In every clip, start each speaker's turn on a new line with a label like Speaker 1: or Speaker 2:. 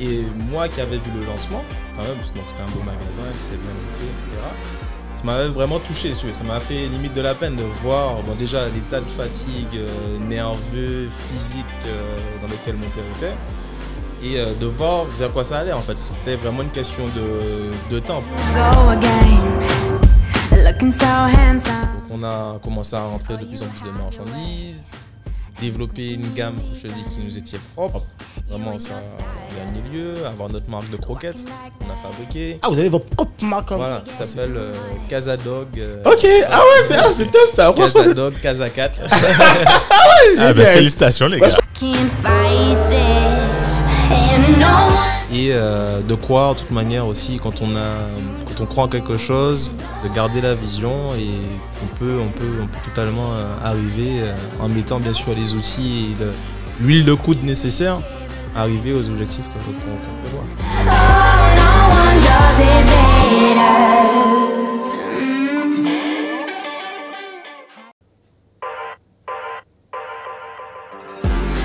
Speaker 1: Et moi qui avais vu le lancement, quand même, donc c'était un beau magasin qui était bien lancé, etc. Ça m'avait vraiment touché, si vous voulez. ça m'a fait limite de la peine de voir bon, déjà l'état de fatigue euh, nerveux, physique euh, dans lequel mon père était, et euh, de voir vers quoi ça allait en fait. C'était vraiment une question de, de temps. Donc on a commencé à rentrer de plus en plus de marchandises, développer une gamme, je dis, qui nous était propre. Vraiment, ça a gagné lieu, avoir notre marque de croquettes qu'on a fabriquée.
Speaker 2: Ah, vous avez vos propres marques. hein.
Speaker 1: Voilà, qui s'appelle euh, Casadog. euh,
Speaker 2: Ok, ah ouais, c'est ah, c'est top ça. Franchement, c'est
Speaker 1: Casadog, Casa 4.
Speaker 2: c'est
Speaker 3: Ah bah,
Speaker 2: génial.
Speaker 3: félicitations les gars.
Speaker 4: Can't fight this, and no one
Speaker 1: Et euh, de croire, de toute manière aussi, quand on, a, quand on croit en quelque chose, de garder la vision et on peut, on peut, on peut totalement euh, arriver euh, en mettant bien sûr les outils et le- l'huile de coude nécessaire, arriver aux objectifs qu'on qu'on- qu'on peut voir.
Speaker 4: no one does it better.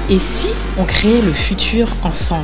Speaker 5: Et si on créait le futur ensemble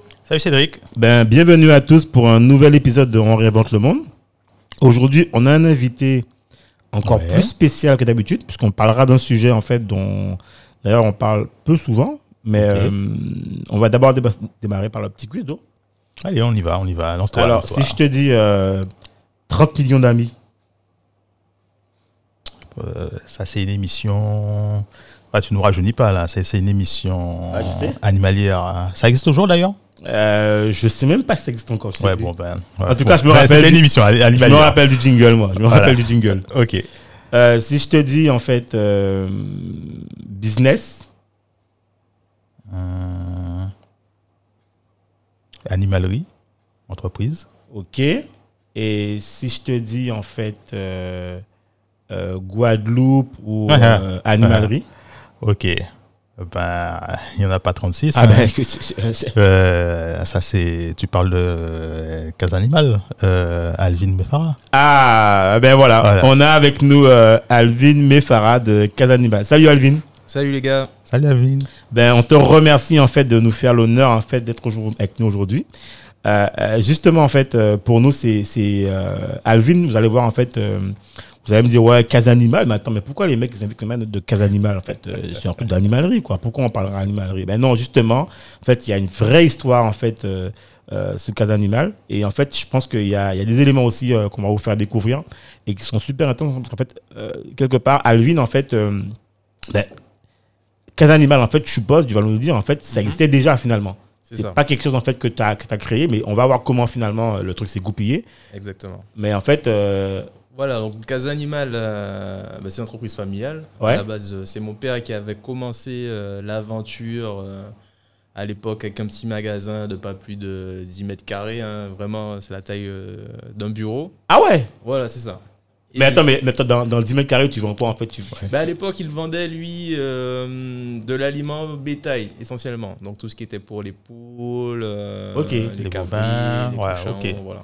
Speaker 3: Salut Cédric.
Speaker 2: Ben, bienvenue à tous pour un nouvel épisode de On réinvente le monde. Aujourd'hui, on a un invité encore
Speaker 3: Ouais.
Speaker 2: plus spécial que d'habitude, puisqu'on parlera d'un sujet en fait dont d'ailleurs on parle peu souvent, mais
Speaker 3: Ok.
Speaker 2: euh, on va d'abord déba- démarrer par le petit quiz Do.
Speaker 3: Allez, on y va, on y va. Lance-toi.
Speaker 2: Alors,
Speaker 3: lance-toi.
Speaker 2: si je te dis euh, 30 millions d'amis,
Speaker 3: Euh, ça, c'est une émission. Ah, tu nous rajeunis pas là. C'est c'est une émission
Speaker 2: Ah, je sais.
Speaker 3: animalière. Ça existe toujours d'ailleurs
Speaker 2: euh, je sais même pas si ça existe encore. je sais
Speaker 3: Ouais,
Speaker 2: plus.
Speaker 3: bon, ben.
Speaker 2: En tout cas, je me rappelle
Speaker 3: C'était
Speaker 2: du-
Speaker 3: une émission
Speaker 2: Je me
Speaker 3: animalière.
Speaker 2: rappelle du jingle, moi. Je me
Speaker 3: Voilà.
Speaker 2: rappelle du jingle.
Speaker 3: Ok.
Speaker 2: Euh, si je te dis, en fait, euh, business,
Speaker 3: Euh, Animalerie, entreprise,
Speaker 2: ok. Et si je te dis, en fait, euh, euh, Guadeloupe ou
Speaker 3: Ah, ah.
Speaker 2: euh, animalerie.
Speaker 3: ok. Ben, il n'y en a pas 36. hein.
Speaker 2: Ah, ben, écoute, je- je-
Speaker 3: Euh, ça, c'est. Tu parles de euh, Casa Animal, euh, Alvin Befara.
Speaker 2: Ah, ben voilà.
Speaker 3: Voilà.
Speaker 2: On a avec nous euh, Alvin Mefara de Casanibal. Salut, Alvin.
Speaker 1: Salut les gars,
Speaker 3: Salut Alvin.
Speaker 2: Ben, on te remercie en fait de nous faire l'honneur en fait d'être aujourd'hui- avec nous aujourd'hui. Euh, euh, justement en fait euh, pour nous c'est c'est, euh, Alvin vous allez voir en fait euh, vous allez me dire ouais Casa Animal mais attends mais pourquoi les mecs ils invitent les mecs de Casa Animal en fait Euh, c'est un truc d'animalerie quoi pourquoi on parlera animalerie ben non justement en fait il y a une vraie histoire en fait euh, euh, sur Casa Animal et en fait je pense qu'il y a il y a des éléments aussi euh, qu'on va vous faire découvrir et qui sont super intéressants parce qu'en fait euh, quelque part Alvin en fait euh, ben, Casa Animal, en fait, tu bosses, tu vas nous dire, en fait, ça existait déjà finalement.
Speaker 1: Mhm. c'est
Speaker 2: C'est
Speaker 1: ça,
Speaker 2: pas quelque chose en fait que tu as, créé, mais on va voir comment finalement euh, le truc s'est goupillé.
Speaker 1: exactement.
Speaker 2: Mais en fait, euh,
Speaker 1: Voilà, donc Casa Animal, euh, bah, c'est une entreprise familiale.
Speaker 2: Ouais.
Speaker 1: À la base, euh, c'est mon père qui avait commencé euh, l'aventure euh, à l'époque avec un petit magasin de pas plus de 10 mètres carrés. hein. Vraiment, c'est la taille euh, d'un bureau.
Speaker 2: ah ouais
Speaker 1: Voilà, c'est ça. Et-
Speaker 2: Mais attends, mais, mais attends, dans, dans le 10 mètres carrés, tu vends quoi en fait tu...
Speaker 1: Bah, à l'époque, il vendait, lui, euh, de l'aliment bétail, essentiellement. Donc, tout ce qui était pour les poules, euh,
Speaker 2: Ok.
Speaker 1: les,
Speaker 3: Les
Speaker 1: cabris,
Speaker 3: bovins,
Speaker 1: les
Speaker 3: ouais,
Speaker 1: cochons,
Speaker 3: ok.
Speaker 1: voilà.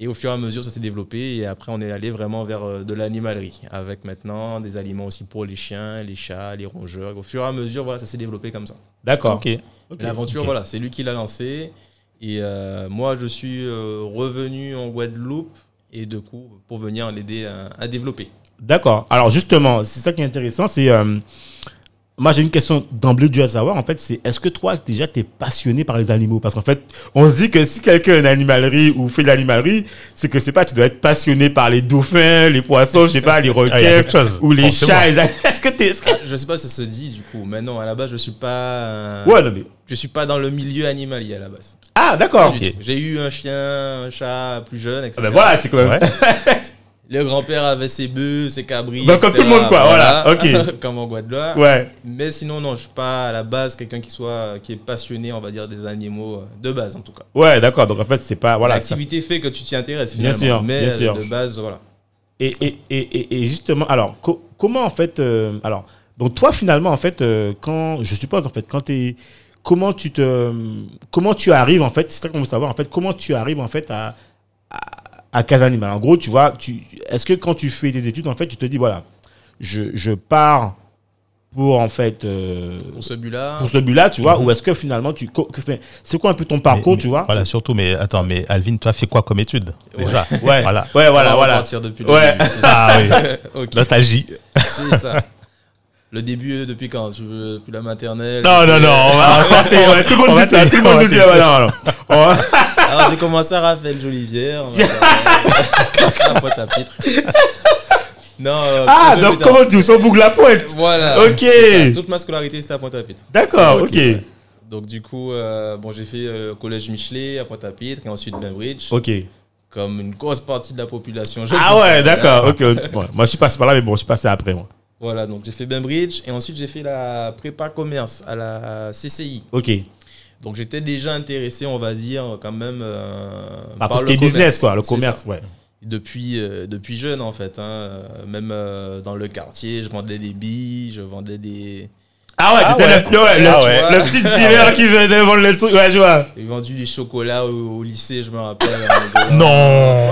Speaker 1: Et au fur et à mesure, ça s'est développé. Et après, on est allé vraiment vers euh, de l'animalerie, avec maintenant des aliments aussi pour les chiens, les chats, les rongeurs. Au fur et à mesure, voilà, ça s'est développé comme ça.
Speaker 2: D'accord.
Speaker 3: Ok.
Speaker 2: Ok.
Speaker 1: L'aventure,
Speaker 2: Ok.
Speaker 1: voilà, c'est lui qui l'a lancée. Et euh, moi, je suis euh, revenu en Guadeloupe, et de coup, pour venir l'aider à- à développer.
Speaker 2: D'accord. Alors justement, c'est ça qui est intéressant, c'est... euh, moi, j'ai une question d'emblée due à savoir, en fait, c'est est-ce que toi, déjà, tu es passionné par les animaux Parce qu'en fait, on se dit que si quelqu'un est une animalerie ou fait de l'animalerie, c'est que c'est pas, tu dois être passionné par les dauphins, les poissons, je sais pas, les
Speaker 3: Ah, il y a
Speaker 2: requins,
Speaker 3: quelque chose.
Speaker 2: ou les
Speaker 3: forcément.
Speaker 2: chats. les a- Est-ce que t'es. est-ce que-
Speaker 1: Je sais pas si ça se dit du coup, mais non, à la base, je suis pas. euh,
Speaker 2: Ouais, non, mais.
Speaker 1: Je suis pas dans le milieu animalier à la base.
Speaker 2: Ah, ben d'accord.
Speaker 1: Pas du tout. J'ai eu un chien, un chat plus jeune, etc.
Speaker 2: Ah, ben voilà, c'est quand même.
Speaker 3: Ouais.
Speaker 1: Le grand-père avait ses bœufs, ses cabris.
Speaker 2: Ben, comme
Speaker 1: etc.
Speaker 2: tout le monde, quoi, voilà, ok.
Speaker 1: comme en Guadeloupe.
Speaker 2: Ouais.
Speaker 1: Mais sinon, non, je suis pas à la base quelqu'un qui soit qui est passionné, on va dire, des animaux euh, de base en tout cas.
Speaker 2: Ouais, d'accord. Donc en fait, c'est pas. Voilà. ça-
Speaker 1: L'activité fait que tu t'y intéresses
Speaker 2: Bien
Speaker 1: finalement.
Speaker 2: sûr,
Speaker 1: mais
Speaker 2: bien
Speaker 1: euh,
Speaker 2: sûr.
Speaker 1: de base, voilà.
Speaker 2: Et, et, et, et- et justement, alors, co- comment en fait. euh, alors, donc toi, finalement, en fait, euh, quand. Je suppose, en fait, quand t'es. Comment tu te. Comment tu arrives, en fait. C'est ça qu'on veut savoir, en fait. Comment tu arrives, en fait, à. à, à Casa Animal En gros, tu vois, tu, est-ce que quand tu fais tes études, en fait, tu te dis, voilà, je, je pars pour, en fait. euh,
Speaker 1: Pour ce but-là,
Speaker 2: pour ce but-là, tu vois, ou est-ce que finalement, tu. co- que fait- C'est quoi un peu ton parcours,
Speaker 3: Mhm. Mais-
Speaker 2: tu
Speaker 3: mais-
Speaker 2: vois
Speaker 3: Voilà, surtout, mais attends, mais Alvin, tu as fait quoi comme étude Déjà.
Speaker 2: Ouais,
Speaker 3: Voilà.
Speaker 2: ouais,
Speaker 1: on
Speaker 2: voilà,
Speaker 1: va
Speaker 2: voilà.
Speaker 1: repartir depuis
Speaker 2: Ouais.
Speaker 1: le
Speaker 2: Bah,
Speaker 1: début. c'est ça.
Speaker 3: Ah oui,
Speaker 1: Ok,
Speaker 3: nostalgie.
Speaker 1: c'est ça. Le début euh, depuis quand Tu veux depuis la maternelle
Speaker 3: Non, non, non, on va,
Speaker 2: Ah, c'est- ouais, tout le
Speaker 3: On
Speaker 2: monde
Speaker 3: va
Speaker 2: dit ça,
Speaker 3: te-
Speaker 2: tout le
Speaker 3: on
Speaker 2: monde
Speaker 3: va
Speaker 2: nous dit,
Speaker 3: te-
Speaker 2: ah, bah, non, non. On va-
Speaker 1: Alors Ah, j'ai commencé à Raphaël Jolivière. on va faire, euh, un pote à pitre. Non. euh,
Speaker 2: Ah,
Speaker 1: plutôt
Speaker 2: donc
Speaker 1: plus tard.
Speaker 2: comment tu s'en bouge la pointe
Speaker 1: Voilà.
Speaker 2: Ok.
Speaker 1: c'est ça. Toute ma scolarité c'était à Pointe-à-Pitre.
Speaker 2: D'accord, ok.
Speaker 1: Donc du coup, euh, bon, j'ai fait euh, collège Michelet à Pointe-à-Pitre et ensuite Bainbridge,
Speaker 2: Ok.
Speaker 1: comme une grosse partie de la population. je
Speaker 2: Ah
Speaker 1: pense.
Speaker 2: ouais, d'accord, ok. Bon, moi, je suis passé par là, mais bon, je suis passé après, moi.
Speaker 1: Voilà, donc j'ai fait Bainbridge et ensuite j'ai fait la prépa commerce à la CCI.
Speaker 2: Ok.
Speaker 1: Donc j'étais déjà intéressé, on va dire, quand même. euh,
Speaker 2: Ah,
Speaker 1: par
Speaker 2: tout ce
Speaker 1: le
Speaker 2: qui est
Speaker 1: commerce.
Speaker 2: business, quoi, le
Speaker 1: C'est ça.
Speaker 2: commerce, ouais.
Speaker 1: Depuis, euh, depuis jeune, en fait. hein, euh, Même euh, dans le quartier, je vendais des billes, je vendais des.
Speaker 2: Ah ouais,
Speaker 3: Ah
Speaker 2: t'étais le, ouais, le-
Speaker 3: Ah ouais.
Speaker 2: le petit dealer qui venait vendre le truc, ouais, je vois.
Speaker 1: J'ai vendu des chocolats au, au lycée, je me rappelle. en Angola.
Speaker 3: Non.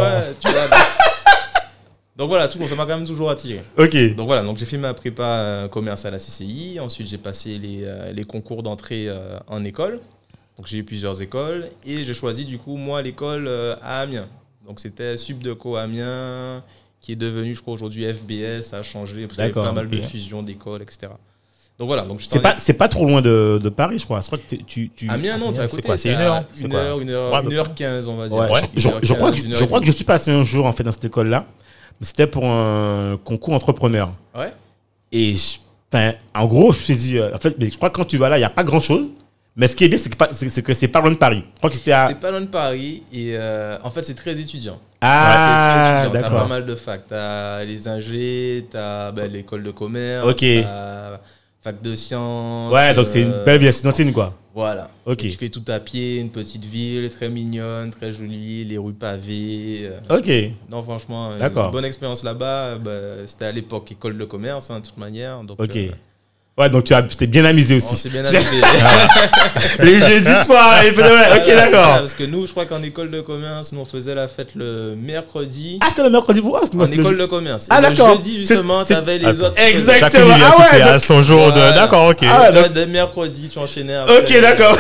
Speaker 1: Ouais, tu vois. donc- Donc voilà, tout, ça m'a quand même toujours attiré.
Speaker 2: Ok.
Speaker 1: Donc voilà, donc j'ai fait ma prépa euh, commerce à la CCI. Ensuite, j'ai passé les, euh, les concours d'entrée euh, en école. Donc j'ai eu plusieurs écoles et j'ai choisi du coup moi l'école euh, à Amiens. Donc c'était Subdeco Amiens qui est devenu je crois aujourd'hui FBS a changé parce qu'il y avait
Speaker 2: D'accord,
Speaker 1: pas mal de
Speaker 2: ok.
Speaker 1: fusions d'écoles etc. Donc voilà donc j'étais
Speaker 2: C'est
Speaker 1: en-
Speaker 2: pas, c'est pas trop loin de, de Paris, je crois. Je crois que t'es- tu. tu...
Speaker 1: Amiens non tu
Speaker 3: C'est
Speaker 1: as côté
Speaker 3: quoi, c'est
Speaker 1: t'es
Speaker 3: une
Speaker 1: à
Speaker 3: heure, c'est
Speaker 1: une
Speaker 3: quoi
Speaker 1: heure une
Speaker 3: Ouais, à
Speaker 1: heure
Speaker 3: peu
Speaker 1: une heure quinze on va dire.
Speaker 2: Ouais,
Speaker 3: Ouais.
Speaker 2: je, je- je crois que,
Speaker 1: Une
Speaker 2: je
Speaker 1: heure
Speaker 2: crois que je suis passé un jour en fait dans cette école là. C'était pour un concours entrepreneur.
Speaker 1: Ouais.
Speaker 2: Et je- ben, en gros, je me suis dit, euh, en fait, mais je crois que quand tu vas là, il n'y a pas grand chose. Mais ce qui est bien, c'est que pas- c'est c'est que c'est pas loin de Paris. Je crois que c'était à.
Speaker 1: C'est pas loin de Paris et euh, en fait c'est très étudiant.
Speaker 2: Ah,
Speaker 1: Ouais, c'est très étudiant. T'as pas
Speaker 2: d'accord.
Speaker 1: mal de facs. T'as les ingés, t'as ben, l'école de commerce,
Speaker 2: Ok.
Speaker 1: t'as fac de sciences.
Speaker 2: Ouais, donc c'est
Speaker 1: euh,
Speaker 2: une belle vie estudiantine quoi.
Speaker 1: Voilà.
Speaker 2: Ok.
Speaker 1: Et tu fais tout à pied, une petite ville très mignonne, très jolie, les rues pavées. euh.
Speaker 2: Ok.
Speaker 1: Non, franchement,
Speaker 2: D'accord.
Speaker 1: une bonne expérience là-bas. Ben, C'était à l'époque école de commerce, hein, de toute manière. Donc,
Speaker 2: Ok.
Speaker 1: euh,
Speaker 2: Ouais, donc tu as- tu t'es bien amusé
Speaker 1: on s'est
Speaker 2: aussi.
Speaker 1: bien amusé.
Speaker 2: Les jeudis soirs. et puis, ouais, Ah, Ok,
Speaker 1: Voilà, c'est ça,
Speaker 2: d'accord.
Speaker 1: Parce que nous, je crois qu'en école de commerce, nous on faisait la fête le mercredi.
Speaker 2: Ah, c'était le mercredi pour moi.
Speaker 1: en école de commerce.
Speaker 2: Ah,
Speaker 1: Et le
Speaker 2: d'accord.
Speaker 1: jeudi,
Speaker 2: C'est-
Speaker 1: justement,
Speaker 2: c'est-
Speaker 1: t'avais les
Speaker 3: Attends.
Speaker 1: autres.
Speaker 2: Exact.
Speaker 3: Chaque
Speaker 2: Exactement. Ah ouais,
Speaker 3: université a
Speaker 2: donc-
Speaker 3: son jour de.
Speaker 1: Voilà.
Speaker 3: D'accord, ok.
Speaker 2: Ah,
Speaker 1: Toi,
Speaker 2: donc-
Speaker 1: de mercredi, tu enchaînais. après.
Speaker 2: Ok, d'accord.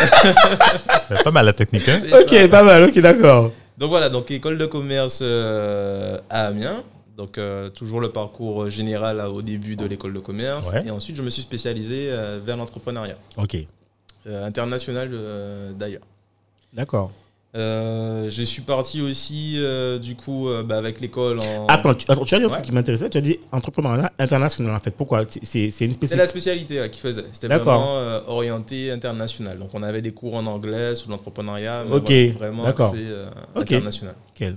Speaker 3: Pas mal la technique, hein.
Speaker 1: euh, C'est ça.
Speaker 2: Ok, pas mal. Ok, d'accord.
Speaker 1: Donc voilà, donc école de commerce euh, à Amiens. Donc euh, toujours le parcours général là, au début de l'école de commerce.
Speaker 3: Ouais.
Speaker 1: Et ensuite, je me suis spécialisé euh, vers l'entrepreneuriat,
Speaker 2: Ok.
Speaker 1: euh, international euh, d'ailleurs.
Speaker 2: D'accord.
Speaker 1: Euh, je suis parti aussi, euh, du coup, euh, bah, avec l'école en...
Speaker 2: Attends, tu, attends, tu as dit un truc
Speaker 1: Ouais.
Speaker 2: qui m'intéressait. Tu as dit entrepreneuriat international en fait. Pourquoi C'est- C'est c'est une
Speaker 1: C'est la
Speaker 2: spécialité.
Speaker 1: spécialité ouais, qu'ils faisaient. C'était
Speaker 2: D'accord.
Speaker 1: vraiment euh, orienté international. Donc on avait des cours en anglais sur l'entrepreneuriat, mais
Speaker 2: Ok,
Speaker 1: voilà, vraiment
Speaker 2: d'accord.
Speaker 1: axé, euh,
Speaker 2: Ok.
Speaker 1: international.
Speaker 2: Quelle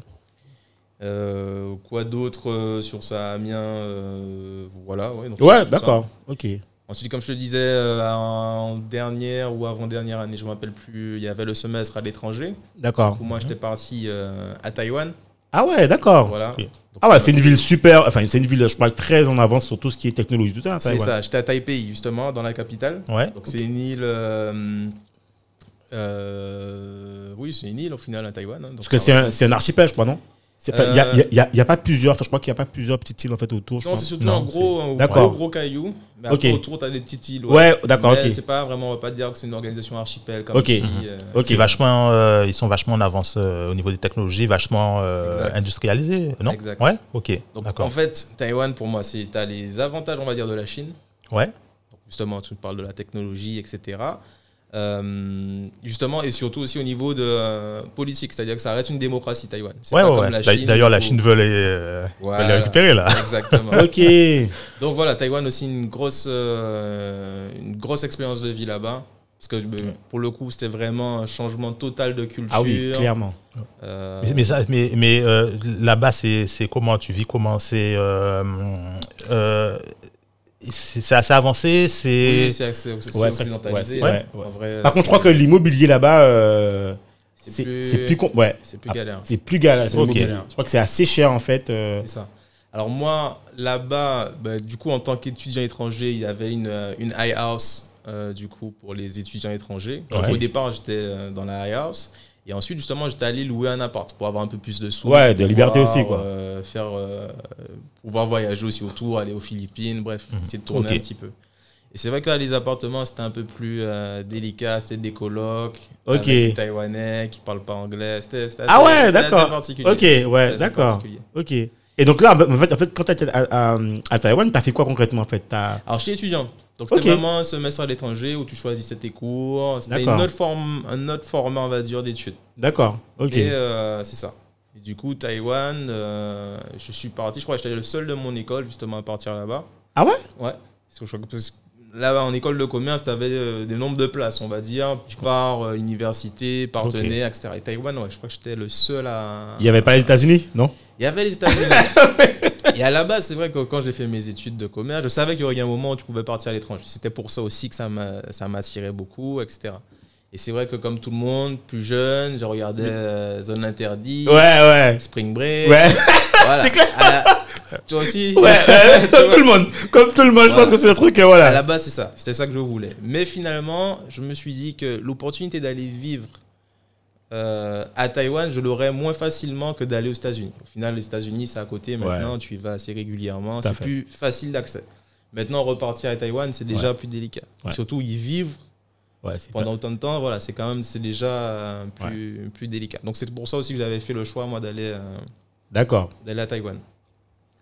Speaker 1: Euh, quoi d'autre euh, sur ça Amiens euh, Voilà, ouais. donc c'est
Speaker 2: Ouais,
Speaker 1: tout
Speaker 2: d'accord. Ok.
Speaker 1: ça. Ensuite, comme je te le disais, euh, en dernière ou avant-dernière année, je ne me rappelle plus, il y avait le semestre à l'étranger.
Speaker 2: D'accord.
Speaker 1: Pour moi, j'étais parti euh, à Taïwan.
Speaker 2: Ah ouais, d'accord.
Speaker 1: Voilà.
Speaker 2: Ok.
Speaker 1: Donc,
Speaker 2: Ah ouais,
Speaker 1: ça-
Speaker 2: c'est une ville super. Enfin, c'est une ville, je crois, très en avance sur tout ce qui est technologie. Tout ça.
Speaker 1: C'est
Speaker 2: ouais.
Speaker 1: ça, j'étais à Taipei, justement, dans la capitale.
Speaker 3: Ouais.
Speaker 1: Donc c'est une île. euh, euh, oui, c'est une île au final à Taïwan. hein. Donc,
Speaker 2: Parce que
Speaker 1: ça
Speaker 2: c'est
Speaker 1: reste-
Speaker 2: un, c'est un archipel, je crois, non C'est- enfin, Il y a- il y a- il y a, il y a pas plusieurs. enfin, je crois qu'il n'y a pas plusieurs petites îles en fait autour. je
Speaker 1: Euh, Non,
Speaker 2: crois.
Speaker 1: c'est surtout
Speaker 3: Non,
Speaker 1: un gros, un
Speaker 2: D'accord.
Speaker 1: gros, gros caillou. Mais
Speaker 2: Ok.
Speaker 1: après, autour, t'as des petites îles.
Speaker 2: Ouais, d'accord,
Speaker 1: Mais
Speaker 2: ok.
Speaker 1: C'est pas vraiment, on va pas dire que c'est une organisation archipel comme
Speaker 2: Ok.
Speaker 1: ici, euh,
Speaker 2: Ok.
Speaker 3: C'est vachement, euh, ils sont vachement en avance euh, au niveau des technologies, vachement euh,
Speaker 1: Exact.
Speaker 3: industrialisés, non
Speaker 1: Exact.
Speaker 3: Ouais, ok.
Speaker 1: Donc,
Speaker 3: D'accord.
Speaker 1: en fait, Taïwan, pour moi, c'est t'as les avantages, on va dire, de la Chine.
Speaker 3: Ouais.
Speaker 1: Donc, justement, tu parles de la technologie, etc. Euh, justement, et surtout aussi au niveau de euh, politique, c'est-à-dire que ça reste une démocratie, Taïwan. C'est
Speaker 3: Ouais,
Speaker 1: pas
Speaker 3: ouais,
Speaker 1: comme
Speaker 3: ouais.
Speaker 1: la
Speaker 3: D'a-
Speaker 1: Chine.
Speaker 3: D'ailleurs, la
Speaker 1: où-
Speaker 3: Chine veut les, euh,
Speaker 1: Voilà.
Speaker 3: veut les récupérer, là.
Speaker 1: Exactement.
Speaker 2: Ok.
Speaker 1: Donc voilà, Taïwan aussi une grosse, euh, une grosse expérience de vie là-bas. Parce que euh, pour le coup, c'était vraiment un changement total de culture.
Speaker 2: Ah oui, clairement.
Speaker 1: Euh,
Speaker 3: Mais, mais ça- mais- mais, euh, là-bas, c'est c'est comment tu vis Comment c'est. euh, euh, c'est c'est assez avancé C'est.
Speaker 1: oui, c'est assez- c'est
Speaker 2: Ouais,
Speaker 1: occidentalisé.
Speaker 2: ouais,
Speaker 1: hein.
Speaker 2: ouais.
Speaker 1: En vrai,
Speaker 2: Par contre, je crois que l'immobilier là-bas, euh,
Speaker 1: c'est
Speaker 2: c'est c'est plus, com- ouais,
Speaker 1: c'est plus galère.
Speaker 2: c'est plus galère.
Speaker 3: Ok.
Speaker 2: Je crois que c'est assez cher en fait. euh,
Speaker 1: C'est ça. Alors moi, là-bas, bah, du coup, en tant qu'étudiant étranger, il y avait une, euh, une high house, euh, du coup, pour les étudiants étrangers. Donc,
Speaker 3: Ouais.
Speaker 1: Au départ, j'étais euh, dans la high house. Et ensuite, justement, j'étais allé louer un appart pour avoir un peu plus de sous.
Speaker 2: Ouais,
Speaker 1: pour
Speaker 2: de liberté
Speaker 1: pouvoir,
Speaker 2: aussi, quoi.
Speaker 1: euh, faire, euh, pouvoir voyager aussi autour, aller aux Philippines, bref,
Speaker 2: Mhm.
Speaker 1: essayer de tourner
Speaker 3: Ok.
Speaker 1: un petit peu. Et c'est vrai que là, les appartements, c'était un peu plus euh, délicat. C'était des colocs,
Speaker 2: Ok.
Speaker 1: avec des Taïwanais qui parlent pas anglais. C'était c'était
Speaker 2: Ah
Speaker 1: assez-
Speaker 2: ouais,
Speaker 1: c'était assez
Speaker 2: d'accord.
Speaker 1: particulier.
Speaker 2: Ok,
Speaker 1: C'était
Speaker 2: ouais,
Speaker 1: assez
Speaker 2: d'accord.
Speaker 1: particulier.
Speaker 2: Ok. Et donc là, en fait, en fait quand tu étais à, à, à Taïwan, tu as fait quoi concrètement en fait T'as-
Speaker 1: Alors, j'étais étudiant. Donc, c'était
Speaker 2: Ok.
Speaker 1: vraiment un semestre à l'étranger où tu choisissais tes cours. C'était une
Speaker 2: D'accord.
Speaker 1: autre forme, un autre format, on va dire, d'études.
Speaker 2: D'accord, ok.
Speaker 1: Et euh, c'est ça. Et du coup, Taïwan, euh, je suis parti. Je crois que j'étais le seul de mon école, justement, à partir là-bas.
Speaker 2: Ah ouais
Speaker 1: Ouais. Parce que je crois que- parce que là-bas, en école de commerce, tu avais des nombres de places, on va dire, par euh, université, partenaire, etc. Et Taïwan, ouais, je crois que j'étais le seul à.
Speaker 2: Il n'y avait pas les États-Unis, non
Speaker 1: Il y avait les États-Unis. et à la base, c'est vrai que quand j'ai fait mes études de commerce, je savais qu'il y aurait un moment où tu pouvais partir à l'étranger. C'était pour ça aussi que ça m'a- ça m'attirait beaucoup, etc. Et c'est vrai que comme tout le monde, plus jeune, je regardais euh, Zone Interdite,
Speaker 2: Ouais, ouais.
Speaker 1: Spring Break.
Speaker 2: Ouais,
Speaker 1: voilà.
Speaker 2: c'est clair.
Speaker 1: À la- Toi aussi
Speaker 2: ouais, ouais,
Speaker 1: Tu
Speaker 2: comme
Speaker 1: vois
Speaker 2: tout le monde. Comme tout le monde, je
Speaker 1: Voilà.
Speaker 2: pense que c'est le truc, euh,
Speaker 1: à
Speaker 2: voilà.
Speaker 1: la base, c'est ça. C'était ça que je voulais. Mais finalement, je me suis dit que l'opportunité d'aller vivre euh, à Taïwan, je l'aurais moins facilement que d'aller aux États-Unis. Au final, les États-Unis, c'est à côté. Maintenant, tu y vas assez régulièrement.
Speaker 2: Tout à
Speaker 1: C'est
Speaker 2: fait.
Speaker 1: plus facile d'accès. Maintenant, repartir à Taïwan, c'est déjà plus délicat.
Speaker 2: Ouais.
Speaker 1: Surtout y vivre
Speaker 2: Ouais, c'est
Speaker 1: pendant autant de temps, voilà, c'est quand même c'est déjà euh, plus, plus délicat. Donc c'est pour ça aussi que j'avais fait le choix moi d'aller euh,
Speaker 2: D'accord.
Speaker 1: d'aller à Taïwan.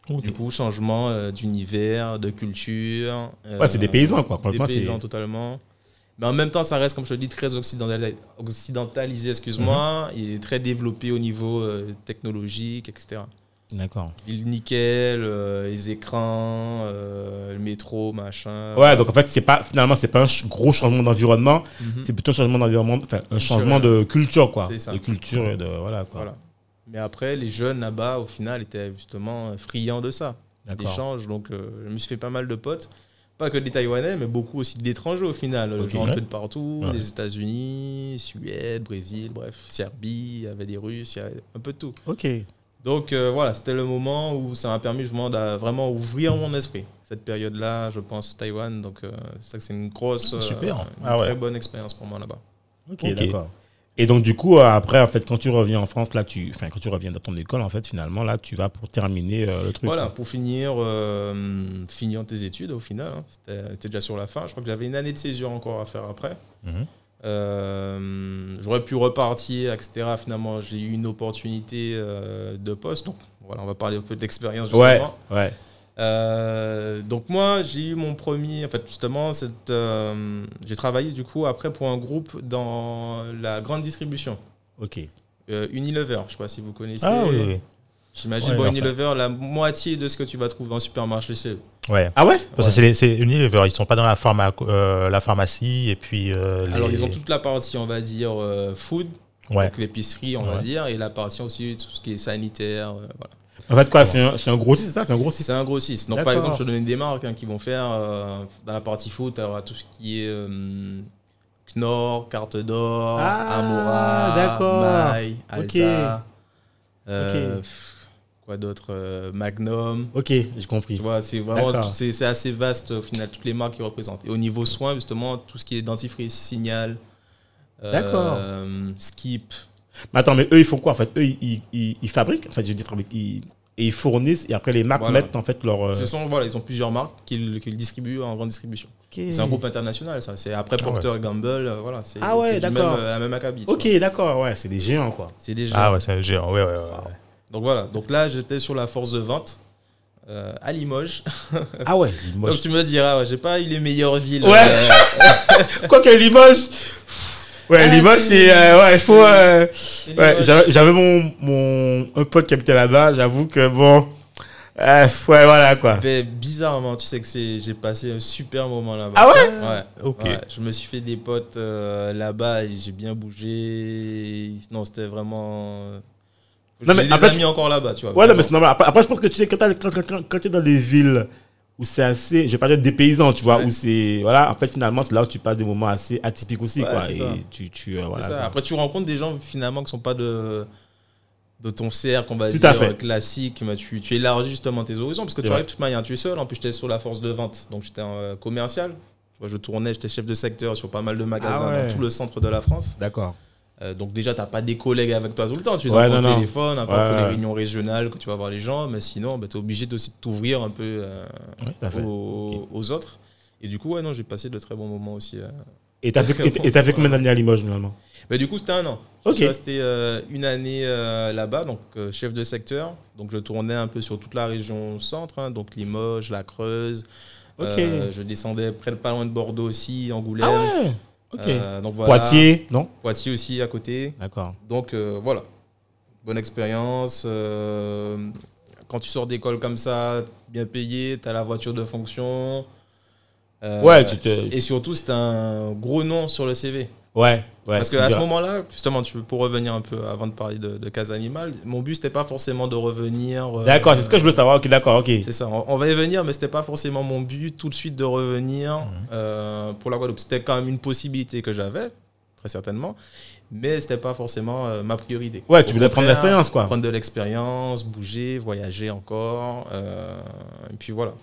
Speaker 1: Oh, Du coup, changement euh, d'univers, de culture. euh,
Speaker 2: Ouais, c'est des
Speaker 1: paysans
Speaker 2: paysans, quoi. Franchement,
Speaker 1: des
Speaker 2: c'est.
Speaker 1: paysans totalement. Mais en même temps, ça reste, comme je te dis, très occidentali- occidentalisé, excuse-moi,
Speaker 2: Mhm.
Speaker 1: et très développé au niveau euh, technologique, etc.
Speaker 2: D'accord.
Speaker 1: Le nickel, euh, les écrans, euh, le métro, machin.
Speaker 2: Ouais, donc en fait, c'est pas, finalement, c'est pas un ch- gros changement d'environnement,
Speaker 1: Mhm.
Speaker 2: c'est plutôt un changement d'environnement, enfin, un changement de culture, quoi.
Speaker 1: C'est ça.
Speaker 2: De culture et de. Voilà, quoi.
Speaker 1: Voilà. Mais après, les jeunes là-bas, au final, étaient justement euh, friands de ça,
Speaker 2: D'accord.
Speaker 1: d'échanges. Donc, euh, je me suis fait pas mal de potes. Pas que des Taïwanais, mais beaucoup aussi d'étrangers au final.
Speaker 2: Ok.
Speaker 1: Genre un
Speaker 2: Ouais.
Speaker 1: peu de partout,
Speaker 2: Ouais.
Speaker 1: des États-Unis, Suède, Brésil, bref, Serbie, il y avait des Russes, il y avait un peu de tout.
Speaker 2: Ok.
Speaker 1: Donc euh, voilà, c'était le moment où ça m'a permis justement de vraiment ouvrir mon esprit. Cette période-là, je pense, Taïwan. Donc euh, c'est ça que c'est une grosse, euh,
Speaker 3: Super.
Speaker 1: une
Speaker 3: Ah ouais.
Speaker 1: très bonne expérience pour moi là-bas.
Speaker 2: Ok,
Speaker 3: Ok.
Speaker 2: d'accord. Et donc, du coup, euh, après, en fait, quand tu reviens en France, là, tu. Enfin, quand tu reviens dans ton école, en fait, finalement, là, tu vas pour terminer euh, le truc.
Speaker 1: Voilà, pour finir, euh, finir tes études au final, hein. c'était c'était déjà sur la fin. Je crois que j'avais une année de césure encore à faire après.
Speaker 3: Mhm.
Speaker 1: Euh, J'aurais pu repartir, etc. Finalement, j'ai eu une opportunité euh, de poste. Donc voilà, on va parler un peu d'expérience justement.
Speaker 2: Ouais, ouais.
Speaker 1: Euh, donc moi, j'ai eu mon premier, en fait justement, cette, euh, j'ai travaillé du coup après pour un groupe dans la grande distribution,
Speaker 2: Ok.
Speaker 1: euh, Unilever, je sais pas si vous connaissez. euh,
Speaker 3: Ah oui, oui.
Speaker 1: J'imagine
Speaker 3: Ouais,
Speaker 1: bon,
Speaker 3: enfin.
Speaker 1: Unilever, la moitié de ce que tu vas trouver en supermarché, c'est eux.
Speaker 3: Ouais.
Speaker 2: Ah ouais
Speaker 3: Parce que c'est les- c'est Unilever, ils sont pas dans la, pharma, euh, la pharmacie et puis. euh, les-
Speaker 1: Alors ils ont toute la partie, on va dire, euh, food,
Speaker 3: Ouais.
Speaker 1: donc l'épicerie, on va
Speaker 3: Ouais.
Speaker 1: dire, et la partie aussi tout ce qui est sanitaire. euh, voilà.
Speaker 2: En fait, quoi, c'est un, c'est un gros site, c'est ça C'est un gros site.
Speaker 1: C'est un grossiste. Donc, par
Speaker 2: D'accord.
Speaker 1: exemple, je te donner des marques hein, qui vont faire euh, dans la partie foot, tu tout ce qui est euh, Knorr, Carte d'Or,
Speaker 2: Ah,
Speaker 1: Amora,
Speaker 2: d'accord.
Speaker 1: Maille, Alza.
Speaker 2: Ok.
Speaker 1: euh,
Speaker 2: Ok.
Speaker 1: pff, quoi d'autre euh, Magnum.
Speaker 2: Ok, j'ai compris.
Speaker 1: Tu vois, c'est vraiment
Speaker 2: D'accord.
Speaker 1: tout- c'est c'est assez vaste au final, toutes les marques qu'ils représentent. Et au niveau soins, justement, tout ce qui est dentifrice, signal, euh,
Speaker 2: D'accord.
Speaker 1: skip.
Speaker 2: Mais attends, mais eux, ils font quoi En fait, eux, ils, ils, ils- ils fabriquent. En fait, je dis fabriquent. Ils, et ils fournissent. Et après, les marques
Speaker 1: Voilà.
Speaker 2: mettent en fait leur. euh,
Speaker 1: Ce sont, voilà, ils ont plusieurs marques qu'ils qu'ils distribuent en grande distribution. C'est un groupe international, ça. C'est après
Speaker 3: Ah ouais.
Speaker 1: Procter Gamble, euh, voilà. C'est
Speaker 2: Ah ouais,
Speaker 1: c'est du
Speaker 2: d'accord.
Speaker 1: même, euh, la même acabit. tu
Speaker 2: Ok,
Speaker 1: vois.
Speaker 2: d'accord. Ouais, c'est des géants, quoi.
Speaker 1: C'est déjà.
Speaker 3: Ah ouais, c'est un géant. Ouais, ouais, ouais, ouais.
Speaker 1: Donc voilà. Donc là, j'étais sur la force de vente euh, à Limoges.
Speaker 2: Ah ouais.
Speaker 1: Donc tu me diras, ouais, j'ai pas eu les meilleures villes.
Speaker 2: Ouais.
Speaker 1: euh,
Speaker 2: quoi que Limoges. Ouais,
Speaker 1: Ah,
Speaker 2: Limoges,
Speaker 1: c'est-
Speaker 2: c'est. euh, ouais, il faut. euh,
Speaker 1: c'est
Speaker 2: ouais,
Speaker 1: Limoges.
Speaker 2: j'avais j'avais mon, mon un pote qui habitait là-bas. J'avoue que bon. Euh, ouais, voilà quoi.
Speaker 1: Ben, bizarrement, tu sais que c'est- j'ai passé un super moment là-bas.
Speaker 2: Ah
Speaker 1: ouais Ouais.
Speaker 3: Ok.
Speaker 1: Ouais, je me suis fait des potes euh, là-bas et j'ai bien bougé. Non, c'était vraiment.
Speaker 2: Non,
Speaker 1: Non,
Speaker 2: mais
Speaker 1: mais des
Speaker 2: après,
Speaker 1: amis encore là-bas, tu vois.
Speaker 2: Ouais, non,
Speaker 1: vraiment.
Speaker 2: mais c'est normal. Après, après, je pense que tu sais, quand, t'as- quand, quand- quand- quand t'es dans des villes où c'est assez, je vais pas dire des paysans, tu vois,
Speaker 1: Ouais.
Speaker 2: où c'est, voilà, en fait, finalement, c'est là où tu passes des moments assez atypiques aussi,
Speaker 1: Ouais,
Speaker 2: quoi.
Speaker 1: c'est
Speaker 2: Et
Speaker 1: ça.
Speaker 2: tu, tu, euh,
Speaker 1: C'est
Speaker 2: voilà.
Speaker 1: ça. Après, tu rencontres des gens finalement qui sont pas de, de ton CR, qu'on va
Speaker 2: Tout
Speaker 1: dire
Speaker 2: à fait.
Speaker 1: classique. Mais tu, tu élargis justement tes horizons parce que tu
Speaker 2: C'est vrai.
Speaker 1: arrives de toute manière, tu es seul. En plus, j'étais sur la force de vente, donc j'étais euh, commercial. Tu vois, je tournais, j'étais chef de secteur sur pas mal de magasins
Speaker 2: Ah ouais.
Speaker 1: dans tout le centre de la France.
Speaker 2: D'accord.
Speaker 1: Euh, donc déjà, t'as pas des collègues avec toi tout le temps. Tu les
Speaker 2: Ouais,
Speaker 1: as
Speaker 2: non,
Speaker 1: par
Speaker 2: non.
Speaker 1: téléphone, à
Speaker 2: Ouais,
Speaker 1: part pour les
Speaker 2: ouais.
Speaker 1: réunions régionales que tu vas voir les gens. Mais sinon, tu es obligé de- aussi de t'ouvrir un peu euh,
Speaker 2: tout à fait.
Speaker 1: aux, aux autres. Et du coup, ouais, non, j'ai passé de très bons moments aussi. euh.
Speaker 2: Et t'as fait, et- et t'as fait combien d'années à Limoges, finalement
Speaker 1: Mais du coup, c'était un an.
Speaker 2: Ok.
Speaker 1: Je suis resté euh, une année euh, là-bas, donc euh, chef de secteur. Donc je tournais un peu sur toute la région centre, hein, donc Limoges, la Creuse.
Speaker 2: Ok.
Speaker 1: Euh, je descendais près de pas loin de Bordeaux aussi, Angoulême.
Speaker 2: Ah ouais Ok.
Speaker 1: Euh, donc voilà.
Speaker 2: Poitiers, non
Speaker 1: Poitiers aussi à côté.
Speaker 2: D'accord.
Speaker 1: Donc euh, voilà, bonne expérience. euh, quand tu sors d'école comme ça, bien payé, t'as la voiture de fonction. euh,
Speaker 2: ouais, tu te.
Speaker 1: Et surtout, c'est un gros nom sur le CV.
Speaker 2: Ouais, ouais.
Speaker 1: Parce
Speaker 2: tu
Speaker 1: qu'à ce
Speaker 2: diras.
Speaker 1: moment-là, justement, tu, pour revenir un peu avant de parler de, de Case Animal, mon but, c'était pas forcément de revenir. euh,
Speaker 2: D'accord, c'est ce que je veux savoir. Ok, d'accord, ok.
Speaker 1: C'est ça, on, on va y venir, mais c'était pas forcément mon but tout de suite de revenir
Speaker 2: Mhm.
Speaker 1: euh, pour la Guadeloupe. C'était quand même une possibilité que j'avais, très certainement, mais c'était pas forcément euh, ma priorité.
Speaker 2: Ouais, tu
Speaker 1: Au
Speaker 2: voulais
Speaker 1: contraire,
Speaker 2: prendre l'expérience, quoi.
Speaker 1: Prendre de l'expérience, bouger, voyager encore, euh, et puis voilà.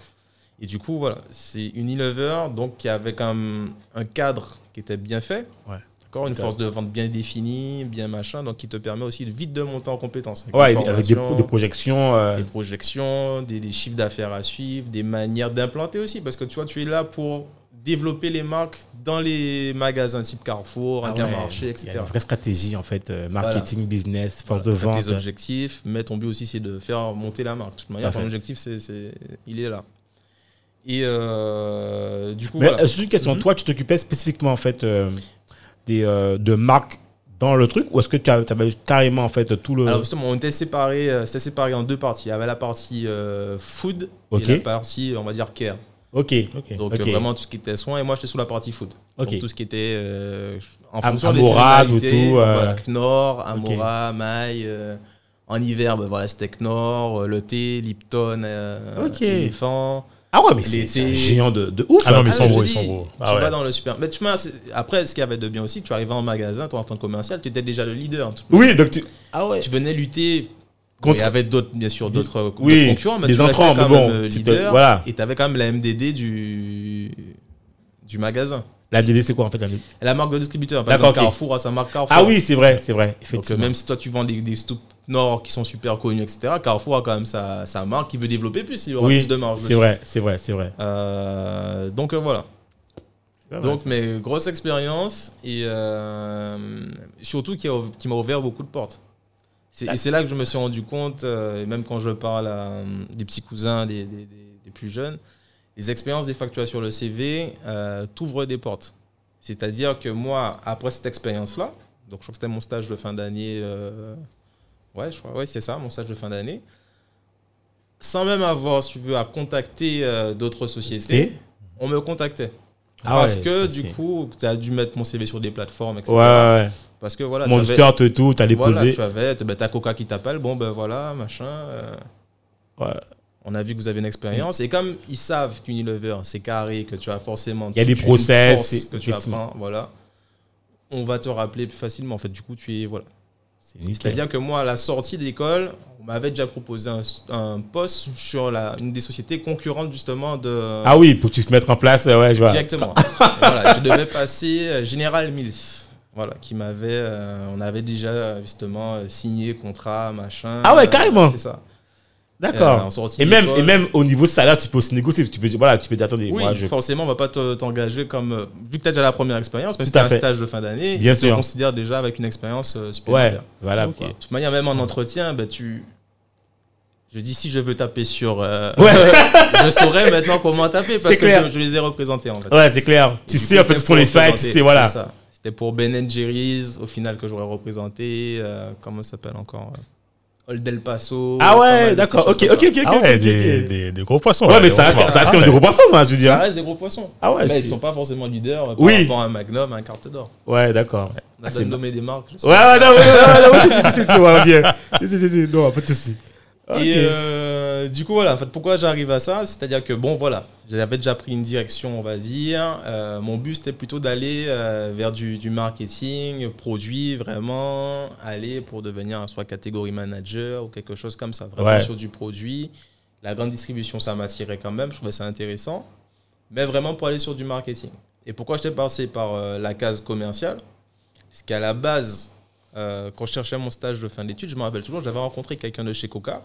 Speaker 1: Et du coup, voilà, c'est Unilever, donc qui avait quand même un cadre qui était bien fait.
Speaker 2: Ouais.
Speaker 1: D'accord, une force de vente bien définie, bien machin, donc qui te permet aussi de vite de monter en compétences.
Speaker 2: Ouais,
Speaker 1: les
Speaker 2: avec des,
Speaker 1: formations
Speaker 2: des projections. euh,
Speaker 1: des projections, des, des chiffres d'affaires à suivre, des manières d'implanter aussi. Parce que tu vois, tu es là pour développer les marques dans les magasins type Carrefour,
Speaker 2: ah ouais,
Speaker 1: Intermarché,
Speaker 2: il y a
Speaker 1: etc.
Speaker 2: Une vraie stratégie, en fait, euh, marketing, business, force de
Speaker 1: T'as
Speaker 2: vente.
Speaker 1: tes objectifs, mais ton but aussi c'est de faire monter la marque. De toute manière,
Speaker 2: Tout à
Speaker 1: ton
Speaker 2: fait.
Speaker 1: objectif, c'est, c'est- il est là. Et euh, du coup,
Speaker 2: Mais
Speaker 1: voilà.
Speaker 2: euh, c'est une question.
Speaker 1: Mhm.
Speaker 2: Toi, tu t'occupais spécifiquement en fait euh, des euh, de marques dans le truc, ou est-ce que tu av- t'avais carrément en fait tout le
Speaker 1: Alors justement, on était séparés, euh, c'était séparé en deux parties. Il y avait la partie euh, food
Speaker 2: Ok.
Speaker 1: et la partie, on va dire, care.
Speaker 2: Ok, ok,
Speaker 1: Donc
Speaker 2: ok.
Speaker 1: euh, vraiment tout ce qui était soin et moi j'étais sur la partie food.
Speaker 2: Ok.
Speaker 1: Donc tout ce qui était euh, en
Speaker 2: Am-
Speaker 1: fonction des
Speaker 2: Amorade ou
Speaker 1: saisonnalités,
Speaker 2: tout, euh,
Speaker 1: voilà, Knorr, Amora, Maille. euh, en hiver, ben voilà, c'était Knorr, euh, le thé, Lipton, euh,
Speaker 2: Ok.
Speaker 1: éléphant.
Speaker 2: Ah ouais, mais c'est
Speaker 1: l'été-
Speaker 2: c'est un géant de, de ouf.
Speaker 3: Ah non, mais ils
Speaker 1: je
Speaker 3: sont
Speaker 1: te
Speaker 3: gros, ils
Speaker 1: dis,
Speaker 3: sont gros.
Speaker 1: tu
Speaker 3: Ah ouais.
Speaker 1: vas dans le super. Mais tu m'as- c'est- après, ce qu'il y avait de bien aussi, tu arrivais en magasin, toi en tant que commercial, tu étais déjà le leader. Tu-
Speaker 2: Oui, donc tu.
Speaker 1: Tu venais lutter.
Speaker 2: Contre-
Speaker 1: Contre... Il y avait d'autres, bien sûr, d'autres
Speaker 2: Oui,
Speaker 1: d'autres concurrents, mais
Speaker 2: des
Speaker 1: tu restais
Speaker 2: entrants,
Speaker 1: quand
Speaker 2: mais bon,
Speaker 1: même euh,
Speaker 2: tu te-
Speaker 1: leader.
Speaker 2: voilà.
Speaker 1: Et tu avais quand même la MDD du, du magasin.
Speaker 2: La DD, c'est quoi en fait la DD?
Speaker 1: La marque de distributeur, par
Speaker 2: D'accord,
Speaker 1: exemple,
Speaker 2: ok.
Speaker 1: Carrefour a sa marque Carrefour.
Speaker 2: Ah oui, c'est vrai, c'est vrai,
Speaker 1: Donc,
Speaker 2: effectivement.
Speaker 1: même si toi tu vends des, des soupes Nord qui sont super connues, etc., Carrefour a quand même sa, sa marque qui veut développer plus, il aura
Speaker 2: oui,
Speaker 1: plus de marge.
Speaker 2: c'est
Speaker 1: dessus.
Speaker 2: vrai, c'est vrai, c'est vrai.
Speaker 1: Euh, donc euh, voilà.
Speaker 2: Donc
Speaker 1: donc mes grosses expériences et euh, surtout qui, a ouv- qui m'a ouvert beaucoup de portes. C'est- Et c'est là que je me suis rendu compte, euh, et même quand je parle à euh, des petits cousins, des, des- des- des plus jeunes, les expériences des factures sur le CV euh, t'ouvrent des portes. C'est-à-dire que moi, après cette expérience-là, donc je crois que c'était mon stage de fin d'année, euh, ouais, je crois, ouais, c'est ça, mon stage de fin d'année, sans même avoir, si tu veux, à contacter euh, d'autres sociétés,
Speaker 2: Et
Speaker 1: on me contactait.
Speaker 2: Ah
Speaker 1: Parce
Speaker 2: ouais,
Speaker 1: que
Speaker 2: ça,
Speaker 1: du
Speaker 2: c'est-
Speaker 1: coup, tu as dû mettre mon CV sur des plateformes, etc.
Speaker 2: ouais, ouais.
Speaker 1: Parce que voilà, tu
Speaker 2: Monster,
Speaker 1: avais,
Speaker 2: tout, et tout, t'as
Speaker 1: voilà,
Speaker 2: déposé.
Speaker 1: tu avais ben, t'as Coca qui t'appelle, bon ben voilà, machin. euh,
Speaker 2: Ouais.
Speaker 1: on a vu que vous avez une expérience. Et comme ils savent qu'Unilever, c'est carré, que tu as forcément.
Speaker 2: Il y a des
Speaker 1: toute une
Speaker 2: process,
Speaker 1: force
Speaker 2: et-
Speaker 1: que tu
Speaker 2: effectivement.
Speaker 1: apprends, voilà. On va te rappeler plus facilement. En fait, du coup, tu es. Voilà.
Speaker 2: C'est nickel.
Speaker 1: C'est-à-dire que moi, à la sortie de l'école, on m'avait déjà proposé un, un poste sur la, une des sociétés concurrentes, justement, de.
Speaker 2: Ah oui, pour que tu te mettre en place, euh, ouais, je vois.
Speaker 1: Directement. voilà, je devais passer euh, General Mills. Voilà, qui m'avait. euh, on avait déjà euh, justement euh, signé contrat, machin.
Speaker 2: Ah ouais,
Speaker 1: Euh,
Speaker 2: carrément.
Speaker 1: C'est ça. Euh,
Speaker 2: D'accord.
Speaker 1: en sortie
Speaker 2: et même
Speaker 1: d'école.
Speaker 2: et même au niveau salaire, tu peux aussi négocier. Tu peux dire voilà, tu peux dire attendez,
Speaker 1: Oui,
Speaker 2: moi je.
Speaker 1: forcément, on va pas te- t'engager comme. euh, Vu que tu as déjà la première expérience, parce que
Speaker 2: Tout à
Speaker 1: c'est un
Speaker 2: fait.
Speaker 1: stage de fin d'année,
Speaker 2: Bien
Speaker 1: je te
Speaker 2: sûr.
Speaker 1: considère déjà avec une expérience euh,
Speaker 2: Ouais,
Speaker 1: supplémentaire.
Speaker 2: voilà.
Speaker 1: Quoi.
Speaker 2: quoi.
Speaker 1: De toute manière, même en entretien, bah, tu. Je dis si je veux taper sur. euh,
Speaker 2: Ouais.
Speaker 1: je saurais maintenant comment taper parce
Speaker 2: C'est
Speaker 1: que
Speaker 2: clair.
Speaker 1: je, je les ai représentés en fait.
Speaker 2: Ouais, c'est clair.
Speaker 1: Et
Speaker 2: Tu
Speaker 1: du
Speaker 2: sais,
Speaker 1: coup,
Speaker 2: en fait,
Speaker 1: c'était
Speaker 2: ce sont les
Speaker 1: pour
Speaker 2: failles, tu
Speaker 1: représenter-
Speaker 2: sais, voilà.
Speaker 1: c'est ça. C'était pour Ben Jerry's, au final, que j'aurais représenté. euh, comment ça s'appelle encore euh, Old El Paso.
Speaker 2: Ah
Speaker 1: pas mal
Speaker 2: ouais,
Speaker 1: de
Speaker 2: d'accord.
Speaker 1: petites
Speaker 2: Ok,
Speaker 1: choses
Speaker 2: ok,
Speaker 1: comme
Speaker 2: ok.
Speaker 3: Ah
Speaker 2: ok,
Speaker 3: ouais,
Speaker 2: ok,
Speaker 3: des,
Speaker 2: ok.
Speaker 3: des- des gros poissons.
Speaker 2: Ouais,
Speaker 3: là,
Speaker 2: mais
Speaker 3: des
Speaker 2: ça,
Speaker 3: gros
Speaker 2: ça, ça reste
Speaker 3: poissons.
Speaker 2: comme du gros poisson, ça, je
Speaker 1: ça. Ça
Speaker 2: veux dire.
Speaker 1: reste des gros poissons.
Speaker 2: Ah ouais,
Speaker 1: Mais
Speaker 2: c'est-
Speaker 1: ils sont pas forcément leaders euh, par
Speaker 2: Oui.
Speaker 1: rapport à un Magnum, à un Carte d'Or.
Speaker 2: Ouais, d'accord.
Speaker 1: On
Speaker 2: Ah,
Speaker 1: a
Speaker 2: c'est-
Speaker 1: nommé des marques. je sais
Speaker 2: Ouais, ouais, non, ouais, ouais, ouais, ouais, ouais, c'est- c'est- c'est- ouais, bien. C'est- c'est- c'est- Non, pas de soucis.
Speaker 1: Et
Speaker 2: Ah, Ok.
Speaker 1: euh, du coup, voilà, en fait, pourquoi j'arrive à ça C'est-à-dire que, bon, voilà, j'avais déjà pris une direction, on va dire. Euh, mon but, c'était plutôt d'aller euh, vers du, du marketing, produit, vraiment, aller pour devenir soit catégorie manager ou quelque chose comme ça, vraiment
Speaker 2: Ouais.
Speaker 1: sur du produit. La grande distribution, ça m'attirait quand même, je trouvais ça intéressant. Mais vraiment pour aller sur du marketing. Et pourquoi j'étais passé par euh, la case commerciale Parce qu'à la base, euh, quand je cherchais mon stage de fin d'études, je me rappelle toujours, j'avais rencontré quelqu'un de chez Coca.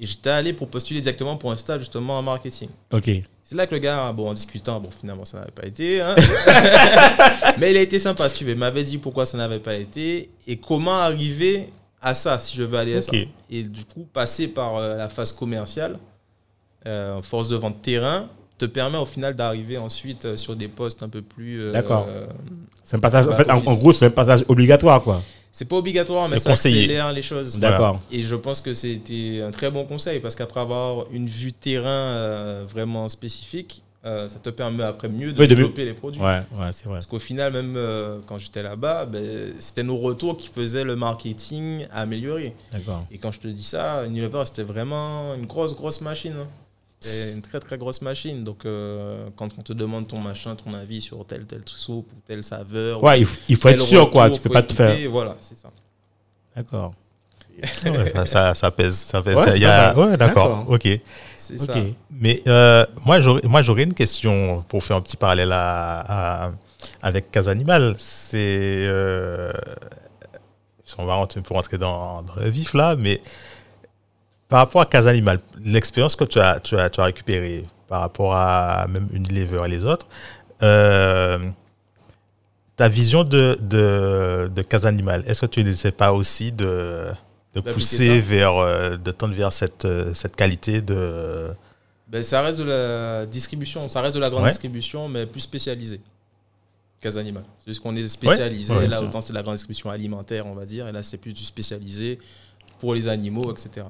Speaker 1: Et j'étais allé pour postuler directement pour un stage justement en marketing.
Speaker 2: Ok.
Speaker 1: C'est là que le gars, bon, en discutant, bon, finalement, ça n'avait pas été. hein. Mais il a été sympa, si tu veux. Il m'avait dit pourquoi ça n'avait pas été et comment arriver à ça, si je veux aller à
Speaker 3: Ok.
Speaker 1: ça. Et du coup, passer par euh, la phase commerciale, euh, force de vente terrain, te permet au final d'arriver ensuite euh, sur des postes un peu plus. euh,
Speaker 2: D'accord.
Speaker 1: euh,
Speaker 2: C'est un passage, en, fait, en,
Speaker 1: Back-office.
Speaker 2: en gros, c'est un passage obligatoire, quoi.
Speaker 1: c'est pas obligatoire, mais
Speaker 3: C'est
Speaker 1: ça
Speaker 3: conseillé.
Speaker 1: accélère les choses.
Speaker 3: Voilà.
Speaker 2: D'accord.
Speaker 1: Et je pense que c'était un très bon conseil parce qu'après avoir une vue terrain euh, vraiment spécifique, euh, ça te permet après mieux de
Speaker 2: Oui, de mieux-
Speaker 1: développer les produits.
Speaker 2: Ouais, ouais, c'est vrai.
Speaker 1: Parce qu'au final, même euh, quand j'étais là-bas, ben, c'était nos retours qui faisaient le marketing améliorer.
Speaker 2: D'accord.
Speaker 1: Et quand je te dis ça, Unilever, c'était vraiment une grosse, grosse machine. hein. C'était une très, très grosse machine. Donc, euh, quand on te demande ton machin, ton avis sur telle, telle soupe ou telle saveur,
Speaker 2: Ouais, il, f- il faut être sûr, quoi. Tu peux pas te
Speaker 1: te
Speaker 2: faire.
Speaker 1: Voilà, c'est ça.
Speaker 2: D'accord.
Speaker 3: Ouais, ça, ça, ça pèse. Ça pèse.
Speaker 2: Ouais,
Speaker 3: Ça-
Speaker 2: c'est
Speaker 3: il y a-
Speaker 2: pas mal.
Speaker 3: ouais, d'accord.
Speaker 2: D'accord.
Speaker 3: Ok.
Speaker 1: C'est
Speaker 2: Ok.
Speaker 1: ça.
Speaker 3: Mais euh, moi, j'aurais moi, j'aurais une question pour faire un petit parallèle à, à- avec Casa Animal. C'est. euh, on va rentrer, pour rentrer dans, dans le vif là, mais par rapport à Casa Animal, l'expérience que tu as, tu, as, tu as récupérée par rapport à même Unilever et les autres, euh, ta vision de, de, de Casa Animal, est-ce que tu n'essaies pas aussi de, de
Speaker 1: D'appliquer
Speaker 3: pousser
Speaker 1: ça.
Speaker 3: vers, euh, de tendre vers cette, euh, cette qualité de.
Speaker 1: Ben, ça reste de la distribution, ça reste de la grande
Speaker 3: Ouais.
Speaker 1: distribution, mais plus spécialisée. Cas animal. C'est juste qu'on est spécialisé.
Speaker 3: Ouais, ouais,
Speaker 1: là,
Speaker 2: sûr.
Speaker 1: autant c'est de la grande distribution alimentaire, on va dire. Et là, c'est plus du spécialisé pour les animaux, etc.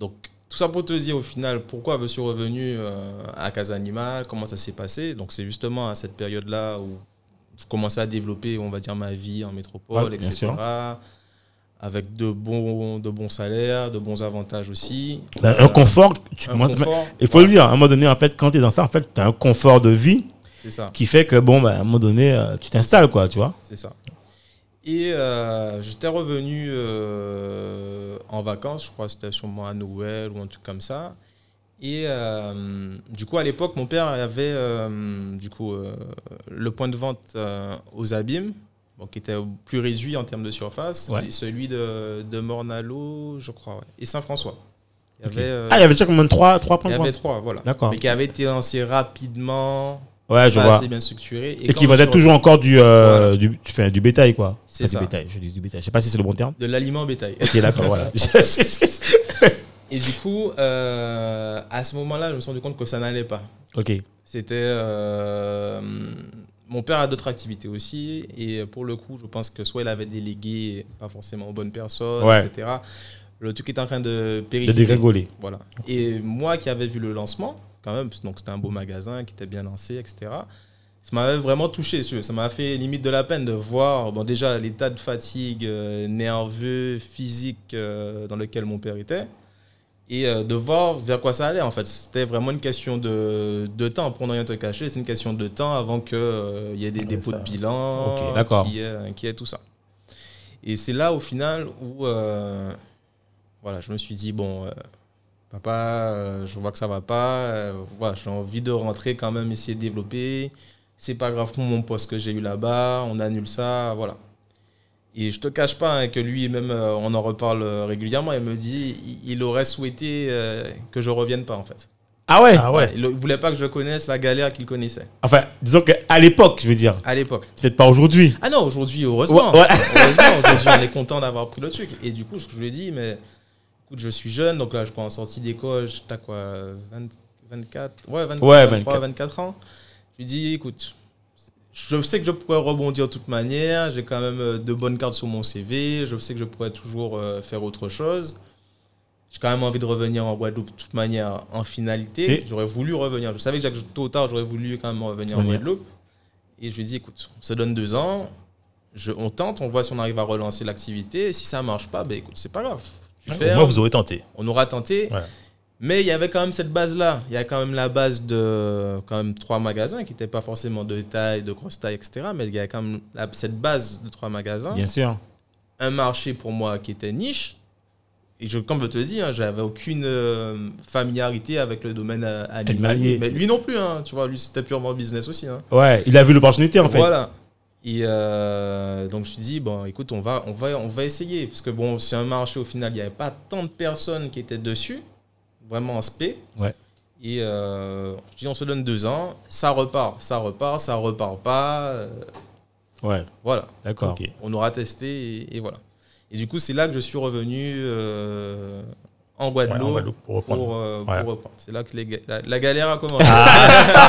Speaker 1: Donc, tout ça pour te dire au final pourquoi je suis revenu euh, à Casa Animal, comment ça s'est passé. Donc, c'est justement à cette période-là où je commençais à développer, on va dire, ma vie en métropole,
Speaker 2: Ouais, bien
Speaker 1: etc.
Speaker 2: sûr. Avec
Speaker 1: De bons, de bons salaires, de bons avantages aussi.
Speaker 2: Ben,
Speaker 1: Euh,
Speaker 2: un confort, tu
Speaker 1: un
Speaker 2: commences.
Speaker 1: confort,
Speaker 2: Il faut le dire, à un moment donné, en fait, quand tu es dans ça, en fait, tu as un confort de vie
Speaker 1: c'est ça.
Speaker 2: qui fait que, bon, ben, à un moment donné, euh, tu t'installes, quoi, tu vois.
Speaker 1: C'est ça. Et euh, j'étais revenu euh, en vacances, je crois que c'était sûrement à Noël ou un truc comme ça. Et euh, du coup, à l'époque, mon père avait euh, du coup, euh, le point de vente euh, aux abîmes, bon, qui était plus réduit en termes de surface,
Speaker 2: Ouais.
Speaker 1: et celui de, de Mornalo, je crois, ouais, et Saint-François. Il y
Speaker 2: Ok.
Speaker 1: avait, euh,
Speaker 2: Ah, il y avait déjà comme trois, trois
Speaker 1: il
Speaker 2: points
Speaker 1: y
Speaker 2: de
Speaker 1: avait
Speaker 2: vente.
Speaker 1: trois, voilà.
Speaker 2: D'accord.
Speaker 1: Mais qui avait été lancé rapidement,
Speaker 2: Ouais, je
Speaker 1: pas
Speaker 2: vois.
Speaker 1: assez bien structuré.
Speaker 2: Et
Speaker 1: quand
Speaker 2: qui
Speaker 1: je suis
Speaker 2: vendait toujours encore du, euh, du, tu fais du bétail, quoi.
Speaker 1: C'est
Speaker 2: Enfin,
Speaker 1: ça.
Speaker 2: Du bétail, je dis du bétail. Je sais pas si c'est le bon terme.
Speaker 1: revenu- De l'aliment bétail.
Speaker 2: Ok, d'accord, voilà.
Speaker 1: Et du coup, euh, à ce moment-là, je me suis rendu compte que ça n'allait pas.
Speaker 2: ok.
Speaker 1: C'était. euh, mon père a d'autres activités aussi. Et pour le coup, je pense que soit il avait délégué pas forcément aux bonnes personnes,
Speaker 2: Ouais.
Speaker 1: etc. Le truc était en train de
Speaker 2: De
Speaker 1: péricliter.
Speaker 2: dégringoler.
Speaker 1: Voilà. Et moi qui avais vu le lancement, quand même, parce que donc c'était un beau magasin qui était bien lancé, etc. Ça m'avait vraiment touché, si tu veux. ça m'a fait limite de la peine de voir bon, déjà l'état de fatigue euh, nerveux, physique euh, dans lequel mon père était, et euh, de voir vers quoi ça allait en fait. C'était vraiment une question de, de temps, pour ne rien te cacher, c'est une question de temps avant qu'il y ait des dépôts
Speaker 2: ça-
Speaker 1: de bilan,
Speaker 2: Ok, d'accord.
Speaker 1: Euh, qui est, qui est tout ça. Et c'est là au final où euh, voilà, je me suis dit, bon, euh, papa, euh, je vois que ça va pas, euh, voilà, j'ai envie de rentrer quand même, essayer de développer, c'est pas grave pour mon poste que j'ai eu là-bas, on annule ça, voilà. Et je te cache pas hein, que lui, même, euh, on en reparle euh, régulièrement, il me dit, il, il aurait souhaité euh, que je revienne pas en fait.
Speaker 2: Ah ouais.
Speaker 3: Ah ouais.
Speaker 1: Il il voulait pas que je connaisse la galère qu'il connaissait
Speaker 2: Enfin, disons qu'à l'époque, je veux dire.
Speaker 1: à l'époque.
Speaker 2: Peut-être pas aujourd'hui.
Speaker 1: Ah non, aujourd'hui, heureusement. Hein
Speaker 2: Ouais, ouais.
Speaker 1: Heureusement, aujourd'hui, on est content d'avoir pris le truc. Et du coup, je, je lui ai dit, mais écoute, je suis jeune, donc là, je prends en sortie d'école, je- t'as quoi, 20 24, ouais, 24,
Speaker 2: Ouais,
Speaker 1: 23, 24 ans. Je lui ai dit, écoute, je sais que je pourrais rebondir de toute manière, j'ai quand même euh, de bonnes cartes sur mon CV, je sais que je pourrais toujours euh, faire autre chose. J'ai quand même envie de revenir en Guadeloupe de toute manière en finalité.
Speaker 2: Et-
Speaker 1: J'aurais voulu revenir. Je savais que j'ai- tôt ou tard, j'aurais voulu quand même revenir en
Speaker 2: Revenir.
Speaker 1: Guadeloupe. Et je lui ai dit, écoute, on se donne deux ans, je, on tente, on voit si on arrive à relancer l'activité. Si ça marche pas, ben écoute, c'est pas grave. Tu
Speaker 3: Au
Speaker 1: fais,
Speaker 3: moins, vous aurez tenté.
Speaker 1: on aura tenté.
Speaker 3: Ouais.
Speaker 1: Mais il y avait quand même cette base-là. Il y a quand même la base de quand même trois magasins qui n'étaient pas forcément de taille, de grosse taille, etc. Mais il y a quand même la- cette base de trois magasins.
Speaker 2: Bien sûr.
Speaker 1: Un marché pour moi qui était niche. Et je, comme je te dis, hein, j'avais aucune euh, familiarité avec le domaine euh,
Speaker 2: Animalier.
Speaker 1: animalier. Mais lui non plus, hein, tu vois, lui c'était purement business aussi. hein.
Speaker 2: Ouais, il a vu l'opportunité en fait.
Speaker 1: Voilà. Et euh, donc je me suis dit, bon, écoute, on va, on va, on va essayer. Parce que bon, c'est un marché, au final, il n'y avait pas tant de personnes qui étaient dessus, vraiment en SP.
Speaker 2: Ouais.
Speaker 1: Et euh, je dis, on se donne deux ans, ça repart, ça repart, ça repart pas. euh,
Speaker 2: Ouais,
Speaker 1: voilà,
Speaker 2: d'accord.
Speaker 3: Ok.
Speaker 1: on aura testé et, et voilà. Et du coup, c'est là que je suis revenu euh, en
Speaker 3: Ouais,
Speaker 1: Guadeloupe.
Speaker 3: en Guadeloupe, pour reprendre.
Speaker 1: Pour, euh,
Speaker 3: Ouais. Ah,
Speaker 1: pour reprendre. C'est là que les ga- la, la galère a commencé.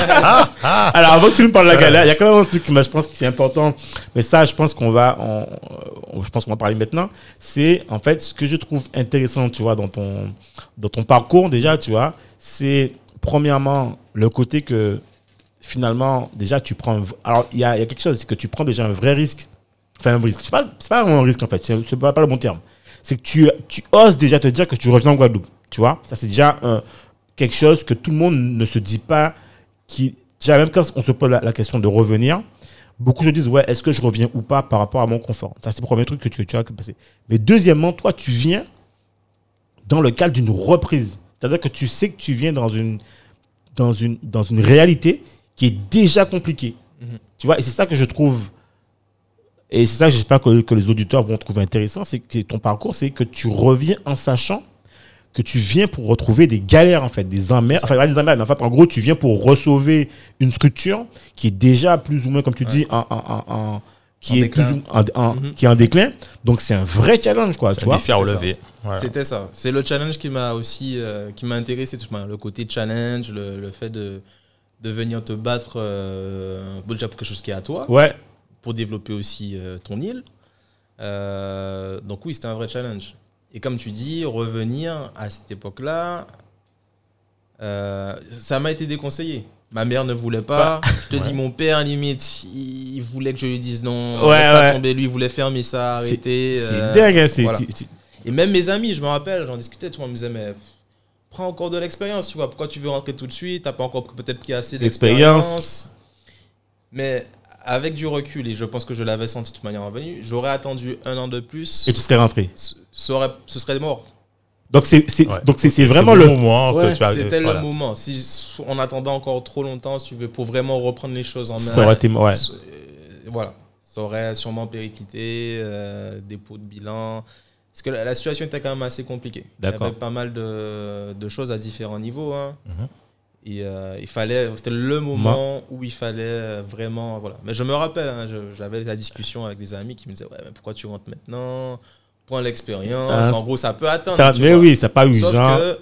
Speaker 2: Alors avant que tu nous parles de la galère, il y a quand même un truc que moi, je pense que c'est important, mais ça je pense qu'on va, en- euh, je pense qu'on va parler maintenant. C'est en fait ce que je trouve intéressant, tu vois, dans ton, dans ton parcours déjà, tu vois, c'est premièrement le côté que finalement déjà tu prends. un v- Alors il y a, il y a quelque chose, c'est que tu prends déjà un vrai risque. Enfin un risque, c'est pas, c'est pas vraiment un risque en fait, c'est c'est pas, pas le bon terme. C'est que tu, tu oses déjà te dire que tu reviens en Guadeloupe, tu vois. Ça c'est déjà un- quelque chose que tout le monde ne se dit pas qui, déjà même quand on se pose la, la question de revenir, beaucoup se disent, ouais, est-ce que je reviens ou pas par rapport à mon confort Ça, c'est le premier truc que tu, tu as passé. Mais deuxièmement, toi, tu viens dans le cadre d'une reprise. C'est-à-dire que tu sais que tu viens dans une, dans une, dans une réalité qui est déjà compliquée.
Speaker 1: Mhm.
Speaker 2: Tu vois, et c'est ça que je trouve, et c'est ça que j'espère que, que les auditeurs vont trouver intéressant, c'est que ton parcours, c'est que tu reviens en sachant que tu viens pour retrouver des galères, en fait, des emmerdes. Enfin, pas des emmerdes, mais en fait, en gros, tu viens pour ressauver une structure qui est déjà plus ou moins, comme tu
Speaker 1: Ouais.
Speaker 2: dis, en, en- en- en- qui
Speaker 1: En
Speaker 2: est
Speaker 1: déclin.
Speaker 2: plus ou- en, en-
Speaker 1: Mhm.
Speaker 2: qui est en déclin. Donc, c'est un vrai challenge, quoi, tu
Speaker 3: Tu
Speaker 2: vois.
Speaker 3: vois faire
Speaker 1: c'est ça.
Speaker 3: relever. Voilà.
Speaker 1: C'était ça. C'est le challenge qui m'a aussi euh, qui m'a intéressé tout le Le côté challenge, le, le fait de, de venir te battre euh, bon, déjà pour quelque chose qui est à toi,
Speaker 2: Ouais,
Speaker 1: pour développer aussi euh, ton île. Euh, donc oui, c'était un vrai challenge. Et comme tu dis, revenir à cette époque-là, euh, ça m'a été déconseillé. Ma mère ne voulait pas.
Speaker 2: Bah,
Speaker 1: je te dis, mon père, limite, il il voulait que je lui dise non.
Speaker 2: Ouais,
Speaker 1: ça
Speaker 2: ouais.
Speaker 1: tombait, lui, il voulait fermer ça,
Speaker 2: C'est-
Speaker 1: arrêter.
Speaker 2: c'est
Speaker 1: euh,
Speaker 2: dingue, hein, c'est
Speaker 1: voilà.
Speaker 2: tu- tu-
Speaker 1: et même mes amis, je me rappelle, j'en discutais, tout le monde me disait, mais pff, prends encore de l'expérience, tu vois, pourquoi tu veux rentrer tout de suite T'as pas encore peut-être pris assez
Speaker 2: D'expérience.
Speaker 1: d'expérience. Mais avec du recul, et je pense que je l'avais senti de toute manière en venue, j'aurais attendu un an de plus,
Speaker 2: et tu serais rentré.
Speaker 1: ce, ça aurait- ce serait mort.
Speaker 2: Donc c'est c'est-
Speaker 3: Ouais.
Speaker 2: donc c'est c'est vraiment le
Speaker 3: moment
Speaker 2: Ouais,
Speaker 3: que tu as
Speaker 1: C'était
Speaker 3: voilà.
Speaker 1: le moment. Si on attendait encore trop longtemps, si tu veux, pour vraiment reprendre les choses en main,
Speaker 2: ça aurait été ouais.
Speaker 1: ce- euh, voilà, ça aurait sûrement périclité, euh, dépôt de bilan. Parce que la, la situation était quand même assez compliquée. Il
Speaker 2: D'accord.
Speaker 1: y avait pas mal de, de choses à différents niveaux. hein.
Speaker 3: Mhm.
Speaker 1: Et euh, il fallait, c'était le moment où il fallait euh, vraiment, voilà. Mais je me rappelle, hein, je- j'avais la discussion avec des amis qui me disaient, ouais, mais pourquoi tu rentres maintenant Prends l'expérience.
Speaker 2: Ah,
Speaker 1: en gros, ça peut attendre.
Speaker 2: Ça-
Speaker 1: tu
Speaker 2: mais
Speaker 1: vois.
Speaker 2: oui, ça n'a pas eu
Speaker 1: Sauf
Speaker 2: genre
Speaker 1: que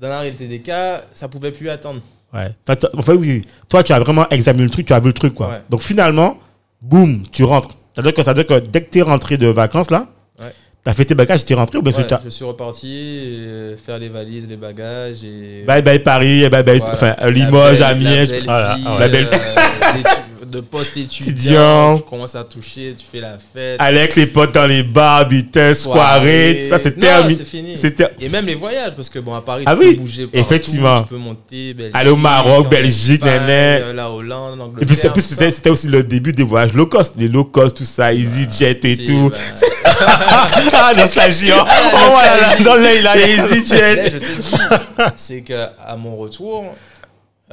Speaker 1: dans la réalité des cas, ça pouvait plus attendre.
Speaker 2: ouais. Toi, toi- enfin oui, toi tu as vraiment examiné le truc, tu as vu le truc quoi.
Speaker 1: Ouais.
Speaker 2: Donc finalement, boum, tu rentres. C'est-à-dire que ça veut dire que dès que tu es rentré de vacances là,
Speaker 1: Ouais.
Speaker 2: tu as fait tes bagages, tu es rentré ou bien
Speaker 1: Ouais,
Speaker 2: tu t'as-
Speaker 1: je suis reparti euh, faire les valises, les bagages et
Speaker 2: Bye bye Paris, et bye bye
Speaker 1: Voilà.
Speaker 2: Bah, enfin
Speaker 1: La
Speaker 2: Limoges,
Speaker 1: belle-
Speaker 2: Amiens,
Speaker 1: la belle
Speaker 2: voilà,
Speaker 1: vie,
Speaker 2: ah ouais. La belle-
Speaker 1: euh, d'étu- de poste
Speaker 2: Étudiant.
Speaker 1: étudiant, tu commences à toucher, tu fais la fête,
Speaker 2: aller avec les potes dans les bars, vitesse, soirée, ça c'est
Speaker 1: Non,
Speaker 2: terminé.
Speaker 1: c'est fini.
Speaker 2: C'était
Speaker 1: Et même les voyages, parce que bon, à Paris,
Speaker 2: Ah
Speaker 1: tu
Speaker 2: oui,
Speaker 1: peux bouger partout,
Speaker 2: effectivement.
Speaker 1: tu peux monter, Belgique,
Speaker 2: Aller au Maroc,
Speaker 1: en
Speaker 2: Belgique,
Speaker 1: Espagne,
Speaker 2: nanana.
Speaker 1: euh, la Hollande,
Speaker 2: Et
Speaker 1: l'Angleterre.
Speaker 2: puis, c'est- en plus,
Speaker 1: tout
Speaker 2: c'était
Speaker 1: ça.
Speaker 2: c'était aussi le début des voyages low cost, les low cost, tout ça, EasyJet et
Speaker 1: Si,
Speaker 2: tout.
Speaker 1: bah,
Speaker 2: Ah, nostalgie, hein. Oh, voilà, dans l'œil, là, il y a
Speaker 1: là,
Speaker 2: EasyJet.
Speaker 1: je te dis, c'est qu'à mon retour,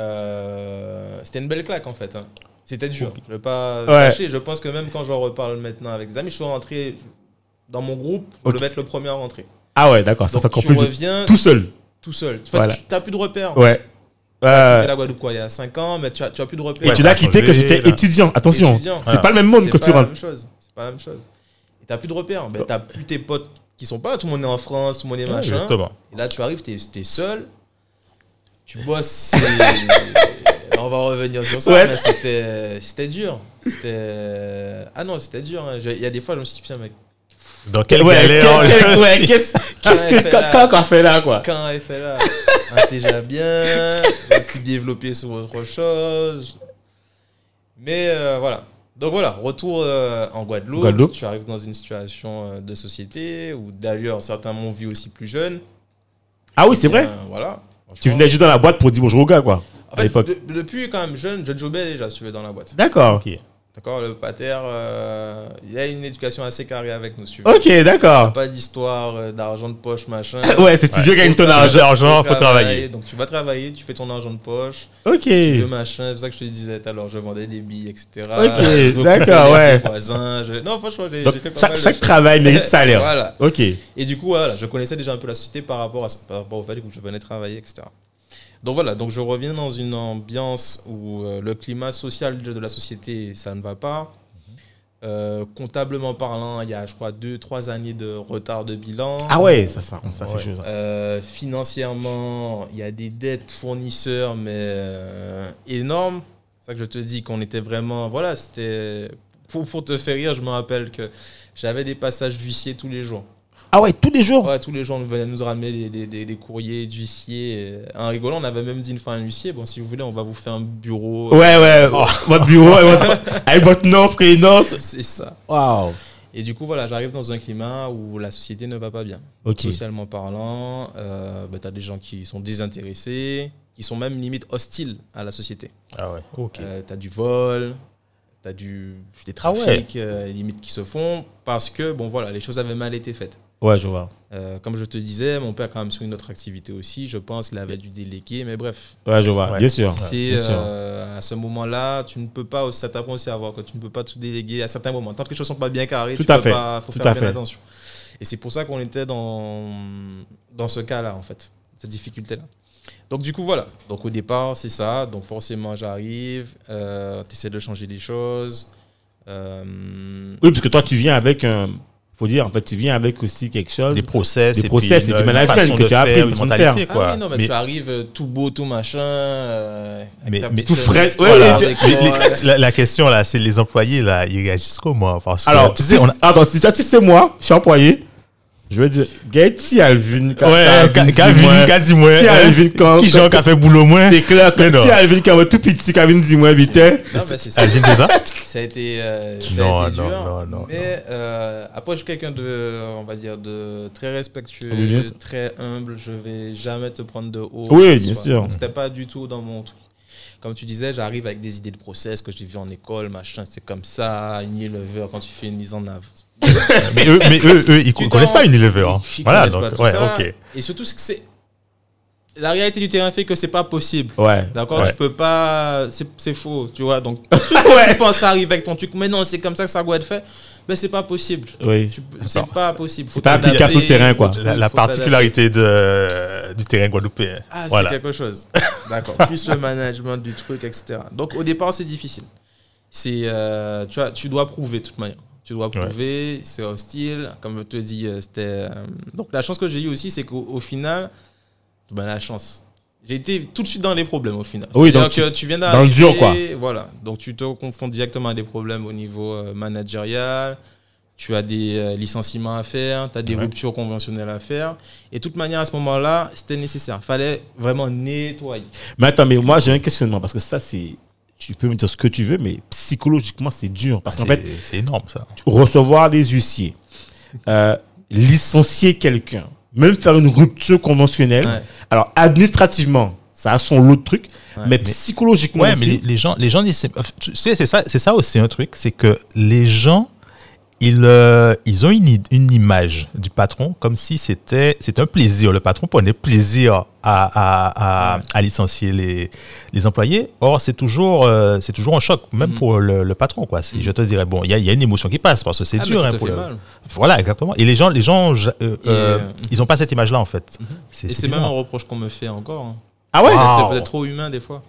Speaker 1: euh, c'était une belle claque en fait. hein. C'était dur. Je ne vais pas
Speaker 2: Ouais.
Speaker 1: lâcher. Je pense que même quand j'en reparle maintenant avec des amis, je suis rentré dans mon groupe, je
Speaker 2: Ok.
Speaker 1: devais être le premier à rentrer.
Speaker 2: Ah ouais, d'accord, ça
Speaker 1: Donc,
Speaker 2: c'est encore
Speaker 1: tu
Speaker 2: plus dur.
Speaker 1: reviens
Speaker 2: Tout
Speaker 1: tout,
Speaker 2: seul,
Speaker 1: seul. Tu
Speaker 2: Voilà.
Speaker 1: n'as plus de repères. Tu
Speaker 2: ouais. Euh,
Speaker 1: étais à la Guadeloupe quoi, il y a 5 ans, mais tu n'as plus de repères.
Speaker 2: et
Speaker 3: Ouais,
Speaker 2: tu
Speaker 3: ça
Speaker 2: l'as
Speaker 3: a
Speaker 2: quitté que
Speaker 3: changé,
Speaker 2: j'étais
Speaker 3: là.
Speaker 2: étudiant, attention.
Speaker 1: Étudiant.
Speaker 2: C'est
Speaker 3: Voilà.
Speaker 2: pas le même monde
Speaker 1: C'est
Speaker 2: que tu
Speaker 1: pas la
Speaker 2: rentres. Oh.
Speaker 1: même chose. C'est pas la même chose. Et t'as plus de repères. Ben, t'as plus tes potes qui sont pas là. Tout le monde est en France, tout le monde est
Speaker 3: Ouais,
Speaker 1: machin.
Speaker 3: Exactement.
Speaker 1: Et là, tu arrives, t'es es seul. Tu bosses. et- On va revenir sur ça.
Speaker 2: Ouais.
Speaker 1: mais c'était- C'était dur. C'était. Ah non, c'était dur. hein. J'ai- Il y a des fois, je me suis dit, putain, mec,
Speaker 3: Dans quelle
Speaker 2: Ouais,
Speaker 3: galère
Speaker 2: quel- quel-
Speaker 3: le-
Speaker 2: Ah, ouais, qu'est-ce qu'est-ce
Speaker 1: Ouais,
Speaker 2: que
Speaker 1: fais
Speaker 2: quand
Speaker 1: la-
Speaker 2: quand- quand on fait là quoi
Speaker 1: Quand elle fait là, un déjà bien, qui développer sur autre chose. Mais euh, voilà. Donc voilà, retour euh, en Guadeloupe.
Speaker 2: Guadeloupe.
Speaker 1: Tu arrives dans une situation euh, de société où d'ailleurs certains m'ont vu aussi plus jeune.
Speaker 2: Ah oui, c'est
Speaker 1: Eh bien,
Speaker 2: vrai.
Speaker 1: Voilà.
Speaker 2: Tu venais juste dans la boîte pour dire bonjour au gars quoi.
Speaker 1: En
Speaker 2: à
Speaker 1: fait,
Speaker 2: l'époque.
Speaker 1: de- depuis quand même jeune, je jobais déjà, si tu veux, dans la boîte.
Speaker 2: D'accord.
Speaker 1: D'accord, le pater, euh, il y a une éducation assez carrée avec nous. si tu veux.
Speaker 2: Ok, d'accord.
Speaker 1: Pas d'histoire euh, d'argent de poche, machin.
Speaker 2: Ouais, c'est studio gagne ton argent.
Speaker 3: L'argent,
Speaker 1: Tu
Speaker 3: faut
Speaker 1: travailles,
Speaker 3: travailler.
Speaker 1: Donc tu vas travailler, tu fais ton argent de poche,
Speaker 2: Ok.
Speaker 1: le machin, c'est pour ça que je te disais tout à l'heure, je vendais des billes, etc.
Speaker 2: Ok,
Speaker 1: Je recoupais
Speaker 2: d'accord,
Speaker 1: les
Speaker 2: ouais.
Speaker 1: voisins, je- Non, franchement, j'ai
Speaker 2: Donc
Speaker 1: j'ai fait pas
Speaker 2: chaque,
Speaker 1: mal de
Speaker 2: chaque
Speaker 1: choses.
Speaker 2: travail mérite salaire.
Speaker 1: voilà.
Speaker 2: Ok.
Speaker 1: Et du coup, voilà, je connaissais déjà un peu la société par rapport, à, ça, par rapport au fait où je venais travailler, etc. Donc voilà, donc je reviens dans une ambiance où euh, le climat social de, de la société, ça ne va pas. Euh, comptablement parlant, il y a, je crois, deux, trois années de retard de bilan.
Speaker 2: Ah ouais, ça, ça, ça c'est
Speaker 3: Ouais.
Speaker 2: chaud. ça.
Speaker 1: Euh, financièrement, il y a des dettes fournisseurs, mais euh, énormes. C'est ça que je te dis qu'on était vraiment. Voilà, c'était. Pour, pour te faire rire, je me rappelle que j'avais des passages d'huissier tous les jours.
Speaker 2: Ah ouais, tous les jours.
Speaker 3: Oh.
Speaker 1: Ouais, tous les jours, on venait nous ramener des, des- des- des courriers d'huissier. En rigolant, on avait même dit une fois à un huissier bon, si vous voulez, on va vous faire un bureau. euh,
Speaker 2: Ouais, ouais. Votre bureau avec votre, avec votre nom, prénom.
Speaker 1: C'est ça.
Speaker 2: Waouh.
Speaker 1: Et du coup, voilà, j'arrive dans un climat où la société ne va pas bien.
Speaker 2: Ok.
Speaker 1: Socialement parlant, euh, bah, tu as des gens qui sont désintéressés, qui sont même limite hostiles à la société.
Speaker 3: Ah ouais. Ok.
Speaker 1: tu as du vol, tu as du, des
Speaker 3: Ah ouais.
Speaker 1: trafics, euh, limite qui se font, parce que bon, voilà, les choses avaient mal été faites.
Speaker 2: Ouais, je vois.
Speaker 1: Euh, comme je te disais, mon père, quand même, sur une autre activité aussi, je pense qu'il avait dû déléguer, mais bref.
Speaker 2: Ouais, je vois.
Speaker 3: Ouais.
Speaker 2: Ah, Bien sûr.
Speaker 1: c'est
Speaker 2: bien sûr.
Speaker 1: euh, à ce moment-là, tu ne peux pas, aussi- ça t'apprend aussi à voir que tu ne peux pas tout déléguer à certains moments. Tant que les choses ne sont pas bien carrées,
Speaker 2: Tout
Speaker 1: tu
Speaker 2: à
Speaker 1: peux
Speaker 2: fait.
Speaker 1: pas, faut
Speaker 2: Tout à
Speaker 1: faire bien
Speaker 2: fait.
Speaker 1: attention. Et c'est pour ça qu'on était dans, dans ce cas-là, en fait, cette difficulté-là. Donc, du coup, voilà. Donc, au départ, c'est ça. Donc, forcément, j'arrive, tu essaies de changer des choses. Euh,
Speaker 2: Oui, parce que toi, tu viens avec un. Faut dire, en fait, tu viens avec aussi quelque chose.
Speaker 3: Des process,
Speaker 2: Des
Speaker 3: et puis
Speaker 2: process, c'est
Speaker 3: une-
Speaker 2: du
Speaker 3: une
Speaker 2: management
Speaker 3: façon
Speaker 2: que
Speaker 3: de
Speaker 2: tu as
Speaker 3: faire,
Speaker 2: appris,
Speaker 3: une
Speaker 2: une façon de
Speaker 3: mentalité
Speaker 1: Ah
Speaker 3: quoi.
Speaker 1: oui, non, mais, tu arrives euh, tout beau, tout machin. euh, avec
Speaker 3: Mais-
Speaker 1: ta
Speaker 3: mais
Speaker 1: petite
Speaker 3: tout
Speaker 2: frais,
Speaker 1: veste,
Speaker 2: ouais,
Speaker 1: voilà,
Speaker 2: mais-
Speaker 1: avec euh,
Speaker 3: Mais
Speaker 1: moi,
Speaker 3: les-
Speaker 1: ouais.
Speaker 3: la, la question là, c'est les employés là, ils réagissent comment Parce que,
Speaker 2: Alors, tu sais,
Speaker 3: on a-
Speaker 2: attends, si toi, tu sais, moi, je suis employé. Je veux dire, Gaëti Alvin. quand t'as
Speaker 3: ouais,
Speaker 2: Alvin,
Speaker 3: Gavin,
Speaker 2: dis-moi.
Speaker 3: qu'a dit moi
Speaker 2: Si Alvin, quand.
Speaker 3: Qui genre qui a fait boulot moins
Speaker 2: C'est clair que
Speaker 3: Mais non.
Speaker 2: si Alvin, quand on est tout petit, quand Alvin dit moi, vite. hein.
Speaker 1: Non, mais c'est ça.
Speaker 3: Alvin, c'est Ah, ça
Speaker 1: Ça a été, euh, ça a
Speaker 3: Non,
Speaker 1: été
Speaker 3: non,
Speaker 1: dur.
Speaker 3: non, non,
Speaker 1: mais euh, après, je suis quelqu'un de, on va dire, de très
Speaker 3: Ah,
Speaker 1: respectueux,
Speaker 2: Oui, bien
Speaker 1: de
Speaker 2: sûr.
Speaker 1: très humble. Je vais jamais te prendre de haut.
Speaker 2: Oui,
Speaker 1: quoi que ce
Speaker 2: bien
Speaker 1: soit.
Speaker 2: sûr.
Speaker 1: Donc, C'était pas du tout dans mon truc. Comme tu disais, j'arrive avec des idées de process que j'ai vu en école, machin, c'est comme ça, une lever quand tu fais une mise en avant.
Speaker 3: Mais eux, mais eux, eux, ils
Speaker 1: Tu
Speaker 3: connaissent
Speaker 1: t'en-
Speaker 3: pas Unilever. hein.
Speaker 1: Ils
Speaker 3: Voilà,
Speaker 1: connaissent pas
Speaker 3: donc
Speaker 1: tout
Speaker 3: ouais,
Speaker 1: ça.
Speaker 3: ok.
Speaker 1: Et surtout, c'est que c'est la réalité du terrain fait que c'est pas possible.
Speaker 2: Ouais.
Speaker 1: D'accord,
Speaker 3: Ouais.
Speaker 1: tu peux pas, c'est c'est faux, tu vois. Donc, tu
Speaker 2: Ouais.
Speaker 1: penses arriver avec ton truc, mais non, c'est comme ça que ça doit être fait. Mais c'est pas possible.
Speaker 2: Oui.
Speaker 1: Tu peux- C'est pas possible. Faut
Speaker 2: pas
Speaker 1: t'adapter,
Speaker 2: applicable sur le terrain, quoi.
Speaker 1: faut-
Speaker 3: La, la
Speaker 1: faut t'adapter.
Speaker 3: particularité de, du terrain guadeloupéen.
Speaker 1: Ah, c'est
Speaker 3: voilà.
Speaker 1: quelque chose. D'accord. Plus le management du truc, etc. Donc au départ, c'est difficile. C'est, euh, tu, vois, tu dois prouver de toute manière. Tu dois prouver, c'est hostile. Comme je te dis, euh, c'était. euh, Donc la chance que j'ai eue aussi, c'est qu'au au final, ben, la chance. J'ai été tout de suite dans les problèmes au final.
Speaker 2: Oui,
Speaker 1: C'est-à-dire
Speaker 2: donc tu-
Speaker 1: que tu viens
Speaker 2: dans le dur, quoi.
Speaker 1: d'arriver, Voilà. Donc tu te confonds directement à des problèmes au niveau euh, managérial. Tu as des euh, licenciements à faire, tu as des
Speaker 3: Ouais.
Speaker 1: ruptures conventionnelles à faire. Et de toute manière, à ce moment-là, c'était nécessaire. Fallait vraiment nettoyer.
Speaker 2: Mais attends, mais moi, j'ai un questionnement parce que ça, c'est. Tu peux me dire ce que tu veux, mais psychologiquement, c'est dur. Parce qu'en fait,
Speaker 3: C'est- c'est énorme ça.
Speaker 2: recevoir des huissiers, euh, licencier quelqu'un, même faire une rupture conventionnelle.
Speaker 1: Ouais. Ah,
Speaker 2: Alors, administrativement, ça a son lot de trucs,
Speaker 1: Ouais,
Speaker 2: mais, psychologiquement
Speaker 3: Ouais, mais les,
Speaker 2: aussi.
Speaker 3: les gens, les gens, ils- c'est- tu sais, c'est ça, c'est ça aussi un truc, c'est que les gens, ils, euh, ils ont une, id- une image du patron comme si c'était, c'est un plaisir. Le patron prenait plaisir à, à, à, à licencier les, les employés. Or, c'est toujours, euh, c'est toujours un choc,
Speaker 1: Mm.
Speaker 3: même pour le, le patron, quoi. Si je te dirais, bon, il y a, il y a une émotion qui passe parce que c'est
Speaker 1: Ah, mais
Speaker 3: dur.
Speaker 1: ça
Speaker 3: hein,
Speaker 1: te
Speaker 3: pour
Speaker 1: fait
Speaker 3: le-
Speaker 1: mal.
Speaker 3: Voilà, exactement. Et les gens, les gens, je- euh,
Speaker 1: Et,
Speaker 3: euh,
Speaker 1: euh, Mm-hmm.
Speaker 3: ils ont pas cette image-là en fait.
Speaker 1: Et c'est même un
Speaker 3: bizarre.
Speaker 1: reproche qu'on me fait encore. hein.
Speaker 2: Ah ouais
Speaker 3: Wow.
Speaker 1: Peut-être trop humain des fois.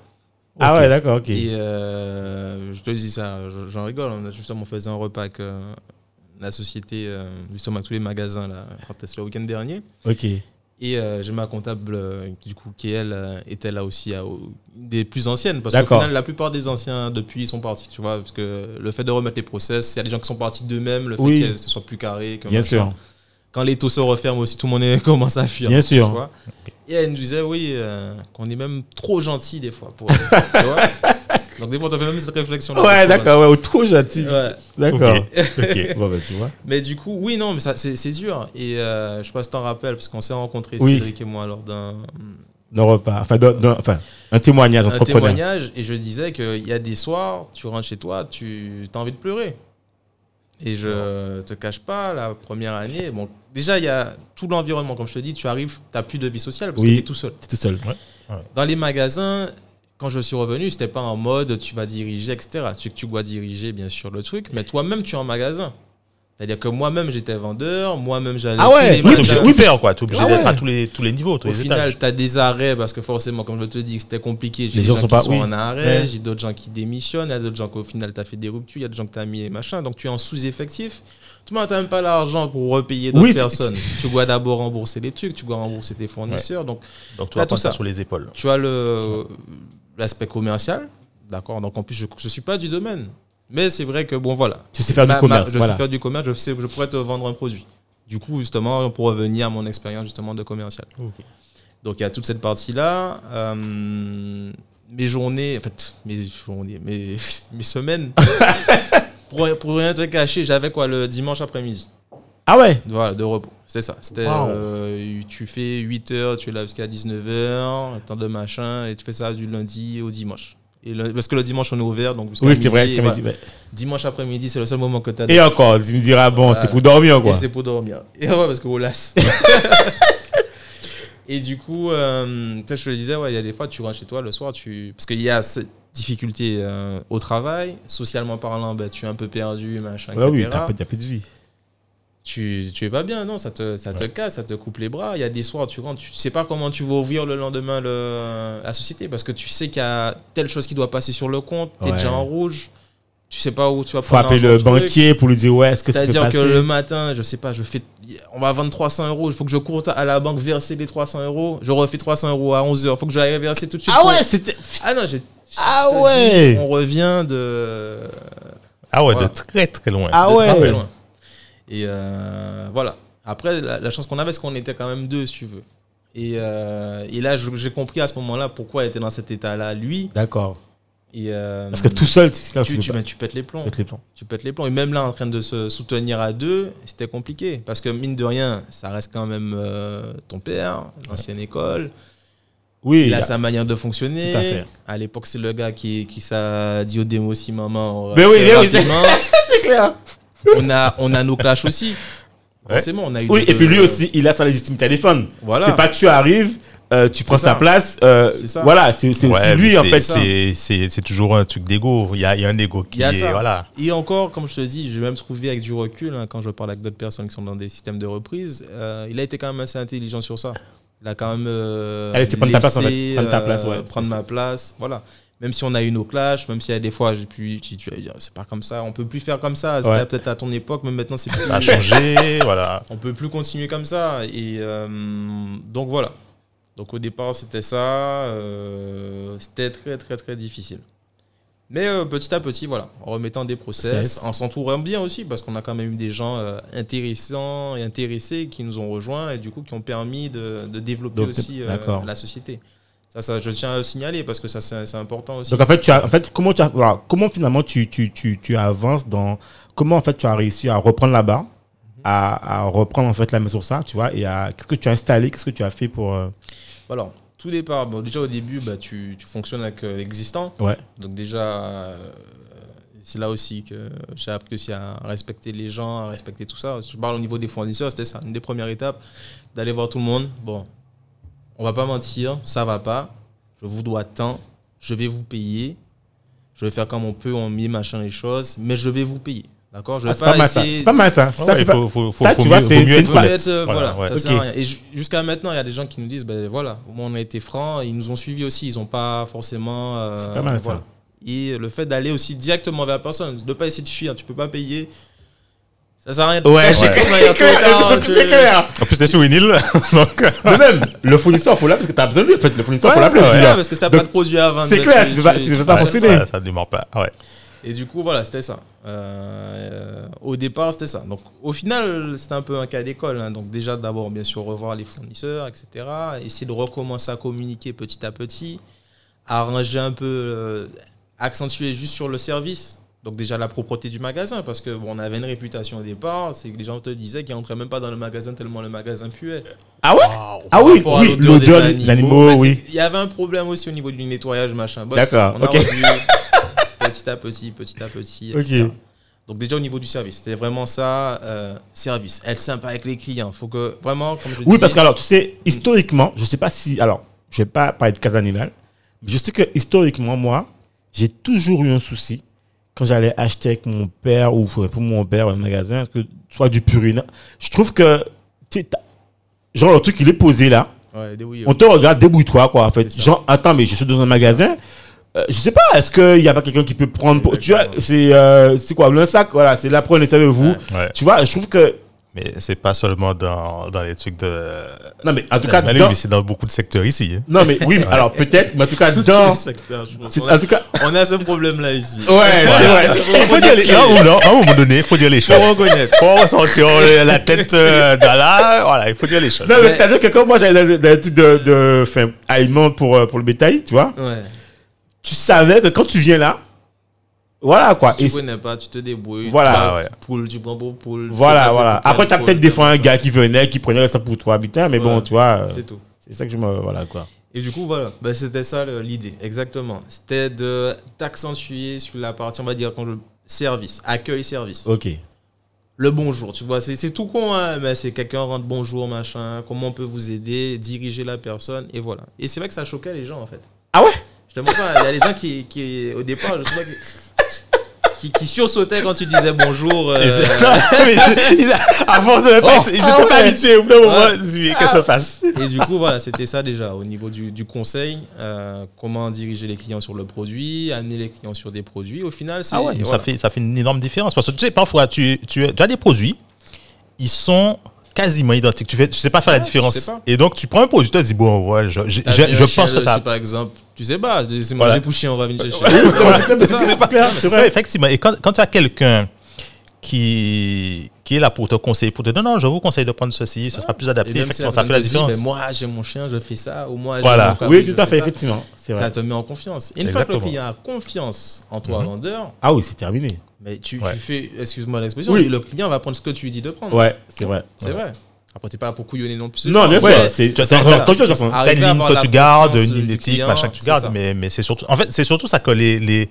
Speaker 2: Ah
Speaker 3: Ok.
Speaker 2: ouais, d'accord, ok.
Speaker 1: Et euh, je te dis ça, je- j'en rigole. On a justement fait un repas avec euh, la société, euh, justement avec tous les magasins, là, quand c'était le week-end dernier.
Speaker 2: Ok.
Speaker 1: Et euh, j'ai ma comptable, euh, du coup, qui elle euh, était là aussi, à- au- des plus anciennes. Parce qu'au
Speaker 2: D'accord.
Speaker 1: final, la plupart des anciens, depuis, ils sont partis, tu vois. Parce que le fait de remettre les process, il y a des gens qui sont partis d'eux-mêmes, le fait
Speaker 2: Oui.
Speaker 1: que ce soit plus carré. que
Speaker 2: Bien
Speaker 1: machin.
Speaker 2: sûr.
Speaker 1: Quand les taux se referment aussi, tout le monde est- commence à fuir.
Speaker 2: Bien
Speaker 1: tu
Speaker 2: sûr.
Speaker 1: vois. Et elle nous disait, oui, euh, qu'on est même trop gentil des fois. Pour, tu vois. Donc des fois, on te fait même cette réflexion.
Speaker 2: Ouais, d'accord, ouais, au trop gentil.
Speaker 1: Ouais.
Speaker 2: D'accord.
Speaker 3: Ok. Ok.
Speaker 2: Bon, bah, tu vois.
Speaker 1: Mais du coup, oui, non, mais ça, c'est c'est dur. Et euh, je passe t'en rappel, parce qu'on s'est rencontrés,
Speaker 2: Oui.
Speaker 1: Cédric et moi, lors d'un
Speaker 2: Nos repas. Enfin, d'un- d'un- enfin, un témoignage
Speaker 1: un
Speaker 2: entrepreneur.
Speaker 1: témoignage. Et je disais qu'il y a des soirs, tu rentres chez toi, tu as envie de pleurer. Et je te cache pas, la première année, bon, déjà, il y a tout l'environnement. Comme je te dis, tu arrives, tu n'as plus de vie sociale parce
Speaker 2: Oui.
Speaker 1: que tu es tout seul.
Speaker 2: T'es tout seul.
Speaker 1: Dans les magasins, quand je suis revenu, c'était pas en mode tu vas diriger, etc. Tu, tu dois diriger, bien sûr, le truc, mais toi-même, tu es en magasin. C'est-à-dire que moi-même, j'étais vendeur, moi-même, j'allais.
Speaker 2: Ah
Speaker 1: tous
Speaker 2: ouais,
Speaker 1: les
Speaker 2: oui,
Speaker 3: Oui,
Speaker 1: magasins.
Speaker 3: t'es obligé de faire, quoi. T'es obligé
Speaker 2: Ah
Speaker 3: d'être
Speaker 2: ouais.
Speaker 3: à tous les, tous les niveaux, tous
Speaker 1: Au
Speaker 3: les
Speaker 1: final,
Speaker 3: étages.
Speaker 1: tu as des arrêts parce que forcément, comme je te dis, que c'était compliqué. J'ai
Speaker 2: Les
Speaker 1: des
Speaker 2: gens
Speaker 1: gens,
Speaker 2: sont
Speaker 1: qui
Speaker 2: pas-
Speaker 1: sont
Speaker 2: oui.
Speaker 1: en arrêt,
Speaker 2: Ouais.
Speaker 1: j'ai d'autres gens qui démissionnent, il y a d'autres gens qu'au final, tu as fait des ruptures, il y a des gens que tu as mis et machin. Donc, tu es en sous-effectif. Tu n'as même pas l'argent pour repayer d'autres
Speaker 2: Oui, c'est-
Speaker 1: personnes. Tu dois d'abord rembourser les trucs, tu dois rembourser tes fournisseurs. Donc,
Speaker 3: Donc, tu
Speaker 1: t'as
Speaker 3: vas
Speaker 1: tout
Speaker 3: prendre ça
Speaker 1: ça.
Speaker 3: sur les épaules.
Speaker 1: tu as le l'aspect commercial, d'accord. Donc en plus, je ne suis pas du domaine, mais c'est vrai que bon voilà.
Speaker 2: Tu sais faire
Speaker 1: Ma-
Speaker 2: du
Speaker 1: ma-
Speaker 2: commerce.
Speaker 1: je
Speaker 2: voilà.
Speaker 1: sais faire du commerce, je, sais- je pourrais te vendre un produit. Du coup, justement, pour revenir à mon expérience justement de commercial. Donc il y a toute cette partie là. mes journées, en fait, mes journées, mes, mes semaines. pour, pour rien te cacher, j'avais quoi le dimanche après-midi.
Speaker 2: Ah ouais
Speaker 1: Voilà, de repos. C'est ça. C'était,
Speaker 3: Wow.
Speaker 1: euh, tu fais 8 heures, tu es là jusqu'à 19 heures, temps de machin, et tu fais ça du lundi au dimanche. Et le- parce que le dimanche, on est ouvert, donc jusqu'à
Speaker 2: Oui,
Speaker 1: midi,
Speaker 2: c'est vrai. ce
Speaker 1: et
Speaker 2: qu'elle m'a
Speaker 1: voilà.
Speaker 2: dit, ouais.
Speaker 1: Dimanche après-midi, c'est le seul moment que tu as.
Speaker 2: Et encore, tu me diras, bon,
Speaker 1: Voilà.
Speaker 2: c'est pour dormir, quoi.
Speaker 1: Et c'est pour dormir. Et ouais, parce que vous lasse. et du coup, euh, peut-être je te le disais, ouais, il y a des fois, tu rentres chez toi le soir, tu... parce qu'il y a cette difficulté euh, au travail, socialement parlant, bah, tu es un peu perdu, machin,
Speaker 2: Ouais, Ah oui,
Speaker 1: etc
Speaker 2: t'as pas, t'as plus de vie.
Speaker 1: tu, tu es pas bien, non, ça te, ça te casse, ça te coupe les bras. Il y a des soirs, tu rentres, tu sais pas comment tu vas ouvrir le lendemain le- la société parce que tu sais qu'il y a telle chose qui doit passer sur le compte, tu es
Speaker 2: Ouais.
Speaker 1: déjà en rouge, tu sais pas où tu vas
Speaker 2: Faut appeler
Speaker 1: l'argent
Speaker 2: le
Speaker 1: du truc.
Speaker 2: banquier pour lui dire, ouais, est-ce que ça peut
Speaker 1: C'est-à-dire
Speaker 2: passer
Speaker 1: que le matin, je sais pas, je fais, on va vendre 300 euros, il faut que je cours à la banque verser les 300 euros, je refais 300 euros à 11h, faut que j'aille verser tout de suite.
Speaker 2: Ah
Speaker 1: pour-
Speaker 2: ouais, c'était.
Speaker 1: Ah non, j'ai.
Speaker 2: Ah
Speaker 1: je te dis,
Speaker 2: ouais
Speaker 1: On revient de.
Speaker 3: Ah ouais,
Speaker 1: Voilà.
Speaker 3: de très très loin.
Speaker 2: Ah
Speaker 1: d'être un peu
Speaker 2: ouais
Speaker 1: loin. Et euh, voilà. Après, la, la chance qu'on avait, c'est qu'on était quand même deux, si tu veux. Et, euh, et là, je- j'ai compris à ce moment-là pourquoi il était dans cet état-là, lui.
Speaker 2: D'accord.
Speaker 1: Et, euh,
Speaker 2: Parce que tout seul, tu,
Speaker 1: Hmm. tu, tu, ben, tu pètes les plombs.
Speaker 2: mettre les plans.
Speaker 1: Tu pètes les plombs. Et même là, en train de se soutenir à deux, c'était compliqué. Parce que mine de rien, ça reste quand même euh, ton père, l'ancienne école.
Speaker 2: Oui,
Speaker 1: Il a
Speaker 2: là-
Speaker 1: sa manière de fonctionner.
Speaker 2: Tout à fait.
Speaker 1: À l'époque, c'est le gars qui, qui s'a dit au démo aussi, maman.
Speaker 2: Mais oui,
Speaker 1: très
Speaker 2: mais oui, c'est-
Speaker 1: rapidement.
Speaker 2: c'est clair.
Speaker 1: on a, on a nos clashs aussi.
Speaker 3: Ouais.
Speaker 1: Forcément, on a eu.
Speaker 2: Oui,
Speaker 1: des-
Speaker 2: et puis lui
Speaker 1: euh,
Speaker 2: aussi, il a sa légitimité à défendre.
Speaker 1: Voilà.
Speaker 2: C'est pas tu arrives, euh, tu prends
Speaker 1: C'est ça.
Speaker 2: sa place. euh,
Speaker 1: C'est ça.
Speaker 2: voilà, c'est c'est
Speaker 3: Ouais,
Speaker 2: aussi
Speaker 3: mais
Speaker 2: lui, en
Speaker 3: c'est-
Speaker 2: fait.
Speaker 3: C'est c'est- c'est toujours un truc d'ego. Il y a, il y a un ego
Speaker 1: Il
Speaker 3: qui
Speaker 1: y a
Speaker 3: est.
Speaker 1: ça.
Speaker 3: Voilà.
Speaker 1: Et encore, comme je te dis, je vais même trouver avec du recul, hein, quand je parle avec d'autres personnes qui sont dans des systèmes de reprise, euh, il a été quand même assez intelligent sur ça. Il a quand même. Euh,
Speaker 2: Allez, c'est prendre ta place, en fait.
Speaker 1: laissé,
Speaker 2: Prendre ta
Speaker 1: euh,
Speaker 2: place, ouais.
Speaker 1: prendre ma place, voilà. Même si on a eu nos clashs, même s'il y a des fois, j'ai pu, tu, tu vas dire, c'est pas comme ça, on peut plus faire comme ça. C'était
Speaker 2: Ouais. Bah,
Speaker 1: peut-être à ton époque, mais maintenant c'est plus.
Speaker 3: Ça a changé. voilà.
Speaker 1: on peut plus continuer comme ça. Et euh, donc voilà. Donc au départ, c'était ça. euh, c'était très, très, très difficile. Mais euh, petit à petit, voilà, en remettant des process,
Speaker 2: Process.
Speaker 1: en s'entourant bien aussi, parce qu'on a quand même eu des gens euh, intéressants et intéressés qui nous ont rejoints et du coup qui ont permis de, de développer
Speaker 2: Donc,
Speaker 1: aussi euh,
Speaker 2: d'accord.
Speaker 1: la société. Ça, ça, je tiens à le signaler parce que ça, c'est c'est important aussi.
Speaker 2: Donc en fait, tu as, en fait comment, tu as- voilà, comment finalement tu, tu, tu, tu avances dans. Comment en fait tu as réussi à reprendre la barre,
Speaker 1: Mhm.
Speaker 2: à, à reprendre en fait la main sur ça, tu vois, et à. Qu'est-ce que tu as installé, qu'est-ce que tu as fait pour. euh,
Speaker 1: Alors, tout départ, bon, déjà au début, bah, tu, tu fonctionnes avec euh, l'existant.
Speaker 2: Ouais.
Speaker 1: Donc déjà, euh, c'est là aussi que j'ai appris aussi à respecter les gens, à respecter tout ça. Je parle au niveau des fournisseurs, c'était ça, une des premières étapes, d'aller voir tout le monde. Bon, on va pas mentir, ça va pas. Je vous dois tant, je vais vous payer. Je vais faire comme on peut, on met machin les choses, mais je vais vous payer. D'accord Je vais
Speaker 2: Ah, c'est pas, mal ça.
Speaker 1: essayer-
Speaker 2: C'est pas mal ça. Ça,
Speaker 3: Ouais,
Speaker 2: c'est
Speaker 3: il
Speaker 2: pas-
Speaker 3: faut, faut, faut,
Speaker 2: ça,
Speaker 3: faut
Speaker 2: tu
Speaker 3: mieux,
Speaker 2: vois,
Speaker 3: faut
Speaker 2: c'est-
Speaker 3: mieux
Speaker 2: c'est
Speaker 3: être
Speaker 2: une
Speaker 3: honnête.
Speaker 1: Honnête, euh, voilà,
Speaker 3: Voilà,
Speaker 1: ça
Speaker 3: ouais.
Speaker 1: sert à
Speaker 2: Ok.
Speaker 1: rien. Et ju- jusqu'à maintenant, il y a des gens qui nous disent, ben voilà, au moins on a été francs, ils nous ont suivis aussi, ils n'ont pas forcément. euh,
Speaker 2: C'est pas mal, ça.
Speaker 1: voilà. Et le fait d'aller aussi directement vers la personne, de ne pas essayer de fuir, tu peux pas payer. Ça sert à rien de
Speaker 2: Ouais,
Speaker 1: cacher
Speaker 2: ouais.
Speaker 1: tout, mais il y a trop tard,
Speaker 2: C'est
Speaker 1: tu-
Speaker 2: clair.
Speaker 3: En plus, t'es sur une île. Donc,
Speaker 2: Mais même, le fournisseur, faut l'appeler parce que t'as besoin de lui. En fait, le fournisseur, faut
Speaker 3: Ouais,
Speaker 2: l'appeler.
Speaker 3: ouais.
Speaker 2: aussi,
Speaker 1: C'est
Speaker 2: hein.
Speaker 1: ça, parce que si t'as pas
Speaker 2: Donc,
Speaker 1: de produit à vendre,
Speaker 2: c'est clair, tu peux pas- tu peux pas
Speaker 3: ouais,
Speaker 2: fonctionner.
Speaker 3: ça, ça ne pas. Ouais.
Speaker 1: Et du coup, voilà, c'était ça. Euh, au départ, c'était ça. Donc, au final, c'était un peu un cas d'école. hein. Donc, déjà, d'abord, bien sûr, revoir les fournisseurs, etc. Essayer de recommencer à communiquer petit à petit. Arranger un peu, euh, accentuer juste sur le service. Donc, déjà, la propreté du magasin. Parce que, bon, on avait une réputation au départ. C'est que les gens te disaient qu'ils n'entraient même pas dans le magasin tellement le magasin puait.
Speaker 2: Ah ouais Ah
Speaker 1: Par
Speaker 2: oui,
Speaker 1: rapport à
Speaker 2: oui, l'odeur des animaux,
Speaker 1: mais Bah, c'est-
Speaker 2: oui.
Speaker 1: Il y avait un problème aussi au niveau du nettoyage, machin. Bref,
Speaker 2: D'accord,
Speaker 1: on a
Speaker 2: ok.
Speaker 1: revu petit à petit, petit à petit.
Speaker 2: Ok.
Speaker 1: etc. Donc déjà au niveau du service, c'était vraiment ça, euh, service, être sympa avec les clients. Faut que vraiment, comme je
Speaker 2: Oui,
Speaker 1: dis-
Speaker 2: parce que alors, tu sais, historiquement, je sais pas si. Alors, je vais pas parler de cas animal, mais je sais que historiquement, moi, j'ai toujours eu un souci quand j'allais acheter avec mon père ou pour pour mon père un magasin, parce que soit du purina. Je trouve que. tu sais, t'as- Genre, le truc, il est posé là.
Speaker 1: Ouais, des oui, euh,
Speaker 2: On te regarde, débrouille-toi, quoi, en fait.
Speaker 1: C'est ça.
Speaker 2: Genre, attends, mais je suis dans un magasin. Euh, je sais pas, est-ce qu'il n'y a pas quelqu'un qui peut prendre. Pour, tu vois,
Speaker 1: Exactement.
Speaker 2: c'est euh, c'est quoi, le sac Voilà, c'est là, prenez, savez-vous.
Speaker 1: Ouais.
Speaker 3: Ouais.
Speaker 2: Tu vois, je trouve que.
Speaker 3: Mais c'est pas seulement dans, dans les trucs de.
Speaker 2: Non, mais en tout cas.
Speaker 3: Mais
Speaker 2: dans-
Speaker 3: oui, mais c'est dans beaucoup de secteurs ici. hein.
Speaker 2: Non, mais oui, mais alors peut-être, mais en tout cas, dans.
Speaker 1: Tous les secteurs, je pense.
Speaker 2: c'est- En tout cas,
Speaker 1: On a ce problème-là ici.
Speaker 2: ouais, c'est vrai. c'est vrai.
Speaker 3: Il faut dire les- à un moment- à un moment donné, il faut dire les choses.
Speaker 1: Faut reconnaître.
Speaker 3: Faut ressentir euh, la tête euh, dans la. Voilà, il faut dire les choses.
Speaker 2: Non, mais
Speaker 1: C'est-
Speaker 2: c'est-à-dire que quand moi j'avais des- des trucs de, de enfin, aliments pour, euh, pour le bétail, tu vois,
Speaker 1: Ouais.
Speaker 2: tu savais que quand tu viens là, voilà quoi.
Speaker 1: Si
Speaker 2: Et
Speaker 1: tu connais pas, tu te débrouilles.
Speaker 2: Voilà,
Speaker 1: tu prends
Speaker 3: ouais.
Speaker 1: Poule, tu prends pour poule. tu sais
Speaker 2: voilà,
Speaker 1: pas
Speaker 2: voilà.
Speaker 1: c'est pour
Speaker 2: Après,
Speaker 1: quelle
Speaker 2: t'as
Speaker 1: poule,
Speaker 2: peut-être des fois un
Speaker 1: t'as-
Speaker 2: gars qui venait, qui prenait ça pour toi, putain, mais bon,
Speaker 1: Ouais.
Speaker 2: tu vois, euh,
Speaker 1: C'est tout.
Speaker 2: c'est ça que je me. Voilà quoi.
Speaker 1: Et du coup, voilà, Bah, c'était ça le- l'idée, exactement. C'était de t'accentuer sur la partie, on va dire, quand je- service, accueil-service.
Speaker 2: Ok.
Speaker 1: Le bonjour, tu vois, c'est c'est tout con, hein, mais c'est quelqu'un rentre bonjour, machin, comment on peut vous aider, diriger la personne, et voilà. Et c'est vrai que ça choquait les gens, en fait.
Speaker 2: Ah ouais
Speaker 1: Je te mens pas, il y a des gens qui, qui, au départ, je sais pas, qui, qui, qui sursautaient quand tu disais bonjour. euh,
Speaker 3: Ils- non, mais ils- ils- à force de le faire, ils n'étaient
Speaker 2: ah
Speaker 3: pas
Speaker 2: ouais. Ah.
Speaker 3: habitués. Au bout d'un moment,
Speaker 1: Ouais.
Speaker 3: ils se disaient, qu'est-ce que ça passe
Speaker 1: Et du coup, voilà, c'était ça déjà au niveau du, du conseil, euh, comment diriger les clients sur le produit, amener les clients sur des produits. Au final, c'est.
Speaker 3: Mais
Speaker 1: Ah voilà.
Speaker 3: Ah ça, fait, ça fait une énorme différence. Parce que tu sais, parfois, tu, tu, tu as des produits, ils sont quasiment identiques. Tu ne tu sais pas faire la
Speaker 1: Ouais,
Speaker 3: différence.
Speaker 1: Ah, tu sais pas.
Speaker 3: Et donc, tu prends un produit, tu te dis, bon, ouais, je, je,
Speaker 1: T'as
Speaker 3: je-
Speaker 1: vu
Speaker 3: je
Speaker 1: un chien
Speaker 3: pense que
Speaker 1: dessus,
Speaker 3: ça.
Speaker 1: Par exemple, tu sais pas, c'est
Speaker 3: Voilà.
Speaker 1: manger pour chien, on va venir chercher.
Speaker 2: C'est ça, c'est clair,
Speaker 3: C'est vrai, effectivement. Et quand, quand tu as quelqu'un qui, qui est là pour te conseiller, pour te dire, non, non, je vous conseille de prendre ceci, ce sera
Speaker 1: Ah.
Speaker 3: plus
Speaker 1: Et
Speaker 3: adapté,
Speaker 1: même si
Speaker 3: effectivement, ça fait la
Speaker 1: personne te dit,
Speaker 3: différence.
Speaker 1: mais moi, j'ai mon chien, je fais ça, ou moi, j'ai
Speaker 3: Voilà.
Speaker 1: mon cabri,
Speaker 2: Oui,
Speaker 1: je
Speaker 2: tout à
Speaker 1: fais
Speaker 2: fait,
Speaker 1: ça.
Speaker 2: effectivement. C'est
Speaker 1: Ça
Speaker 2: vrai.
Speaker 1: te met en confiance. Et une fois que
Speaker 3: Exactement.
Speaker 1: le client a confiance en toi,
Speaker 3: Mhm.
Speaker 1: vendeur,
Speaker 2: Ah oui, c'est terminé.
Speaker 1: mais tu, tu
Speaker 3: Ouais.
Speaker 1: fais, excuse-moi l'expression,
Speaker 2: Oui.
Speaker 1: le client va prendre ce que tu lui dis de prendre.
Speaker 2: Ouais, c'est vrai.
Speaker 1: C'est vrai. Après, t'es pas là pour couillonner non plus.
Speaker 2: Non, bien
Speaker 1: Ouais.
Speaker 2: sûr. C'est
Speaker 3: Tu as-
Speaker 2: c'est
Speaker 3: t'as-
Speaker 2: un torture, de toute façon.
Speaker 1: Ah,
Speaker 3: T'as
Speaker 1: Arriver
Speaker 3: une
Speaker 1: à
Speaker 3: ligne
Speaker 1: avoir
Speaker 3: que
Speaker 1: la
Speaker 3: tu gardes,
Speaker 1: confiance
Speaker 3: une ligne
Speaker 1: du
Speaker 3: d'éthique,
Speaker 1: client,
Speaker 3: machin que tu
Speaker 1: c'est
Speaker 3: gardes,
Speaker 1: ça.
Speaker 3: mais, mais c'est surtout, en fait, c'est surtout ça que les, les,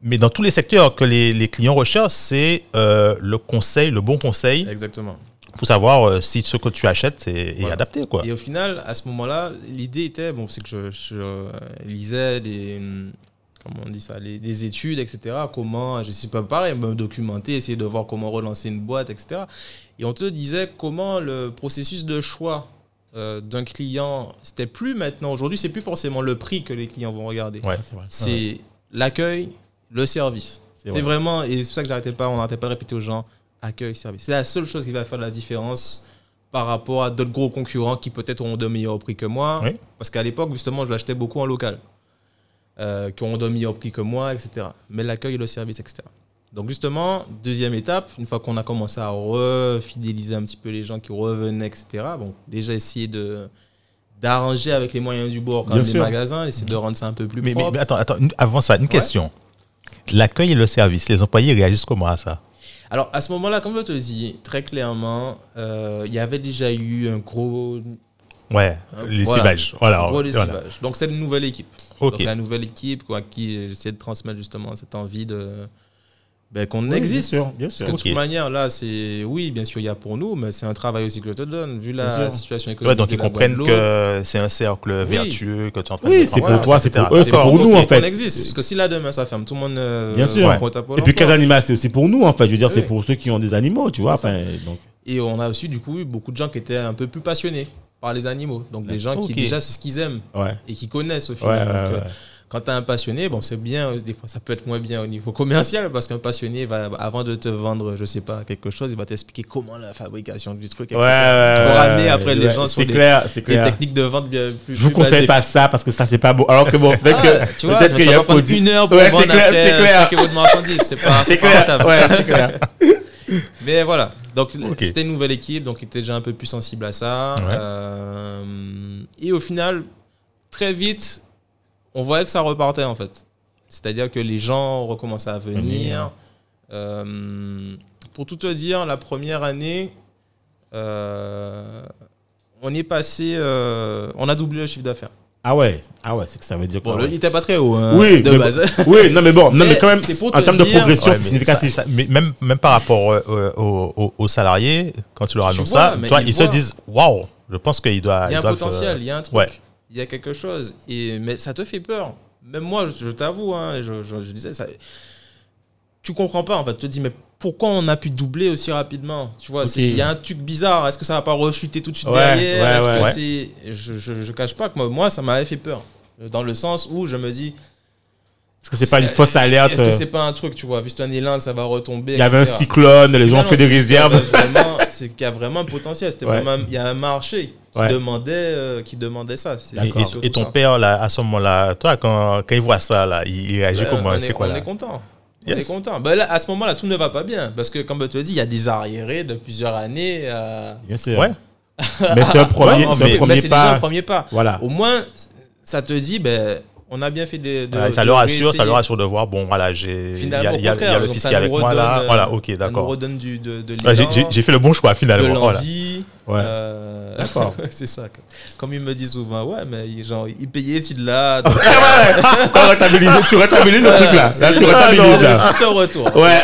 Speaker 3: mais dans tous les secteurs que les, les clients recherchent, c'est euh, le conseil, le bon conseil
Speaker 1: Exactement.
Speaker 3: pour savoir euh, si ce que tu achètes est, est
Speaker 1: Voilà.
Speaker 3: adapté, quoi.
Speaker 1: Et au final, à ce moment-là, l'idée était, bon, c'est que je, je, euh, lisais des, hum, comment on dit ça, les- des études, etc. Comment, je sais pas, pareil, me documenter, essayer de voir comment relancer une boîte, etc. Et on te disait comment le processus de choix euh, d'un client, c'était plus maintenant, aujourd'hui, c'est plus forcément le prix que les clients vont regarder.
Speaker 3: Ouais.
Speaker 2: C'est vrai.
Speaker 1: C'est l'accueil, le service.
Speaker 2: C'est
Speaker 1: C'est
Speaker 2: vrai.
Speaker 1: vraiment, et c'est pour ça que j'arrêtais pas, on n'arrêtait pas de répéter aux gens, accueil, service. C'est la seule chose qui va faire la différence par rapport à d'autres gros concurrents qui peut-être auront de meilleurs prix que moi.
Speaker 3: Oui.
Speaker 1: Parce qu'à l'époque, justement, je l'achetais beaucoup en local, euh, qui auront de meilleurs prix que moi, etc. Mais l'accueil et le service, etc. Donc justement, deuxième étape, une fois qu'on a commencé à refidéliser un petit peu les gens qui revenaient, etc. Bon, déjà essayer de d'arranger avec les moyens du bord quand
Speaker 2: Bien
Speaker 1: même les
Speaker 2: sûr.
Speaker 1: magasins, essayer de rendre ça un peu plus
Speaker 3: Mais, mais-
Speaker 1: propre.
Speaker 3: mais attends, attends, une- avant ça, une question. L'accueil et le service, les employés réagissent comment à ça
Speaker 1: Alors à ce moment-là, comme je te dis, très clairement, euh, il y avait déjà eu un gros,
Speaker 3: Ouais,
Speaker 1: Euh,
Speaker 3: les
Speaker 1: voilà.
Speaker 3: cibages. Voilà,
Speaker 1: un gros
Speaker 3: voilà.
Speaker 1: lessivage. Donc c'est une nouvelle équipe.
Speaker 3: Ok.
Speaker 1: Donc, la nouvelle équipe quoi, qui j'essaie de transmettre justement cette envie de ben, qu'on
Speaker 2: Oui,
Speaker 1: existe.
Speaker 2: Bien sûr, bien
Speaker 1: Parce que
Speaker 2: sûr.
Speaker 1: de
Speaker 3: Ok.
Speaker 1: toute manière, là, c'est oui, bien sûr, il y a pour nous, mais c'est un travail aussi que je te donne, vu
Speaker 2: Bien
Speaker 1: la
Speaker 2: sûr.
Speaker 1: situation économique.
Speaker 3: Ouais, donc
Speaker 1: de
Speaker 3: ils
Speaker 1: la
Speaker 3: comprennent
Speaker 1: Guadeloupe.
Speaker 3: que c'est un cercle vertueux que tu es en train de
Speaker 2: Oui,
Speaker 3: mettre en
Speaker 2: c'est pour
Speaker 3: place,
Speaker 2: toi, c'est pour
Speaker 3: etc.
Speaker 2: eux, c'est pour nous, en
Speaker 1: c'est qu'on
Speaker 2: fait.
Speaker 1: existe. Parce que si là demain ça ferme, tout le monde. euh,
Speaker 2: Bien sûr.
Speaker 1: va prendre ta Pôle
Speaker 2: Et puis
Speaker 1: emploi.
Speaker 2: Casanima, c'est aussi pour nous, en fait. Je veux dire,
Speaker 1: Oui.
Speaker 2: c'est pour ceux qui ont des animaux, tu vois. Enfin, donc,
Speaker 1: Et on a aussi, du coup, eu beaucoup de gens qui étaient un peu plus passionnés par les animaux. Donc, des gens
Speaker 3: Ok.
Speaker 2: Ah,
Speaker 1: qui, déjà, c'est ce qu'ils aiment
Speaker 2: ouais.
Speaker 1: et qui connaissent au
Speaker 2: Ouais,
Speaker 1: final.
Speaker 2: ouais,
Speaker 1: Donc, euh,
Speaker 2: ouais.
Speaker 1: Quand tu as un passionné, bon, c'est bien, euh, des fois ça peut être moins bien au niveau commercial parce qu'un passionné, va, avant de te vendre, je sais pas, quelque chose, il va t'expliquer comment la fabrication du truc,
Speaker 2: Ouais,
Speaker 1: etc.
Speaker 2: ouais, ouais,
Speaker 1: Pour ramener
Speaker 2: ouais,
Speaker 1: après les
Speaker 2: ouais,
Speaker 1: gens sur
Speaker 2: C'est
Speaker 1: des-
Speaker 2: clair, c'est
Speaker 1: Les
Speaker 2: clair.
Speaker 1: techniques de vente bien plus.
Speaker 2: Je vous
Speaker 1: plus basées.
Speaker 2: conseille pas ça parce que ça, c'est pas bon. Alors que bon, peut-être
Speaker 1: Ah,
Speaker 2: que-
Speaker 1: tu vois,
Speaker 2: peut-être
Speaker 1: ça
Speaker 2: qu'il y
Speaker 1: va
Speaker 2: a
Speaker 1: prendre
Speaker 2: produit.
Speaker 1: une heure pour
Speaker 2: Ouais,
Speaker 1: vendre
Speaker 2: c'est clair,
Speaker 1: après
Speaker 2: c'est
Speaker 1: euh,
Speaker 2: clair.
Speaker 1: 5 euros de marchandise. C'est pas,
Speaker 2: C'est
Speaker 1: c'est pas
Speaker 2: clair.
Speaker 1: rentable.
Speaker 2: Ouais, c'est clair.
Speaker 1: Mais voilà, donc
Speaker 3: Ok.
Speaker 1: c'était une nouvelle équipe, donc ils étaient déjà un peu plus sensibles à ça.
Speaker 3: Ouais.
Speaker 1: Euh, et au final, très vite, on voyait que ça repartait en fait. C'est-à-dire que les gens recommençaient à venir.
Speaker 3: Venir.
Speaker 1: Euh, pour tout te dire, la première année, euh, on est passé, euh, on a doublé le chiffre d'affaires.
Speaker 2: Ah ouais, ah ouais, c'est que ça veut dire
Speaker 1: Bon,
Speaker 2: quoi.
Speaker 1: le- il n'était pas très haut hein,
Speaker 2: Oui,
Speaker 1: de
Speaker 2: mais Ah,
Speaker 1: base.
Speaker 2: Oui, non mais bon, non mais
Speaker 1: Mais
Speaker 2: quand même,
Speaker 1: c'est pour
Speaker 2: en
Speaker 1: te
Speaker 2: termes de
Speaker 1: dire-
Speaker 2: progression,
Speaker 3: Ouais,
Speaker 2: c'est
Speaker 3: mais
Speaker 2: significatif.
Speaker 3: ça- ça- mais même, même par rapport euh, euh, aux, aux- aux salariés, quand tu leur
Speaker 1: Tu
Speaker 3: annonces
Speaker 1: vois,
Speaker 3: ça,
Speaker 1: mais
Speaker 3: toi,
Speaker 1: ils
Speaker 3: ils, se
Speaker 1: voient.
Speaker 3: disent Waouh, je pense qu'il doit.
Speaker 1: Il y a
Speaker 3: ils
Speaker 1: un
Speaker 3: doivent,
Speaker 1: potentiel,
Speaker 3: euh,
Speaker 1: il y a un truc,
Speaker 3: ouais.
Speaker 1: il y a quelque chose. Et, mais ça te fait peur. Même moi, je, je t'avoue, hein, je, je- je disais ça. Tu comprends pas, en fait. Tu te dis, mais pourquoi on a pu doubler aussi rapidement Tu vois,
Speaker 2: Ok.
Speaker 1: c'est- il y a un truc bizarre. Est-ce que ça va pas rechuter tout de suite
Speaker 2: Ouais,
Speaker 1: derrière
Speaker 2: ouais,
Speaker 1: Est-ce que
Speaker 2: ouais.
Speaker 1: c'est- je, je, je cache pas que moi, moi, ça m'avait fait peur. Dans le sens où je me dis,
Speaker 2: Est-ce que c'est pas
Speaker 1: c'est-
Speaker 2: une fausse alerte
Speaker 1: est-ce que c'est
Speaker 2: Il
Speaker 1: pas un truc, tu vois, vu un élan que ça va retomber
Speaker 2: Ah, euh. y avait un
Speaker 1: etc..
Speaker 2: cyclone, les gens ont
Speaker 1: Finalement,
Speaker 2: fait
Speaker 1: c'est-
Speaker 2: des réserves.
Speaker 1: c'est vraiment- C'est qu'il y a vraiment un potentiel. C'était
Speaker 2: Ouais.
Speaker 1: vraiment- Il y a un marché qui,
Speaker 2: Ouais.
Speaker 1: demandait, euh, qui demandait ça. C'est-
Speaker 3: Et,
Speaker 1: c'est
Speaker 3: et-
Speaker 1: surtout
Speaker 3: et ton
Speaker 1: ça.
Speaker 3: père, là, à ce moment-là, toi, quand, quand il voit ça, là, il, il réagit
Speaker 1: Ouais,
Speaker 3: comment
Speaker 1: on
Speaker 3: C'est
Speaker 1: est-
Speaker 3: quoi
Speaker 1: on
Speaker 3: là
Speaker 1: est content. On
Speaker 3: Yes.
Speaker 1: est content. Bah là, à ce moment-là, tout ne va pas bien. Parce que, comme je te dis, il y a des arriérés de plusieurs années. euh,
Speaker 2: Bien sûr.
Speaker 3: Ouais.
Speaker 2: Mais c'est un premier,
Speaker 1: mais-
Speaker 2: c'est un
Speaker 1: mais
Speaker 2: premier
Speaker 1: c'est déjà un
Speaker 2: pas.
Speaker 1: premier pas.
Speaker 2: Voilà.
Speaker 1: Au moins, ça te dit, ben, on a bien fait de. de-
Speaker 3: Voilà, et ça
Speaker 1: de
Speaker 3: leur assure, ça
Speaker 1: réessayer.
Speaker 3: leur assure de voir, bon, voilà, j'ai. Il y
Speaker 1: Finalement,
Speaker 3: a,
Speaker 1: au
Speaker 3: il y a- il y a
Speaker 1: contraire,
Speaker 3: le
Speaker 1: donc
Speaker 3: fils
Speaker 1: ça
Speaker 3: qui est avec
Speaker 1: nous
Speaker 3: moi, là.
Speaker 1: redonne, euh,
Speaker 3: Voilà, ok,
Speaker 1: Ça nous
Speaker 3: d'accord.
Speaker 1: redonne du, de, de
Speaker 3: Ouais,
Speaker 1: l'élan,
Speaker 3: j'ai- J'ai j'ai fait le bon choix,
Speaker 1: de
Speaker 3: finalement. Voilà.
Speaker 1: l'envie. euh,
Speaker 2: D'accord.
Speaker 1: c'est ça. Comme il me dit souvent, ouais, mais il- genre, il payait, il là.
Speaker 2: Ouais, ouais. Quand rentabiliser, tu rentabilises le Ah,
Speaker 1: euh,
Speaker 2: truc là.
Speaker 1: Ah,
Speaker 2: Là, tu rentabilises là.
Speaker 1: Juste un retour.
Speaker 2: Ouais.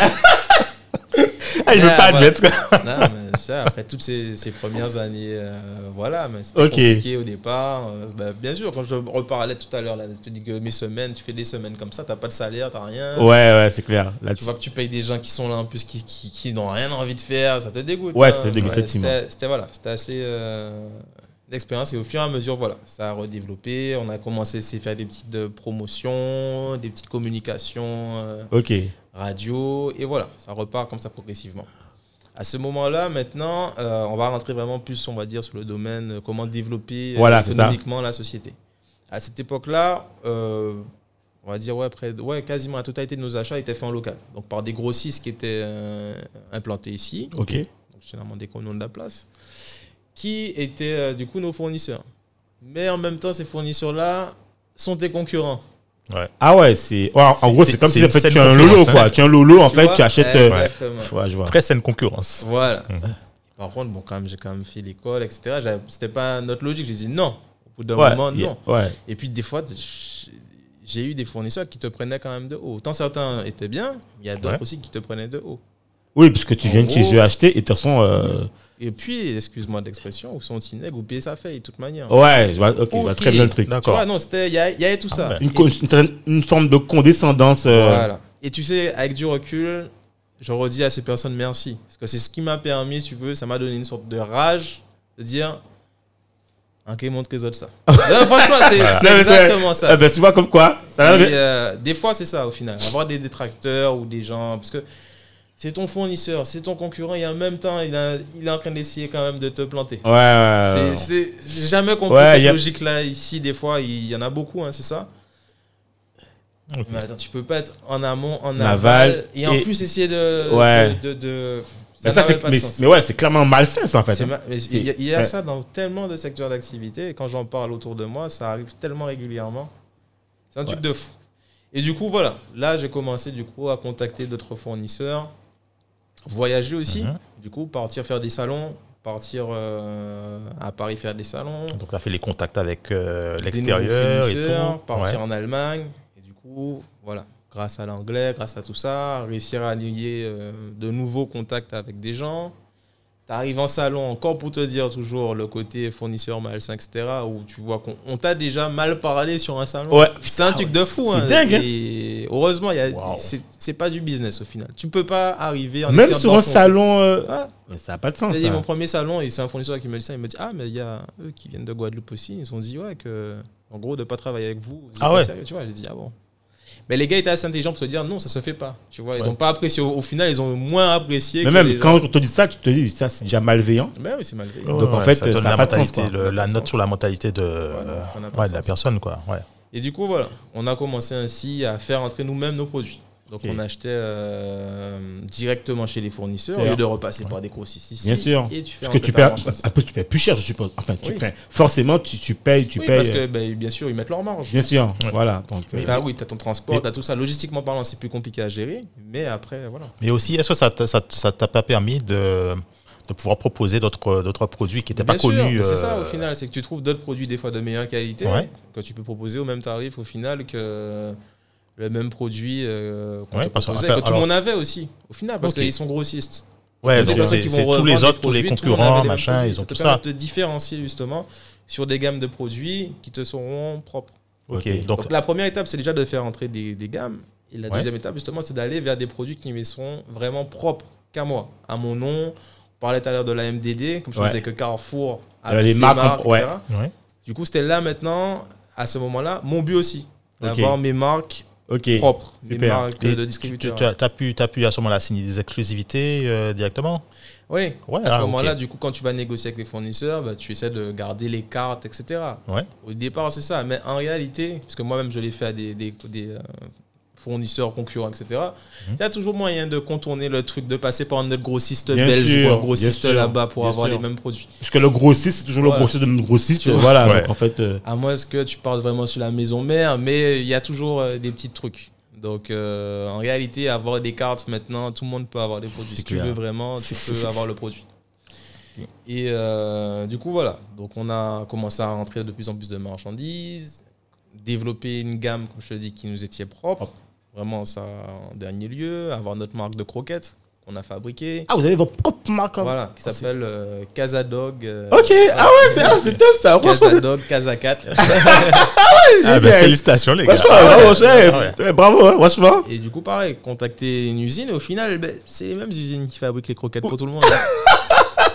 Speaker 3: Ah, il veut
Speaker 1: Ah,
Speaker 3: pas
Speaker 1: voilà.
Speaker 3: admettre.
Speaker 1: Non, mais ça, après toutes ces, ces premières années, euh, voilà, mais c'était
Speaker 2: Ok.
Speaker 1: compliqué au départ. Euh, bah, bien sûr, quand je reparlais tout à l'heure, là, je te dis que mes semaines, tu fais des semaines comme ça, t'as pas de salaire, t'as rien.
Speaker 2: Ouais, ouais, c'est clair. Là,
Speaker 1: Tu
Speaker 2: tu-
Speaker 1: vois que tu payes des gens qui sont là en plus, qui, qui, qui n'ont rien envie de faire, ça te dégoûte. hein.
Speaker 2: Ouais, ça te dégoûte, effectivement.
Speaker 1: c'était- C'était voilà, c'était assez euh, d'expérience et au fur et à mesure, voilà, ça a redéveloppé. On a commencé à essayer de faire des petites euh, promotions, des petites communications. euh,
Speaker 2: Ok.
Speaker 1: radio, et voilà, ça repart comme ça progressivement. À ce moment-là, maintenant, euh, on va rentrer vraiment plus, on va dire, sur le domaine euh, comment développer euh,
Speaker 2: Voilà, c'est ça.
Speaker 1: économiquement la société. À cette époque-là, euh, on va dire, ouais, près de- ouais, quasiment la totalité de nos achats étaient faits en local, donc par des grossistes qui étaient euh, implantés ici,
Speaker 2: Ok.
Speaker 1: donc généralement des connus de la place, qui étaient euh, du coup nos fournisseurs. Mais en même temps, ces fournisseurs-là sont des concurrents.
Speaker 2: Ah ouais, c'est. ouais, en
Speaker 3: C'est-
Speaker 2: gros,
Speaker 3: c'est-
Speaker 2: c'est comme si
Speaker 3: c'est
Speaker 2: en fait,
Speaker 3: une
Speaker 2: tu es un
Speaker 3: saine
Speaker 2: lolo
Speaker 3: concurrence,
Speaker 2: quoi.
Speaker 3: hein.
Speaker 2: Tu es un lolo en
Speaker 1: Tu
Speaker 2: fait,
Speaker 1: vois eh
Speaker 2: tu achètes. euh,
Speaker 1: Exactement.
Speaker 2: Ouais, je vois.
Speaker 3: Très saine concurrence.
Speaker 1: Voilà.
Speaker 3: Mhm.
Speaker 1: Par contre, bon, quand même, j'ai quand même fait l'école, etc. J'avais- C'était pas notre logique. J'ai dit non. Au bout d'un
Speaker 2: Ouais,
Speaker 1: moment,
Speaker 2: yeah,
Speaker 1: non.
Speaker 2: ouais.
Speaker 1: Et puis, des fois, j'ai- j'ai eu des fournisseurs qui te prenaient quand même de haut. Tant certains étaient bien, il y a d'autres
Speaker 3: Ouais.
Speaker 1: aussi qui te prenaient de haut.
Speaker 2: Oui, puisque tu
Speaker 1: En
Speaker 2: viens de chez
Speaker 1: gros-
Speaker 2: eux acheter et de toute façon. euh,
Speaker 1: Et puis, excuse-moi d'expression, ou son tineg, ou payer sa feuille, de toute manière.
Speaker 2: Ouais, je vois, ok, je vois
Speaker 1: Ok.
Speaker 2: très bien le truc.
Speaker 1: tu vois,
Speaker 3: D'accord.
Speaker 1: non, c'était- il y, a- il y avait tout ça.
Speaker 2: Une,
Speaker 1: Et-
Speaker 2: co- une certaine- une forme de condescendance. euh,
Speaker 1: Voilà. Et tu sais, avec du recul, je redis à ces personnes merci. Parce que c'est ce qui m'a permis, si tu veux, ça m'a donné une sorte de rage de dire un qui montre les autres ça. Non, franchement, c'est c'est
Speaker 2: Non, mais c'est-
Speaker 1: exactement ça.
Speaker 2: Ah ben, tu vois comme quoi ça a l'air
Speaker 1: Et,
Speaker 2: de-
Speaker 1: euh, des fois, c'est ça au final. Avoir des détracteurs ou des gens. Parce que c'est ton fournisseur, c'est ton concurrent et en même temps, il, a- il est en train d'essayer quand même de te planter.
Speaker 2: Ouais, ouais, ouais,
Speaker 1: euh, C'est-
Speaker 2: ouais.
Speaker 1: c'est- J'ai jamais compris
Speaker 2: Euh, Ouais,
Speaker 1: cette
Speaker 2: y a-
Speaker 1: logique-là ici. Des fois, il y en a beaucoup, hein, c'est ça.
Speaker 3: Ok.
Speaker 1: Mais attends, tu peux pas être en amont, en
Speaker 2: En
Speaker 1: aval,
Speaker 2: aval,
Speaker 1: et en
Speaker 2: et-
Speaker 1: plus essayer de.
Speaker 2: Ouais.
Speaker 1: de, de- de-
Speaker 2: Mais ça,
Speaker 1: n'aurait
Speaker 2: c'est
Speaker 1: pas de
Speaker 2: mais,
Speaker 1: sens.
Speaker 2: mais ouais, c'est clairement malsain ça en fait. hein.
Speaker 1: C'est ma- mais
Speaker 2: c'est-
Speaker 1: Il y a, il y a
Speaker 2: ouais.
Speaker 1: ça dans tellement de secteurs d'activité, et quand j'en parle autour de moi, ça arrive tellement régulièrement. C'est un truc de fou. Et du coup, voilà, là, j'ai commencé du coup à contacter d'autres fournisseurs, voyager aussi,
Speaker 3: Mhm.
Speaker 1: du coup, partir faire des salons, partir euh, à Paris faire des salons,
Speaker 3: Donc, tu as fait les contacts avec euh,
Speaker 1: des
Speaker 3: l'extérieur
Speaker 1: nouveaux
Speaker 3: et
Speaker 1: fournisseurs,
Speaker 3: tout.
Speaker 1: partir
Speaker 3: Ouais.
Speaker 1: en Allemagne. Et du coup, voilà, grâce à l'anglais, grâce à tout ça, réussir à lier euh, de nouveaux contacts avec des gens, T'arrives en salon, encore pour te dire toujours le côté fournisseur malsain, etc., où tu vois qu'on on t'a déjà mal parlé sur un salon.
Speaker 2: Ouais.
Speaker 1: C'est un
Speaker 2: Ah
Speaker 1: truc de fou.
Speaker 2: c'est
Speaker 1: hein.
Speaker 2: dingue, hein.
Speaker 1: Et heureusement, il y a-
Speaker 3: Wow.
Speaker 1: c'est c'est pas du business au final. Tu peux pas arriver en
Speaker 2: Même
Speaker 1: essayant de
Speaker 2: sur un
Speaker 1: t'enfoncer.
Speaker 2: salon. euh, ah, mais ça n'a pas de sens.
Speaker 1: J'ai dit,
Speaker 2: ça.
Speaker 1: mon premier salon, et c'est un fournisseur qui me dit ça, il me dit Ah, mais il y a eux qui viennent de Guadeloupe aussi, ils ont dit Ouais, que en gros, de pas travailler avec vous. vous êtes
Speaker 3: Ah
Speaker 1: pas
Speaker 3: ouais.
Speaker 1: sérieux, Tu vois, j'ai dit Ah bon. Mais les gars étaient assez intelligents pour se dire Non, ça se fait pas. Tu vois, ils
Speaker 3: Ouais.
Speaker 1: ont pas apprécié. Au, au final, ils ont moins apprécié.
Speaker 2: Mais
Speaker 1: que
Speaker 2: même
Speaker 1: les
Speaker 2: quand on te dit ça, tu te dis, ça c'est déjà malveillant.
Speaker 1: gens. Mais oui, c'est malgré.
Speaker 2: Donc, en fait, ça
Speaker 3: donne
Speaker 2: a
Speaker 3: la,
Speaker 2: pas de sens,
Speaker 3: mentalité,
Speaker 2: quoi.
Speaker 3: le-
Speaker 1: Ça a
Speaker 3: la
Speaker 1: pas de
Speaker 3: note
Speaker 1: sens.
Speaker 3: sur la mentalité de,
Speaker 2: euh,
Speaker 1: ça n'a pas
Speaker 3: ouais,
Speaker 1: de
Speaker 3: de la
Speaker 1: sens.
Speaker 3: personne. Quoi. Ouais.
Speaker 1: Et du coup, voilà, on a commencé ainsi à faire entrer nous-mêmes nos produits. Donc,
Speaker 2: Ok.
Speaker 1: on achetait euh, directement chez les fournisseurs au
Speaker 2: C'est
Speaker 1: lieu
Speaker 2: vrai.
Speaker 1: de repasser par des grossistes ici.
Speaker 2: Bien sûr.
Speaker 1: Et tu fais
Speaker 2: Parce que
Speaker 1: entrer
Speaker 2: tu
Speaker 1: ta
Speaker 2: payes,
Speaker 1: marge comme ça.
Speaker 2: après, tu payes plus cher, je suppose. Enfin, tu
Speaker 1: Oui.
Speaker 2: payes- forcément, tu, tu payes, tu
Speaker 1: Oui,
Speaker 2: payes.
Speaker 1: parce que
Speaker 2: euh,
Speaker 1: ben, bien sûr, ils mettent leur marge.
Speaker 2: Bien sûr, voilà. Donc, euh,
Speaker 1: Bah oui, t'as ton transport,
Speaker 2: Mais-
Speaker 1: t'as tout ça. Logistiquement parlant, c'est plus compliqué à gérer, mais après, voilà.
Speaker 3: Mais aussi, est-ce que ça t'a- ça- ça t'a pas permis de, de pouvoir proposer d'autres d'autres produits qui n'étaient pas
Speaker 1: Bien sûr,
Speaker 3: connus
Speaker 1: mais C'est
Speaker 3: euh,
Speaker 1: ça, au final, c'est que tu trouves d'autres produits des fois de meilleure qualité
Speaker 3: Ouais.
Speaker 1: que tu peux proposer au même tarif au final que le même produit euh, qu'on
Speaker 3: Ouais,
Speaker 1: te
Speaker 3: parce que-
Speaker 1: proposait,
Speaker 3: enfin,
Speaker 1: que tout le
Speaker 3: alors-
Speaker 1: monde avait aussi, au final, parce
Speaker 3: Ok.
Speaker 1: qu'ils sont grossistes.
Speaker 3: Ouais,
Speaker 1: Toutes les
Speaker 3: donc
Speaker 1: personnes
Speaker 3: c'est
Speaker 1: qui vont
Speaker 3: c'est tous
Speaker 1: revendre
Speaker 3: les
Speaker 1: des
Speaker 3: autres, tous les
Speaker 1: produits, tout le monde avait
Speaker 3: concurrents,
Speaker 1: les mêmes
Speaker 3: machin,
Speaker 1: produits.
Speaker 3: ils ont tout
Speaker 1: te permet
Speaker 3: ça.
Speaker 1: de te différencier justement sur des gammes de produits qui te seront propres.
Speaker 3: Ok,
Speaker 2: Ok.
Speaker 3: donc,
Speaker 1: Donc, la première étape, c'est déjà de faire entrer des, des gammes. Et la
Speaker 3: Ouais.
Speaker 1: deuxième étape, justement, c'est d'aller vers des produits qui me sont vraiment propres qu'à moi, à mon nom. On parlait tout à l'heure de la MDD, comme je
Speaker 2: Ouais.
Speaker 1: disais que Carrefour
Speaker 2: Euh,
Speaker 1: avait
Speaker 2: les
Speaker 1: ses
Speaker 2: marques,
Speaker 1: marques,
Speaker 2: ouais.
Speaker 1: etc.
Speaker 3: ouais.
Speaker 1: Du coup, c'était là maintenant, à ce moment-là, mon but aussi, d'avoir mes marques
Speaker 2: ok.
Speaker 1: propres, mes
Speaker 2: super.
Speaker 1: marques
Speaker 3: Et
Speaker 1: de
Speaker 3: tu, tu-
Speaker 1: distributeurs.
Speaker 3: tu as, t'as pu, t'as pu à ce moment-là signer des exclusivités euh, directement
Speaker 1: Oui,
Speaker 3: Ouais,
Speaker 1: à ce
Speaker 3: ah, ok.
Speaker 1: moment-là, du coup, quand tu vas négocier avec les fournisseurs, bah, tu essaies de garder les cartes, etc.
Speaker 3: Ouais.
Speaker 1: Au départ, c'est ça. Mais en réalité, parce que moi-même, je l'ai fait à des, des- des, euh, fournisseurs concurrents, etc.
Speaker 2: Mhm.
Speaker 1: Il y a toujours moyen de contourner le truc, de passer par notre grossiste
Speaker 2: Bien
Speaker 1: belge
Speaker 2: sûr,
Speaker 1: ou un
Speaker 2: bien
Speaker 1: grossiste
Speaker 2: sûr,
Speaker 1: là-bas pour
Speaker 2: bien
Speaker 1: avoir
Speaker 2: sûr.
Speaker 1: les mêmes produits.
Speaker 2: Parce que le grossiste, c'est toujours le
Speaker 1: Voilà.
Speaker 2: grossiste de même grossiste.
Speaker 1: Tu vois.
Speaker 2: Voilà.
Speaker 3: Ouais.
Speaker 2: Donc, en fait, euh,
Speaker 1: À moins que tu parles vraiment sur la maison mère, mais il y a toujours euh, des petits trucs. Donc, euh, en réalité, avoir des cartes maintenant, tout le monde peut avoir des produits. Si tu
Speaker 2: clair.
Speaker 1: veux vraiment, tu
Speaker 2: C'est-
Speaker 1: peux avoir le produit. Et euh, du coup, voilà. Donc, on a commencé à rentrer de plus en plus de marchandises, développer une gamme, comme je te dis, qui nous était propre. Vraiment, ça en dernier lieu. Avoir notre marque de croquettes qu'on a fabriquée.
Speaker 2: Ah, vous avez votre propre marque. hein.
Speaker 1: Voilà, qui s'appelle euh, Casa Dog. euh,
Speaker 2: Ok. Ah ouais, c'est, ah, c'est top ça. Franchement,
Speaker 1: Casa
Speaker 2: c'est
Speaker 1: Dog, Casa 4. Eh,
Speaker 2: c'est
Speaker 3: Ah, ben,
Speaker 2: génial.
Speaker 3: félicitations,
Speaker 1: Bah,
Speaker 3: les gars.
Speaker 2: Franchement, bravo, chef. Ouais, Bravo, hein, franchement.
Speaker 1: Et du coup, pareil, contacter une usine, au final, ben, c'est les mêmes usines qui fabriquent les croquettes pour tout le monde. hein.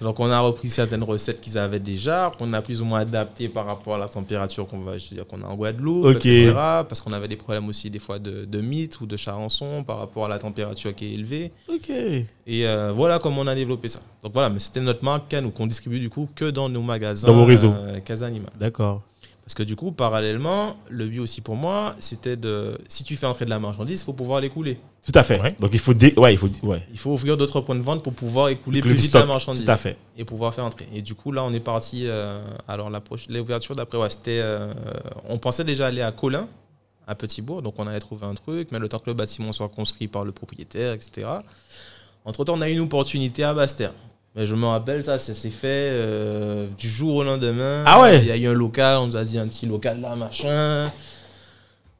Speaker 1: Donc, on a repris certaines recettes qu'ils avaient déjà, qu'on a plus ou moins adaptées par rapport à la température qu'on va, je veux dire, qu'on a en Guadeloupe,
Speaker 2: Ok.
Speaker 1: etc. Parce qu'on avait des problèmes aussi, des fois, de, de mythe ou de charançon par rapport à la température qui est élevée.
Speaker 2: Ok.
Speaker 1: Et euh, voilà comment on a développé ça. Donc, voilà, mais c'était notre marque Cannes, ou qu'on distribue du coup que dans nos magasins.
Speaker 2: Dans vos réseaux.
Speaker 1: euh, Casa Animal.
Speaker 2: D'accord.
Speaker 1: Parce que du coup, parallèlement, le but aussi pour moi, c'était de. Si tu fais entrer de la marchandise, il faut pouvoir l'écouler.
Speaker 2: Tout à fait.
Speaker 3: Ouais.
Speaker 2: Donc il faut dé... ouais, il faut ouais.
Speaker 1: Il faut ouvrir d'autres points de vente pour pouvoir écouler
Speaker 2: Le
Speaker 1: plus vite
Speaker 2: stock,
Speaker 1: la marchandise
Speaker 2: Tout à fait.
Speaker 1: et pouvoir faire entrer. Et du coup, là, on est parti. euh, alors, la proche- l'ouverture d'après, ouais, c'était. euh, on pensait déjà aller à Colin, à Petit-Bourg, donc on allait trouver un truc, mais le temps que le bâtiment soit construit par le propriétaire, etc. Entre temps, on a eu une opportunité à Bastère. Mais je me rappelle, ça, ça s'est fait euh, du jour au lendemain.
Speaker 2: Ah ouais
Speaker 1: Il y a eu un local, on nous a dit un petit local là, machin.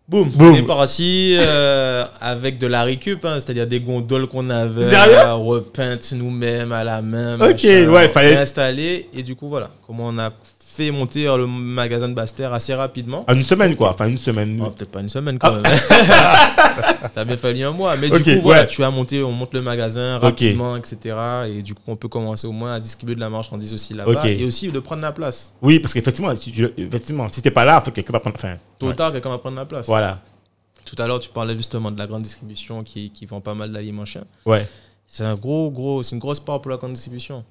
Speaker 1: Boum,
Speaker 2: Boum.
Speaker 1: on est parti euh, avec de la récup, hein, c'est-à-dire des gondoles qu'on avait
Speaker 2: Sérieux
Speaker 1: euh, repeintes nous-mêmes à la main.
Speaker 2: Ok, ouais, fallait-
Speaker 1: installer et du coup voilà, comment on a fait monter euh, le magasin de Bastère assez rapidement.
Speaker 2: En une semaine quoi, enfin une semaine.
Speaker 1: Oh, Peut-être pas une semaine quand même. ça a bien fallu un mois. Mais
Speaker 2: Ah. Ok,
Speaker 1: du coup, voilà,
Speaker 2: ouais.
Speaker 1: tu as monté, on monte le magasin
Speaker 2: Ok.
Speaker 1: rapidement, etc. Et du coup, on peut commencer au moins à distribuer de la marchandise aussi là-bas.
Speaker 2: Ok.
Speaker 1: Et aussi de prendre la place.
Speaker 2: Oui, parce qu'effectivement, si tu effectivement, si t'es pas là, faut que quelqu'un va prendre enfin.
Speaker 1: Tôt
Speaker 2: ouais.
Speaker 1: ou tard, quelqu'un va prendre la place.
Speaker 2: Voilà.
Speaker 1: Tout à l'heure, tu parlais justement de la grande distribution qui, qui vend pas mal d'aliments chiens.
Speaker 2: Ouais.
Speaker 1: C'est un gros, gros, c'est une grosse part pour la grande distribution.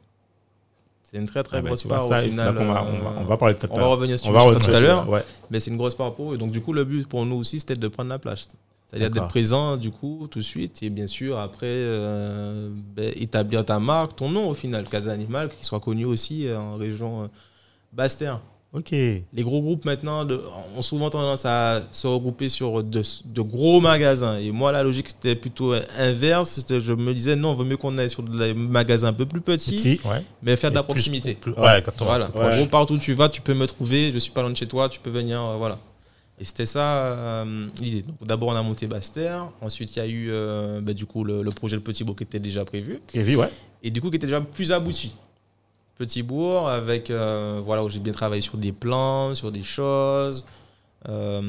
Speaker 1: C'est une très, très
Speaker 2: Ah bah,
Speaker 1: grosse
Speaker 2: tu vois
Speaker 1: part
Speaker 2: ça,
Speaker 1: au
Speaker 2: il faudra
Speaker 1: final.
Speaker 2: qu'on va-
Speaker 1: euh,
Speaker 2: on, va, on va parler de tout à
Speaker 1: on va
Speaker 2: l'heure.
Speaker 1: revenir sur
Speaker 2: On va
Speaker 1: ça
Speaker 2: revenir
Speaker 1: tout à
Speaker 2: sur-
Speaker 1: l'heure.
Speaker 2: Ouais.
Speaker 1: mais c'est une grosse part pour eux. Donc, du coup, le but pour nous aussi, c'était de prendre la place. C'est-à-dire
Speaker 2: D'accord.
Speaker 1: d'être présent, du coup, tout de suite. Et bien sûr, après, euh, ben, établir ta marque, ton nom au final, Casa Animal, qui soit connu aussi euh, en région euh, Bastère.
Speaker 2: Ok.
Speaker 1: Les gros groupes maintenant de- ont souvent tendance à se regrouper sur de, de gros magasins. Et moi, la logique, c'était plutôt inverse. C'était- Je me disais, non, vaut mieux qu'on aille sur des magasins un peu plus petits,
Speaker 2: Si.
Speaker 3: Ouais.
Speaker 1: mais faire de
Speaker 3: Et
Speaker 1: la
Speaker 3: plus-
Speaker 1: proximité.
Speaker 3: plus- ouais, exactement.
Speaker 1: Voilà.
Speaker 2: Ouais.
Speaker 1: En gros, partout où tu vas, tu peux me trouver. Je suis pas loin de chez toi, tu peux venir. euh, voilà. Et Et c'était ça euh, l'idée. Donc, D'abord, on a monté Bastère. Ensuite, il y a eu euh, bah, du coup, le, le projet Le Petit Beau qui était déjà prévu.
Speaker 2: Kevin, ouais.
Speaker 1: Et du coup, qui était déjà plus abouti. Petit bourg, avec, euh, voilà, où j'ai bien travaillé sur des plans, sur des choses, euh,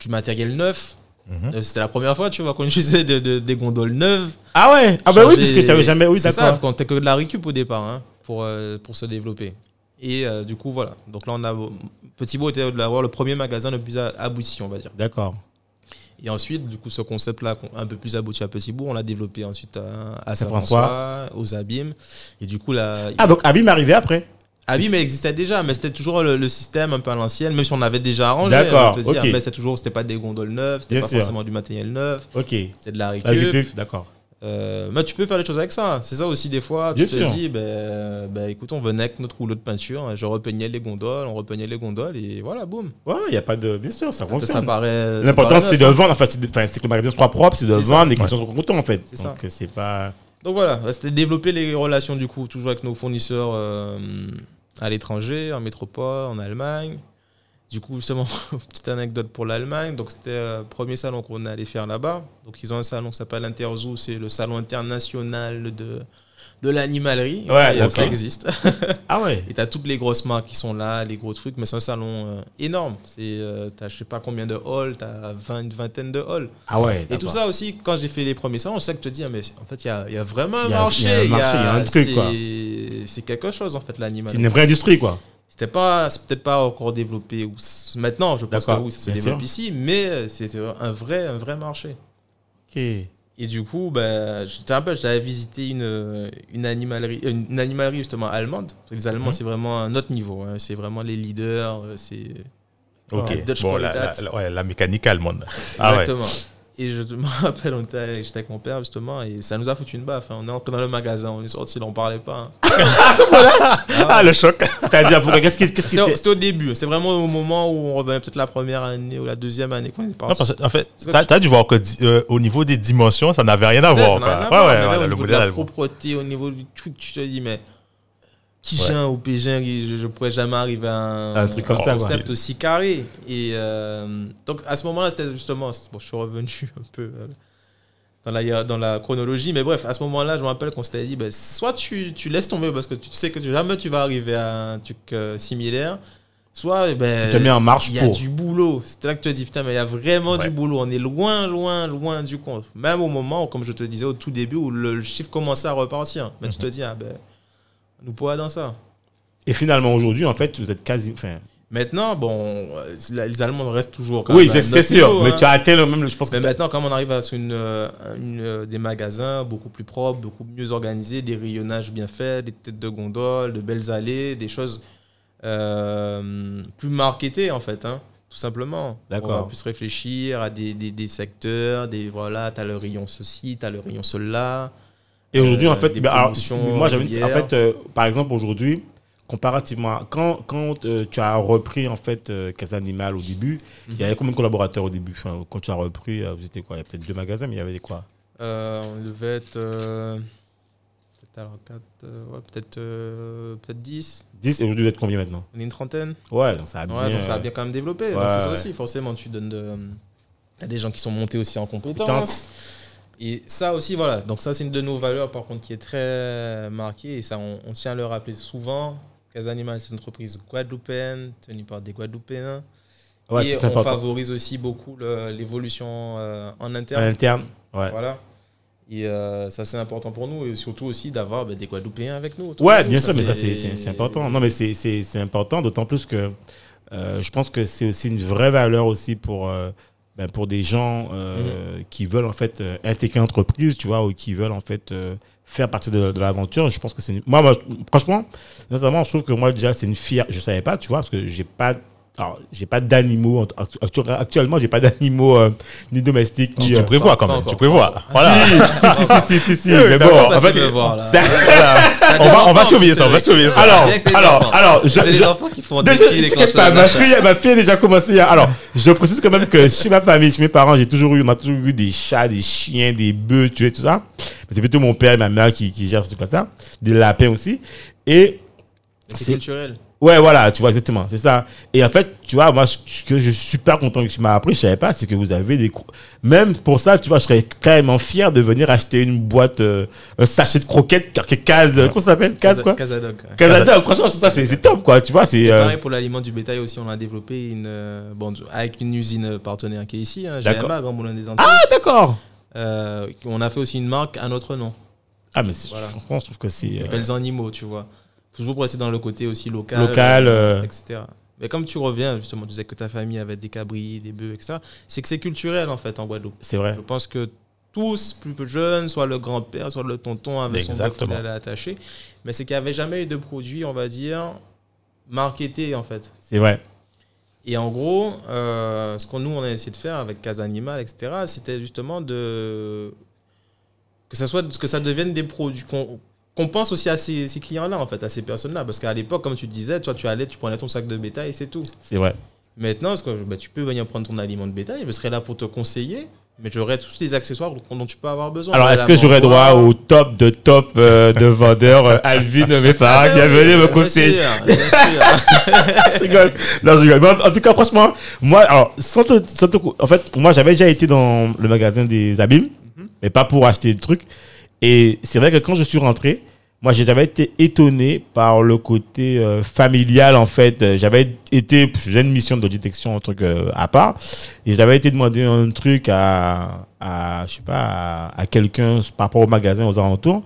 Speaker 1: du matériel neuf.
Speaker 3: Mhm.
Speaker 1: Euh, C'était la première fois, tu vois, qu'on utilisait de- de- des gondoles neuves.
Speaker 2: Ah ouais Ah bah oui,
Speaker 1: Changer-
Speaker 2: parce que je savais jamais. Oui,
Speaker 1: c'est ça,
Speaker 2: d'accord.
Speaker 1: quand t'as que de la récup au départ hein, pour, euh, pour se développer. Et euh, du coup, voilà. Donc là, on a Petit Beau était d'avoir le premier magasin le plus a- abouti, on va dire.
Speaker 2: D'accord.
Speaker 1: Et ensuite, du coup, ce concept-là, qu'on- un peu plus abouti à Petit Bourg, on l'a développé ensuite à, à
Speaker 2: Saint-François.
Speaker 1: Saint-François, aux Abîmes. Et du coup, là,
Speaker 2: Ah donc Abim est arrivé après
Speaker 1: Abîmes existait déjà, mais c'était toujours le, le système un peu à l'ancienne, même si on avait déjà arrangé.
Speaker 2: D'accord,
Speaker 1: on va te dire.
Speaker 2: ok.
Speaker 1: Mais c'était toujours, c'était pas des gondoles neuves, c'était
Speaker 2: Bien
Speaker 1: pas
Speaker 2: sûr. Ah,
Speaker 1: forcément du matériel neuf,
Speaker 2: Ok.
Speaker 1: c'était de la récup.
Speaker 2: Là, j'ai plus. D'accord.
Speaker 1: Euh, mais tu peux faire des choses avec ça. C'est ça aussi des fois. Tu
Speaker 2: Bien
Speaker 1: te
Speaker 2: sûr.
Speaker 1: dis, ben, ben, écoute, on venait avec notre rouleau de peinture, hein, je repeignais les gondoles, on repeignait les gondoles et voilà, boum.
Speaker 2: Ouais, il n'y a pas de. Bien sûr, ça
Speaker 1: Ça
Speaker 2: confirme.
Speaker 1: paraît. Euh, ça
Speaker 2: L'important,
Speaker 1: paraît
Speaker 2: c'est de
Speaker 1: neuf.
Speaker 2: vendre. Enfin, c'est de- enfin, c'est que le magasin soit propre, c'est de
Speaker 1: C'est ça.
Speaker 2: vendre et que les gens soient contents, en fait.
Speaker 1: C'est ça.
Speaker 2: Donc, euh, c'est pas.
Speaker 1: Donc voilà, bah, c'était développer les relations du coup, toujours avec nos fournisseurs euh, à l'étranger, en métropole, en Allemagne. Du coup, justement, petite anecdote pour l'Allemagne. Donc, c'était euh, le premier salon qu'on allait faire là-bas. Donc, ils ont un salon qui s'appelle Interzoo, c'est le salon international de, de l'animalerie.
Speaker 2: Ouais,
Speaker 1: Et, euh, ça
Speaker 2: d'accord.
Speaker 1: existe.
Speaker 2: Ah ouais
Speaker 1: Et t'as toutes les grosses marques qui sont là, les gros trucs, mais c'est un salon euh, énorme. C'est, euh, t'as je sais pas combien de halls, t'as 20, une vingtaine de halls.
Speaker 2: Ah ouais.
Speaker 1: Et tout ça aussi, quand j'ai fait les premiers salons, c'est ça que je te dis, ah, mais en fait, il y a, il y a vraiment un
Speaker 2: Il y a-
Speaker 1: marché.
Speaker 2: il y a un marché, il y a un truc,
Speaker 1: c'est-
Speaker 2: quoi.
Speaker 1: C'est quelque chose, en fait,
Speaker 2: C'est une
Speaker 1: l'animal.
Speaker 2: vraie industrie, quoi.
Speaker 1: C'était pas, c'est peut-être pas encore développé. Ou s- maintenant, je pense que
Speaker 2: D'accord,
Speaker 1: oui, ça se
Speaker 2: bien
Speaker 1: développe
Speaker 2: sûr.
Speaker 1: ici, mais euh, c'est c'est un vrai, un vrai marché.
Speaker 2: Ok.
Speaker 1: Et du coup, ben, je te rappelle, j'avais visité une, une, animalerie, euh, une animalerie justement allemande. Les
Speaker 2: Mhm.
Speaker 1: Allemands, c'est vraiment un autre niveau. hein. C'est vraiment les leaders. euh, C'est
Speaker 2: Ok.
Speaker 1: Dutch
Speaker 3: Bon, la, la,
Speaker 1: Qualitat.
Speaker 3: la- ouais, la mécanique allemande. Ah ouais.
Speaker 1: Exactement. Et je me rappelle, on était avec- j'étais avec mon père justement, et ça nous a foutu une baffe. hein. On est entré dans le magasin, on est sorti, on parlait pas. hein.
Speaker 2: Ah, le choc. C'est-à-dire, pour qu'est-ce qui. Qu'est-ce qui
Speaker 1: C'était au-
Speaker 2: était-
Speaker 1: c'était au début. C'est vraiment au moment où on revenait peut-être la première année ou la deuxième année qu'on est
Speaker 3: Non,
Speaker 1: parti.
Speaker 3: parce que, en fait,
Speaker 1: Parce que
Speaker 3: t'as
Speaker 1: tu-
Speaker 3: t'as dû voir que di- euh, au niveau des dimensions, ça n'avait rien à
Speaker 1: Ouais, ça
Speaker 3: voir.
Speaker 1: n'a rien à
Speaker 3: quoi.
Speaker 1: voir,
Speaker 3: Ouais, ouais,
Speaker 1: mais même
Speaker 3: voilà,
Speaker 1: au
Speaker 3: le
Speaker 1: niveau de
Speaker 3: modèle
Speaker 1: la
Speaker 3: allemand.
Speaker 1: propreté, au niveau du truc, tu te dis, mais qui
Speaker 3: Ouais.
Speaker 1: ou Pégin, je, je pourrais jamais arriver à un,
Speaker 2: Un truc comme ça, quoi.
Speaker 1: concept aussi carré. Et euh, donc à ce moment-là, c'était justement, c'est- bon, je suis revenu un peu euh, dans la, hiér- dans la chronologie, mais bref, à ce moment-là, je me rappelle qu'on s'était dit, ben, soit tu, tu laisses tomber parce que tu sais que tu- jamais tu vas arriver à un truc euh, similaire, soit ben,
Speaker 2: Tu te mets en marche
Speaker 1: il y a
Speaker 2: pour.
Speaker 1: du boulot. C'est là que tu te dis, putain, mais il y a vraiment
Speaker 3: Ouais.
Speaker 1: du boulot. On est loin, loin, loin du compte. Même au moment, où, comme je te disais au tout début, où le, le chiffre commençait à repartir. Mais tu
Speaker 2: Mhm.
Speaker 1: te dis, ah ben, nous pourrons dans ça.
Speaker 2: Et finalement, aujourd'hui, en fait, vous êtes quasi. Enfin,
Speaker 1: Maintenant, bon, euh, la- les Allemands restent toujours. quand
Speaker 2: oui,
Speaker 1: même à
Speaker 2: c'est c'est
Speaker 1: notre niveau,
Speaker 2: sûr. Mais
Speaker 1: hein.
Speaker 2: tu as atteint le même. Je pense que.
Speaker 1: Mais maintenant, comme on arrive à sur une, euh, une, euh, des magasins beaucoup plus propres, beaucoup mieux organisés, des rayonnages bien faits, des têtes de gondole, de belles allées, des choses euh, plus marketées en fait, hein, tout simplement.
Speaker 2: D'accord.
Speaker 1: On va plus réfléchir à des, des- des secteurs, des voilà, t'as le rayon ceci, t'as le rayon cela.
Speaker 2: Et aujourd'hui,
Speaker 1: Euh,
Speaker 2: en fait,
Speaker 1: des
Speaker 2: ben, alors,
Speaker 1: promotions
Speaker 2: moi, j'avais dit, en
Speaker 1: régulières.
Speaker 2: fait, euh, par exemple, aujourd'hui, comparativement, à- quand, quand euh, tu as repris, en fait, euh, Casa Animal au début, il
Speaker 1: Mhm.
Speaker 2: y avait combien de collaborateurs au début Enfin, Quand tu as repris, euh, vous étiez quoi Il y a peut-être deux magasins, mais il y avait des quoi
Speaker 1: Euh, on devait être euh, peut-être alors quatre, euh, ouais, peut-être euh, peut-être 10,
Speaker 2: 10 et aujourd'hui, vous êtes combien maintenant
Speaker 1: on est une trentaine.
Speaker 2: Ouais, donc ça a bien.
Speaker 1: Ouais, donc ça a bien quand même développé.
Speaker 2: euh, ouais,
Speaker 1: donc c'est ça
Speaker 2: ouais.
Speaker 1: aussi, forcément, tu donnes de, à des gens qui sont montés aussi en
Speaker 2: Compétences.
Speaker 1: compétences. Et ça aussi, voilà. Donc ça, c'est une de nos valeurs, par contre, qui est très marquée. Et ça, on, on tient à le rappeler souvent. Casa Animal, c'est une entreprise guadeloupéenne, tenue par des Guadeloupéens.
Speaker 2: euh, Ouais,
Speaker 1: et
Speaker 2: c'est
Speaker 1: on
Speaker 2: important.
Speaker 1: favorise aussi beaucoup le- l'évolution euh, en
Speaker 2: À
Speaker 1: interne.
Speaker 2: l'interne, ouais.
Speaker 1: Voilà. Et euh, ça, c'est important pour nous. Et surtout aussi d'avoir ben, des Guadeloupéens avec nous. autour
Speaker 2: Ouais,
Speaker 1: de nous.
Speaker 2: bien sûr, mais ça, c'est- c'est c'est important. Non, mais c'est- c'est c'est important, d'autant plus que euh, je pense que c'est aussi une vraie valeur aussi pour, euh, ben, pour des gens euh,
Speaker 1: Mm-hmm.
Speaker 2: qui veulent en fait euh, intégrer l'entreprise, tu vois, ou qui veulent en fait euh, faire partie de, de l'aventure. Je pense que c'est. une- Moi, moi, je- franchement, sincèrement, je trouve que moi, déjà, c'est une fière. Je savais pas, tu vois, parce que j'ai pas. Alors, j'ai pas d'animaux. actu- actu- Actuellement, j'ai pas d'animaux euh, ni domestiques.
Speaker 3: Tu,
Speaker 2: ni,
Speaker 3: tu
Speaker 2: euh,
Speaker 3: prévois quand
Speaker 1: pas
Speaker 3: même,
Speaker 1: encore,
Speaker 3: tu
Speaker 1: pas
Speaker 3: prévois. Voilà.
Speaker 2: si, si, si, si, mais bon,
Speaker 3: d'accord.
Speaker 2: en
Speaker 1: Pas
Speaker 2: fait,
Speaker 1: se me voir, là.
Speaker 3: On va, on va surveiller ça, on va surveiller ça.
Speaker 2: Alors,
Speaker 1: Avec les
Speaker 2: alors,
Speaker 1: enfants.
Speaker 2: alors, je-
Speaker 1: c'est les
Speaker 2: je-
Speaker 1: enfants qui font des
Speaker 2: Déjà,
Speaker 1: filles
Speaker 2: je-
Speaker 1: des
Speaker 2: t'inquiète pas, ma fille, ma fille a déjà commencé. à- Alors, je précise quand même que chez ma famille, chez mes parents, j'ai toujours eu, on a toujours eu des chats, des chiens, des bœufs, tu sais, tout ça. Mais c'est plutôt mon père et ma mère qui, qui gèrent ce truc comme ça. Des lapins aussi. Et
Speaker 1: C'est
Speaker 2: c'est-
Speaker 1: culturel.
Speaker 2: Ouais, voilà, tu vois, exactement, c'est ça. Et en fait, tu vois, moi, ce que je suis super content que tu m'as appris, je savais pas, c'est que vous avez des... cro- Même pour ça, tu vois, je serais carrément fier de venir acheter une boîte, euh, un sachet de croquettes, car- que case, euh, comment ça s'appelle Case, quoi
Speaker 1: Casadog. ouais.
Speaker 2: Casada, franchement, je trouve ça, c'est c'est top, quoi, tu vois, c'est... euh,
Speaker 1: Pareil pour l'aliment du bétail aussi, on a développé une, euh, bon, avec une usine partenaire qui est ici, hein,
Speaker 2: D'accord.
Speaker 1: GMA, Grand Moulin des Antilles.
Speaker 2: Ah, d'accord
Speaker 1: Euh, on a fait aussi une marque à notre nom,
Speaker 2: Ah, mais c'est-
Speaker 1: Voilà.
Speaker 2: franchement, je trouve que c'est... euh,
Speaker 1: Belles Animaux, tu vois. Toujours pour rester dans le côté aussi local.
Speaker 2: local,
Speaker 1: euh,
Speaker 2: euh,
Speaker 1: etc. Mais comme tu reviens, justement, tu disais que ta famille avait des cabris, des bœufs, etc. C'est que c'est culturel, en fait, en Guadeloupe.
Speaker 2: c'est vrai.
Speaker 1: Je pense que tous, plus peu jeunes, soit le grand-père, soit le tonton avec son
Speaker 3: Exactement.
Speaker 1: bœuf qu'il allait attacher. Mais c'est qu'il n'y avait jamais eu de produit, on va dire, marketé, en fait.
Speaker 2: C'est vrai.
Speaker 1: Et en gros, euh, ce qu'on nous on a essayé de faire avec Casa Animal, etc., c'était justement de que ça soit que ça devienne des produits qu'on qu'on pense aussi à ces, ces clients-là en fait, à ces personnes-là, parce qu'à l'époque, comme tu disais, toi tu allais, tu prenais ton sac de bétail et c'est tout.
Speaker 2: C'est vrai.
Speaker 1: Maintenant, parce que, bah, tu peux venir prendre ton aliment de bétail, je serai là pour te conseiller, mais j'aurai tous les accessoires dont dont tu peux avoir besoin.
Speaker 2: Alors,
Speaker 1: J'aurai
Speaker 2: est-ce
Speaker 1: la
Speaker 2: que j'aurais droit
Speaker 1: mangeoire.
Speaker 2: au top de top euh, de vendeur euh, Alvin Mefara qui est venu me
Speaker 1: Ah, Bien
Speaker 2: conseiller
Speaker 1: sûr, bien sûr.
Speaker 2: je rigole. Non, je rigole. Mais en, en tout cas, franchement, moi, alors, sans te- sans te cou- en fait, moi, j'avais déjà été dans le magasin des abîmes,
Speaker 1: Mhm.
Speaker 2: mais pas pour acheter des trucs. Et c'est vrai que quand je suis rentré, moi, j'ai- j'avais été étonné par le côté euh, familial, en fait. Euh, J'avais été, j'ai une mission de détection, un truc euh, à part, et j'avais été demander un truc à, à je sais pas, à, à quelqu'un par rapport au magasin, aux alentours.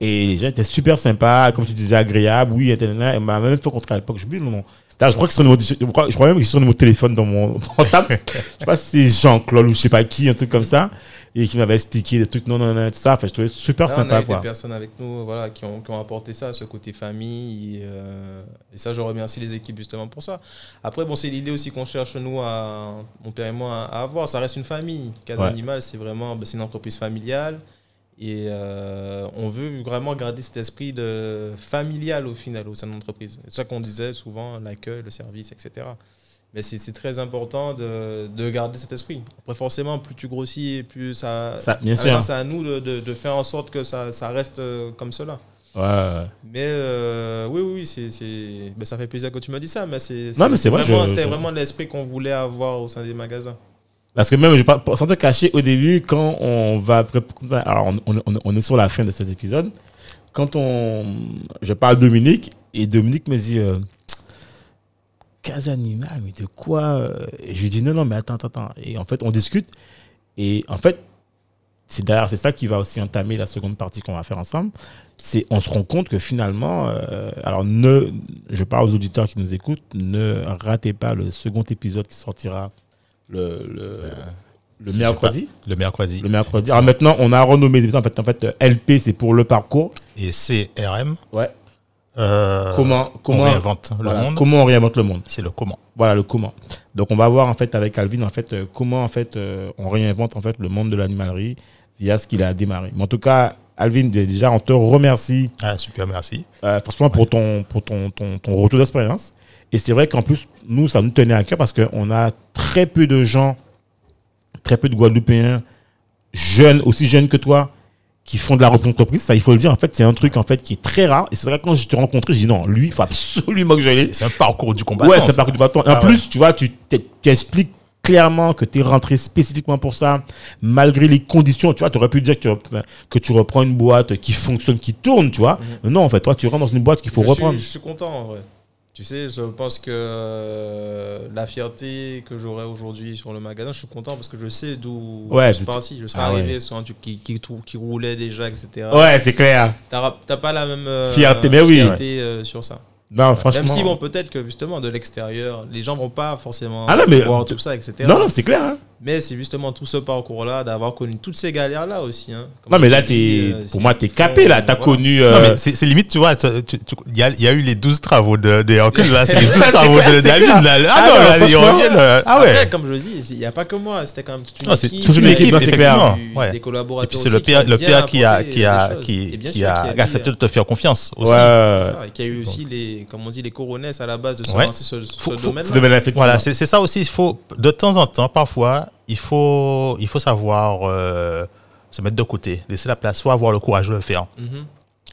Speaker 2: Et les gens étaient super sympas, comme tu disais, agréables, oui, et nanana. Et m'a même fait contrat à l'époque, je me dis, non, non. Putain, je crois que c'est son numéro, je crois, je crois même que c'est son numéro de téléphone dans mon portable. je sais pas si c'est Jean-Claude ou je sais pas qui, un truc comme ça. Et qui m'avait expliqué des trucs, non, non, non, tout ça. Enfin, je trouvais super
Speaker 1: Là, on a
Speaker 2: sympa,
Speaker 1: eu des
Speaker 2: quoi.
Speaker 1: personnes avec nous voilà, qui, ont, qui ont apporté ça, ce côté famille. Et, euh, et ça, je remercie les équipes justement pour ça. Après, bon, c'est l'idée aussi qu'on cherche, nous, à, mon père et moi, à avoir. Ça reste une famille. Casa
Speaker 2: Ouais.
Speaker 1: Animal, c'est vraiment ben, c'est une entreprise familiale. Et euh, on veut vraiment garder cet esprit de familial au final au sein de l'entreprise. C'est ça qu'on disait souvent, l'accueil, le service, etc. Mais c'est c'est très important de, de garder cet esprit. Après, forcément, plus tu grossis, plus ça,
Speaker 2: Ça, bien
Speaker 1: ah,
Speaker 2: sûr.
Speaker 1: non, C'est à nous de, de- de faire en sorte que ça, ça reste euh, comme cela.
Speaker 2: Ouais, ouais.
Speaker 1: Mais euh, oui, oui, oui, c'est, c'est- ben, ça fait plaisir que tu me dis ça. Mais c'est,
Speaker 2: Non, mais c'est vrai,
Speaker 1: vraiment,
Speaker 2: je-
Speaker 1: c'était
Speaker 2: je-
Speaker 1: vraiment l'esprit qu'on voulait avoir au sein des magasins.
Speaker 2: Parce que même, je, par- sans te cacher, au début, quand on va. pré- Alors, on, on- on est sur la fin de cet épisode. Quand on. Je parle à Dominique, et Dominique me dit. Euh, Casa animal, mais de quoi euh Et je lui dis non, non, mais attends, attends, attends. Et en fait, on discute. Et en fait, c'est d'ailleurs, c'est ça qui va aussi entamer la seconde partie qu'on va faire ensemble. C'est, on se rend compte que finalement, euh, alors ne, je parle aux auditeurs qui nous écoutent, ne ratez pas le second épisode qui sortira le, le, le
Speaker 3: si
Speaker 2: mercredi.
Speaker 3: Le mercredi.
Speaker 2: Le mercredi. Alors maintenant, on a renommé les épisodes. En fait, en fait, euh, LP, c'est pour le parcours.
Speaker 3: Et CRM.
Speaker 2: Ouais.
Speaker 3: euh,
Speaker 2: Comment, comment,
Speaker 3: on réinvente le
Speaker 2: voilà,
Speaker 3: monde.
Speaker 2: comment on réinvente le monde.
Speaker 3: C'est le comment.
Speaker 2: Voilà le comment. Donc on va voir en fait avec Alvin en fait euh, comment en fait euh, on réinvente en fait le monde de l'animalerie via ce qu'il a démarré. Mais en tout cas, Alvin dé- déjà on te remercie
Speaker 3: Ah, super, merci.
Speaker 2: euh, franchement pour ton pour ton, ton, ton retour d'expérience. Et c'est vrai qu'en plus nous ça nous tenait à cœur parce qu'on a très peu de gens, très peu de Guadeloupéens jeunes aussi jeunes que toi qui font de la reprise entreprise. Ça il faut le dire en fait c'est un truc en fait qui est très rare. Et c'est vrai que quand je te rencontrais j'ai dit non lui il faut absolument que je l'aie.
Speaker 3: C'est c'est un parcours du combattant.
Speaker 2: Ouais, c'est
Speaker 3: ça.
Speaker 2: parcours du bâton. Et En
Speaker 3: Ah
Speaker 2: plus, tu vois, tu, t'es- tu expliques clairement que tu es rentré spécifiquement pour ça, malgré les conditions. Tu vois, tu aurais pu dire que tu, rep- que tu reprends une boîte qui fonctionne, qui tourne, tu vois. Mais non, en fait, toi, tu rentres dans une boîte qu'il faut
Speaker 1: je
Speaker 2: reprendre.
Speaker 1: Suis, je suis content en vrai. Tu sais, je pense que euh, la fierté que j'aurai aujourd'hui sur le magasin, je suis content parce que je sais d'où
Speaker 2: Ouais,
Speaker 1: je suis
Speaker 2: je-
Speaker 1: parti. Je serais
Speaker 2: Ah ouais.
Speaker 1: arrivé sur un truc qui, qui, trou- qui roulait déjà, etc.
Speaker 2: Ouais, c'est clair.
Speaker 1: T'as t'as pas la même euh,
Speaker 2: Fierté, mais oui.
Speaker 1: fierté, euh, sur ça.
Speaker 2: Non, franchement. hein.
Speaker 1: Même si, bon, peut-être que justement, de l'extérieur, les gens vont pas forcément
Speaker 2: Ah non, mais-
Speaker 1: voir tout ça, etc.
Speaker 2: non, non, c'est clair. hein.
Speaker 1: Mais c'est justement tout ce parcours-là, d'avoir connu toutes ces galères-là aussi. hein. Comme
Speaker 2: Non, mais
Speaker 1: je
Speaker 2: là,
Speaker 1: dis,
Speaker 2: t'es,
Speaker 1: euh,
Speaker 2: pour
Speaker 1: si-
Speaker 2: moi, t'es capé, là. T'as
Speaker 1: Voilà.
Speaker 2: connu. euh,
Speaker 3: Non, mais c'est c'est limite, tu vois, tu- tu- tu- il y, a- il y a eu les 12 travaux de, de Hercule, là, c'est les 12 travaux de David, là. Ah,
Speaker 2: Ah
Speaker 3: non,
Speaker 2: non,
Speaker 3: là, ils
Speaker 2: franchement.
Speaker 3: reviennent, là. Ah ouais.
Speaker 1: Après, comme je le dis, il n'y a pas que moi, c'était quand même toute une
Speaker 3: Non, c'est
Speaker 1: équipe.
Speaker 2: Ah, toute une
Speaker 1: euh,
Speaker 2: équipe,
Speaker 1: du-
Speaker 3: effectivement. Ouais.
Speaker 1: Des
Speaker 3: Et
Speaker 1: collaborateurs.
Speaker 3: puis c'est
Speaker 1: aussi
Speaker 3: le
Speaker 1: qui
Speaker 3: père,
Speaker 1: ont
Speaker 3: le
Speaker 1: bien
Speaker 3: père qui a,
Speaker 1: apporté
Speaker 3: qui a,
Speaker 1: des choses. Et
Speaker 3: qui,
Speaker 1: bien
Speaker 3: qui
Speaker 1: sûr,
Speaker 3: a,
Speaker 1: dit,
Speaker 3: accepté de te faire confiance
Speaker 2: ouais.
Speaker 3: aussi.
Speaker 1: euh,
Speaker 2: Euh,
Speaker 1: c'est ça, et qui a eu aussi les, comme on dit, les coronets à la base de se
Speaker 3: Ouais.
Speaker 1: lancer ce, ce
Speaker 3: Faut- faut-
Speaker 1: domaine-là.
Speaker 2: ce domaine-là, effectivement.
Speaker 3: Voilà, c'est c'est ça aussi. Il faut, de temps en temps, parfois, il faut, il faut savoir euh, se mettre de côté, laisser la place. Il faut avoir le courage de le faire.
Speaker 1: Mhm.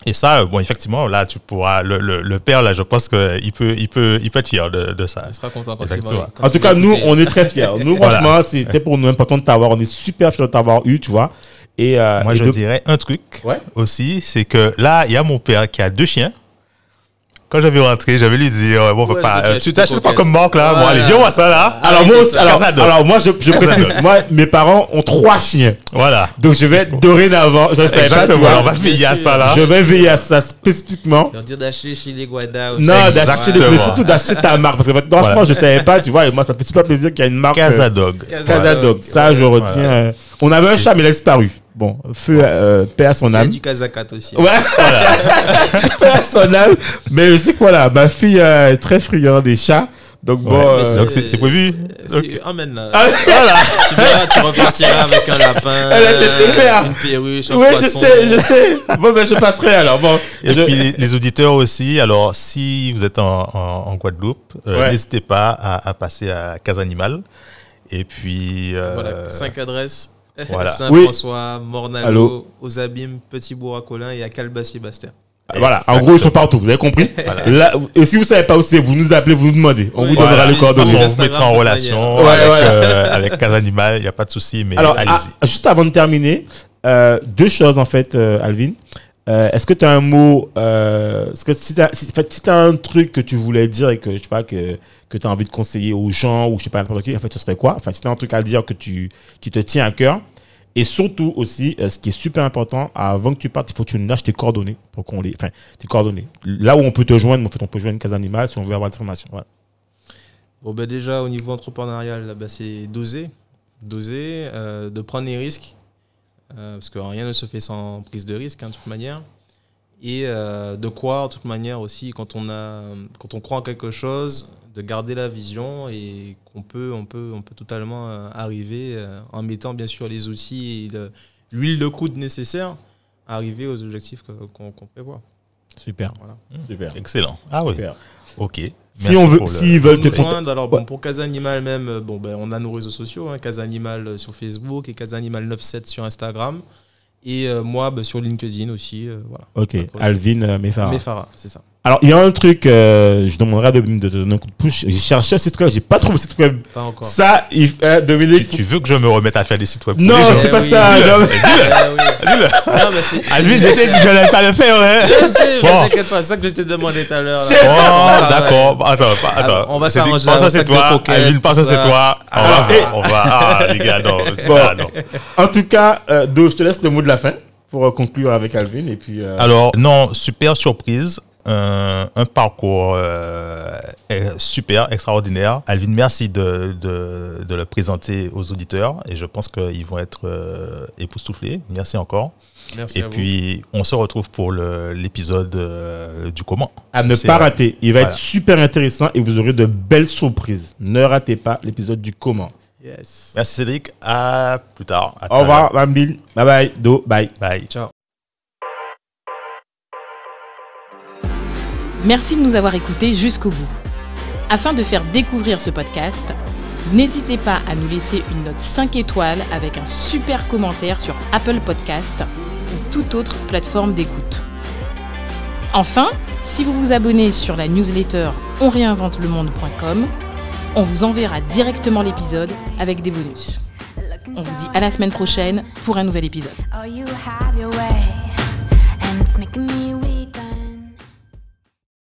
Speaker 3: Et ça, euh, bon, effectivement, là, tu pourras. Le, le, le père, là, je pense qu'il peut, il peut, il peut être fier de, de ça.
Speaker 1: On sera content quand il
Speaker 3: Exactement.
Speaker 1: va. quand
Speaker 2: En tout
Speaker 1: il
Speaker 2: cas,
Speaker 1: va
Speaker 2: nous,
Speaker 1: écouter.
Speaker 2: on est très fiers. Nous,
Speaker 3: Voilà.
Speaker 2: franchement, c'était pour nous important de t'avoir. On est super fiers de t'avoir eu, tu vois. Et, euh,
Speaker 3: Moi,
Speaker 2: et
Speaker 3: je
Speaker 2: de-
Speaker 3: dirais un truc
Speaker 2: Ouais.
Speaker 3: aussi, c'est que là, il y a mon père qui a deux chiens. Quand j'avais rentré, j'avais lui dit, euh, bon
Speaker 1: Ouais,
Speaker 3: papa,
Speaker 1: j'ai
Speaker 3: euh,
Speaker 1: dit,
Speaker 3: tu
Speaker 1: tu
Speaker 3: t'achètes quoi
Speaker 1: coquette.
Speaker 3: comme marque là Bon,
Speaker 1: Voilà.
Speaker 3: allez, viens voir Ah, ça là.
Speaker 2: Alors, moi, aussi- alors,
Speaker 3: Casado.
Speaker 2: alors, moi, je, je précise, moi, mes parents ont trois chiens.
Speaker 3: Voilà.
Speaker 2: Donc, je vais dorénavant, je savais pas, tu
Speaker 3: Exactement.
Speaker 2: vois.
Speaker 3: Alors, on va veiller à ça là.
Speaker 2: je vais veiller à ça spécifiquement.
Speaker 1: Leur dire d'acheter chez les Guada. aussi.
Speaker 2: Non,
Speaker 3: Exactement.
Speaker 2: d'acheter, mais surtout d'acheter ta marque. Parce que franchement,
Speaker 3: Voilà.
Speaker 2: je savais pas, tu vois. Et moi, ça me fait super plaisir qu'il y a une marque. euh,
Speaker 3: Casadog.
Speaker 2: Casadog. Ça, je retiens.
Speaker 3: Voilà.
Speaker 2: euh, on avait un chat, mais il a disparu. Bon, feu, euh, paix à son
Speaker 1: Il y a
Speaker 2: âme.
Speaker 1: du Kazakat aussi.
Speaker 2: Ouais. Paix à son âme. Mais je sais que voilà, ma fille euh, est très friande des chats. Donc bon.
Speaker 3: Ouais,
Speaker 2: euh,
Speaker 3: Donc, c'est c'est prévu. Ok.
Speaker 1: Emmène là.
Speaker 2: Ah, voilà.
Speaker 1: euh, Tu verras, tu repartiras avec un lapin. euh,
Speaker 2: Ah, là, c'est super.
Speaker 1: Une perruche, un
Speaker 2: Oui, je
Speaker 1: poisson.
Speaker 2: sais,
Speaker 3: euh.
Speaker 2: je sais. Bon, ben, je passerai alors. Bon.
Speaker 3: Et
Speaker 2: je-
Speaker 3: puis les, les auditeurs aussi, alors si vous êtes en, en- en Guadeloupe, euh,
Speaker 2: Ouais.
Speaker 3: n'hésitez pas à, à passer à Casa Animal. Et puis, euh,
Speaker 1: Voilà, cinq adresses.
Speaker 3: voilà.
Speaker 1: Saint-François, Mornalo,
Speaker 2: Allô.
Speaker 1: aux Abîmes, Petit Bourg à Colin et à Calbassier-Bastère.
Speaker 2: Voilà, en
Speaker 3: Exactement.
Speaker 2: gros, ils sont partout, vous avez compris
Speaker 3: Voilà.
Speaker 2: Là, Et si vous savez pas où c'est, vous nous appelez, vous nous demandez. On
Speaker 1: Oui.
Speaker 2: vous
Speaker 1: Voilà.
Speaker 2: donnera les
Speaker 1: Juste par
Speaker 3: de toute façon,
Speaker 2: coordonnées.
Speaker 3: on vous mettra en
Speaker 1: Instagram,
Speaker 3: relation
Speaker 2: ouais.
Speaker 3: avec,
Speaker 2: Ouais, ouais.
Speaker 3: euh, avec Casa Animal, il n'y a pas de souci, mais
Speaker 2: Alors,
Speaker 3: allez-y.
Speaker 2: ah, juste avant de terminer, euh, deux choses en fait, euh, Alvin. Euh, est-ce que tu as un mot euh, Est-ce que si tu as, un truc que tu voulais dire et que je sais pas que que tu as envie de conseiller aux gens ou je sais pas n'importe qui, en fait, ce serait quoi Enfin, si tu as un truc à dire que tu qui te tient à cœur. Et surtout aussi, euh, ce qui est super important, avant que tu partes, il faut que tu nous lâches tes coordonnées pour qu'on les, enfin, tes coordonnées. Là où on peut te joindre, en fait, on peut joindre Casa Animal si on veut avoir des informations. Voilà.
Speaker 1: Bon, ben déjà, au niveau entrepreneurial, là, ben, c'est doser. Doser, euh, de prendre des risques. euh, parce que rien ne se fait sans prise de risque, hein, de toute manière. Et euh, de croire, de toute manière aussi, quand on, a, quand on croit en quelque chose, de garder la vision et qu'on peut, on peut, on peut totalement euh, arriver, euh, en mettant bien sûr les outils et le- l'huile de coude nécessaire, arriver aux objectifs que- qu'on qu'on prévoit.
Speaker 2: Super.
Speaker 1: Voilà.
Speaker 2: Super.
Speaker 3: Excellent. Ah oui,
Speaker 2: Super.
Speaker 3: ok.
Speaker 2: Si on veut,
Speaker 3: pour le-
Speaker 2: s'ils veulent te
Speaker 1: Nous
Speaker 2: contacter.
Speaker 1: joindre, alors bon,
Speaker 2: Euh, Ouais.
Speaker 1: pour Casa Animal même, euh, bon, ben, on a nos réseaux sociaux, hein, Casa Animal euh, sur Facebook et Casa Animal 97 sur Instagram. Et euh, moi, ben, sur LinkedIn aussi. euh, voilà.
Speaker 2: Ok,
Speaker 1: Pas de problème.
Speaker 2: Alvin euh, Mefara.
Speaker 1: Mais Farah, c'est ça.
Speaker 2: Alors, il y a un truc, euh, je demanderai à Dominique de te donner un coup de pouce. J'ai cherché un site web, j'ai pas trouvé le site web.
Speaker 1: Pas encore.
Speaker 2: Ça, il, euh,
Speaker 3: Tu,
Speaker 2: Dominique.
Speaker 3: tu veux que je me remette à faire des sites web pour
Speaker 2: Non,
Speaker 3: les gens
Speaker 2: c'est
Speaker 1: Eh
Speaker 2: pas
Speaker 1: oui.
Speaker 2: ça.
Speaker 3: Dis-le.
Speaker 2: non.
Speaker 1: Ah, oui.
Speaker 3: Dis-le.
Speaker 1: Non, ben, c'est-
Speaker 3: Ah, lui, j'étais dit que je n'allais pas le faire, hein. ouais.
Speaker 1: Je sais,
Speaker 3: Bon.
Speaker 1: mais t'inquiète pas, c'est ça que je t'ai demandé tout à l'heure. là.
Speaker 3: Oh,
Speaker 1: Ah,
Speaker 3: d'accord. Attends, pas-
Speaker 1: Ah,
Speaker 3: attends.
Speaker 1: on va
Speaker 3: C'est dit que
Speaker 1: s'arranger,
Speaker 3: pense
Speaker 1: un
Speaker 3: à c'est
Speaker 1: sac de
Speaker 3: toi.
Speaker 1: croquettes,
Speaker 3: Alvin, pense à
Speaker 1: tout
Speaker 3: c'est
Speaker 1: ça.
Speaker 3: toi. On
Speaker 2: Alors,
Speaker 3: va, on va. Ah, les gars, non. c'est-
Speaker 2: Bon.
Speaker 3: ah, non.
Speaker 2: En tout cas, euh, Do, je te laisse le mot de la fin pour euh, conclure avec Alvin. Et puis, euh,
Speaker 3: Alors, non, super surprise. Un, un parcours euh, eh, super, extraordinaire. Alvin, merci de, de, de le présenter aux auditeurs et je pense qu'ils vont être euh, époustouflés. Merci encore.
Speaker 1: Merci
Speaker 3: Et
Speaker 1: à vous.
Speaker 3: puis, on se retrouve pour le- l'épisode euh, du comment.
Speaker 2: à ne
Speaker 3: c'est
Speaker 2: pas
Speaker 3: vrai.
Speaker 2: rater. Il va
Speaker 3: Voilà.
Speaker 2: être super intéressant et vous aurez de belles surprises. Ne ratez pas l'épisode du comment.
Speaker 1: Yes.
Speaker 3: Merci Cédric, à plus tard. À tout à
Speaker 2: Au revoir, Bambil. Bye bye, Do. Bye.
Speaker 3: l'heure. Bye.
Speaker 1: Ciao.
Speaker 5: Merci de nous avoir écoutés jusqu'au bout. Afin de faire découvrir ce podcast, n'hésitez pas à nous laisser une note 5 étoiles avec un super commentaire sur Apple Podcast ou toute autre plateforme d'écoute. Enfin, si vous vous abonnez sur la newsletter onréinventelemonde.com, on vous enverra directement l'épisode avec des bonus. On vous dit à la semaine prochaine pour un nouvel épisode.
Speaker 4: Oh, you have your way, and it's making me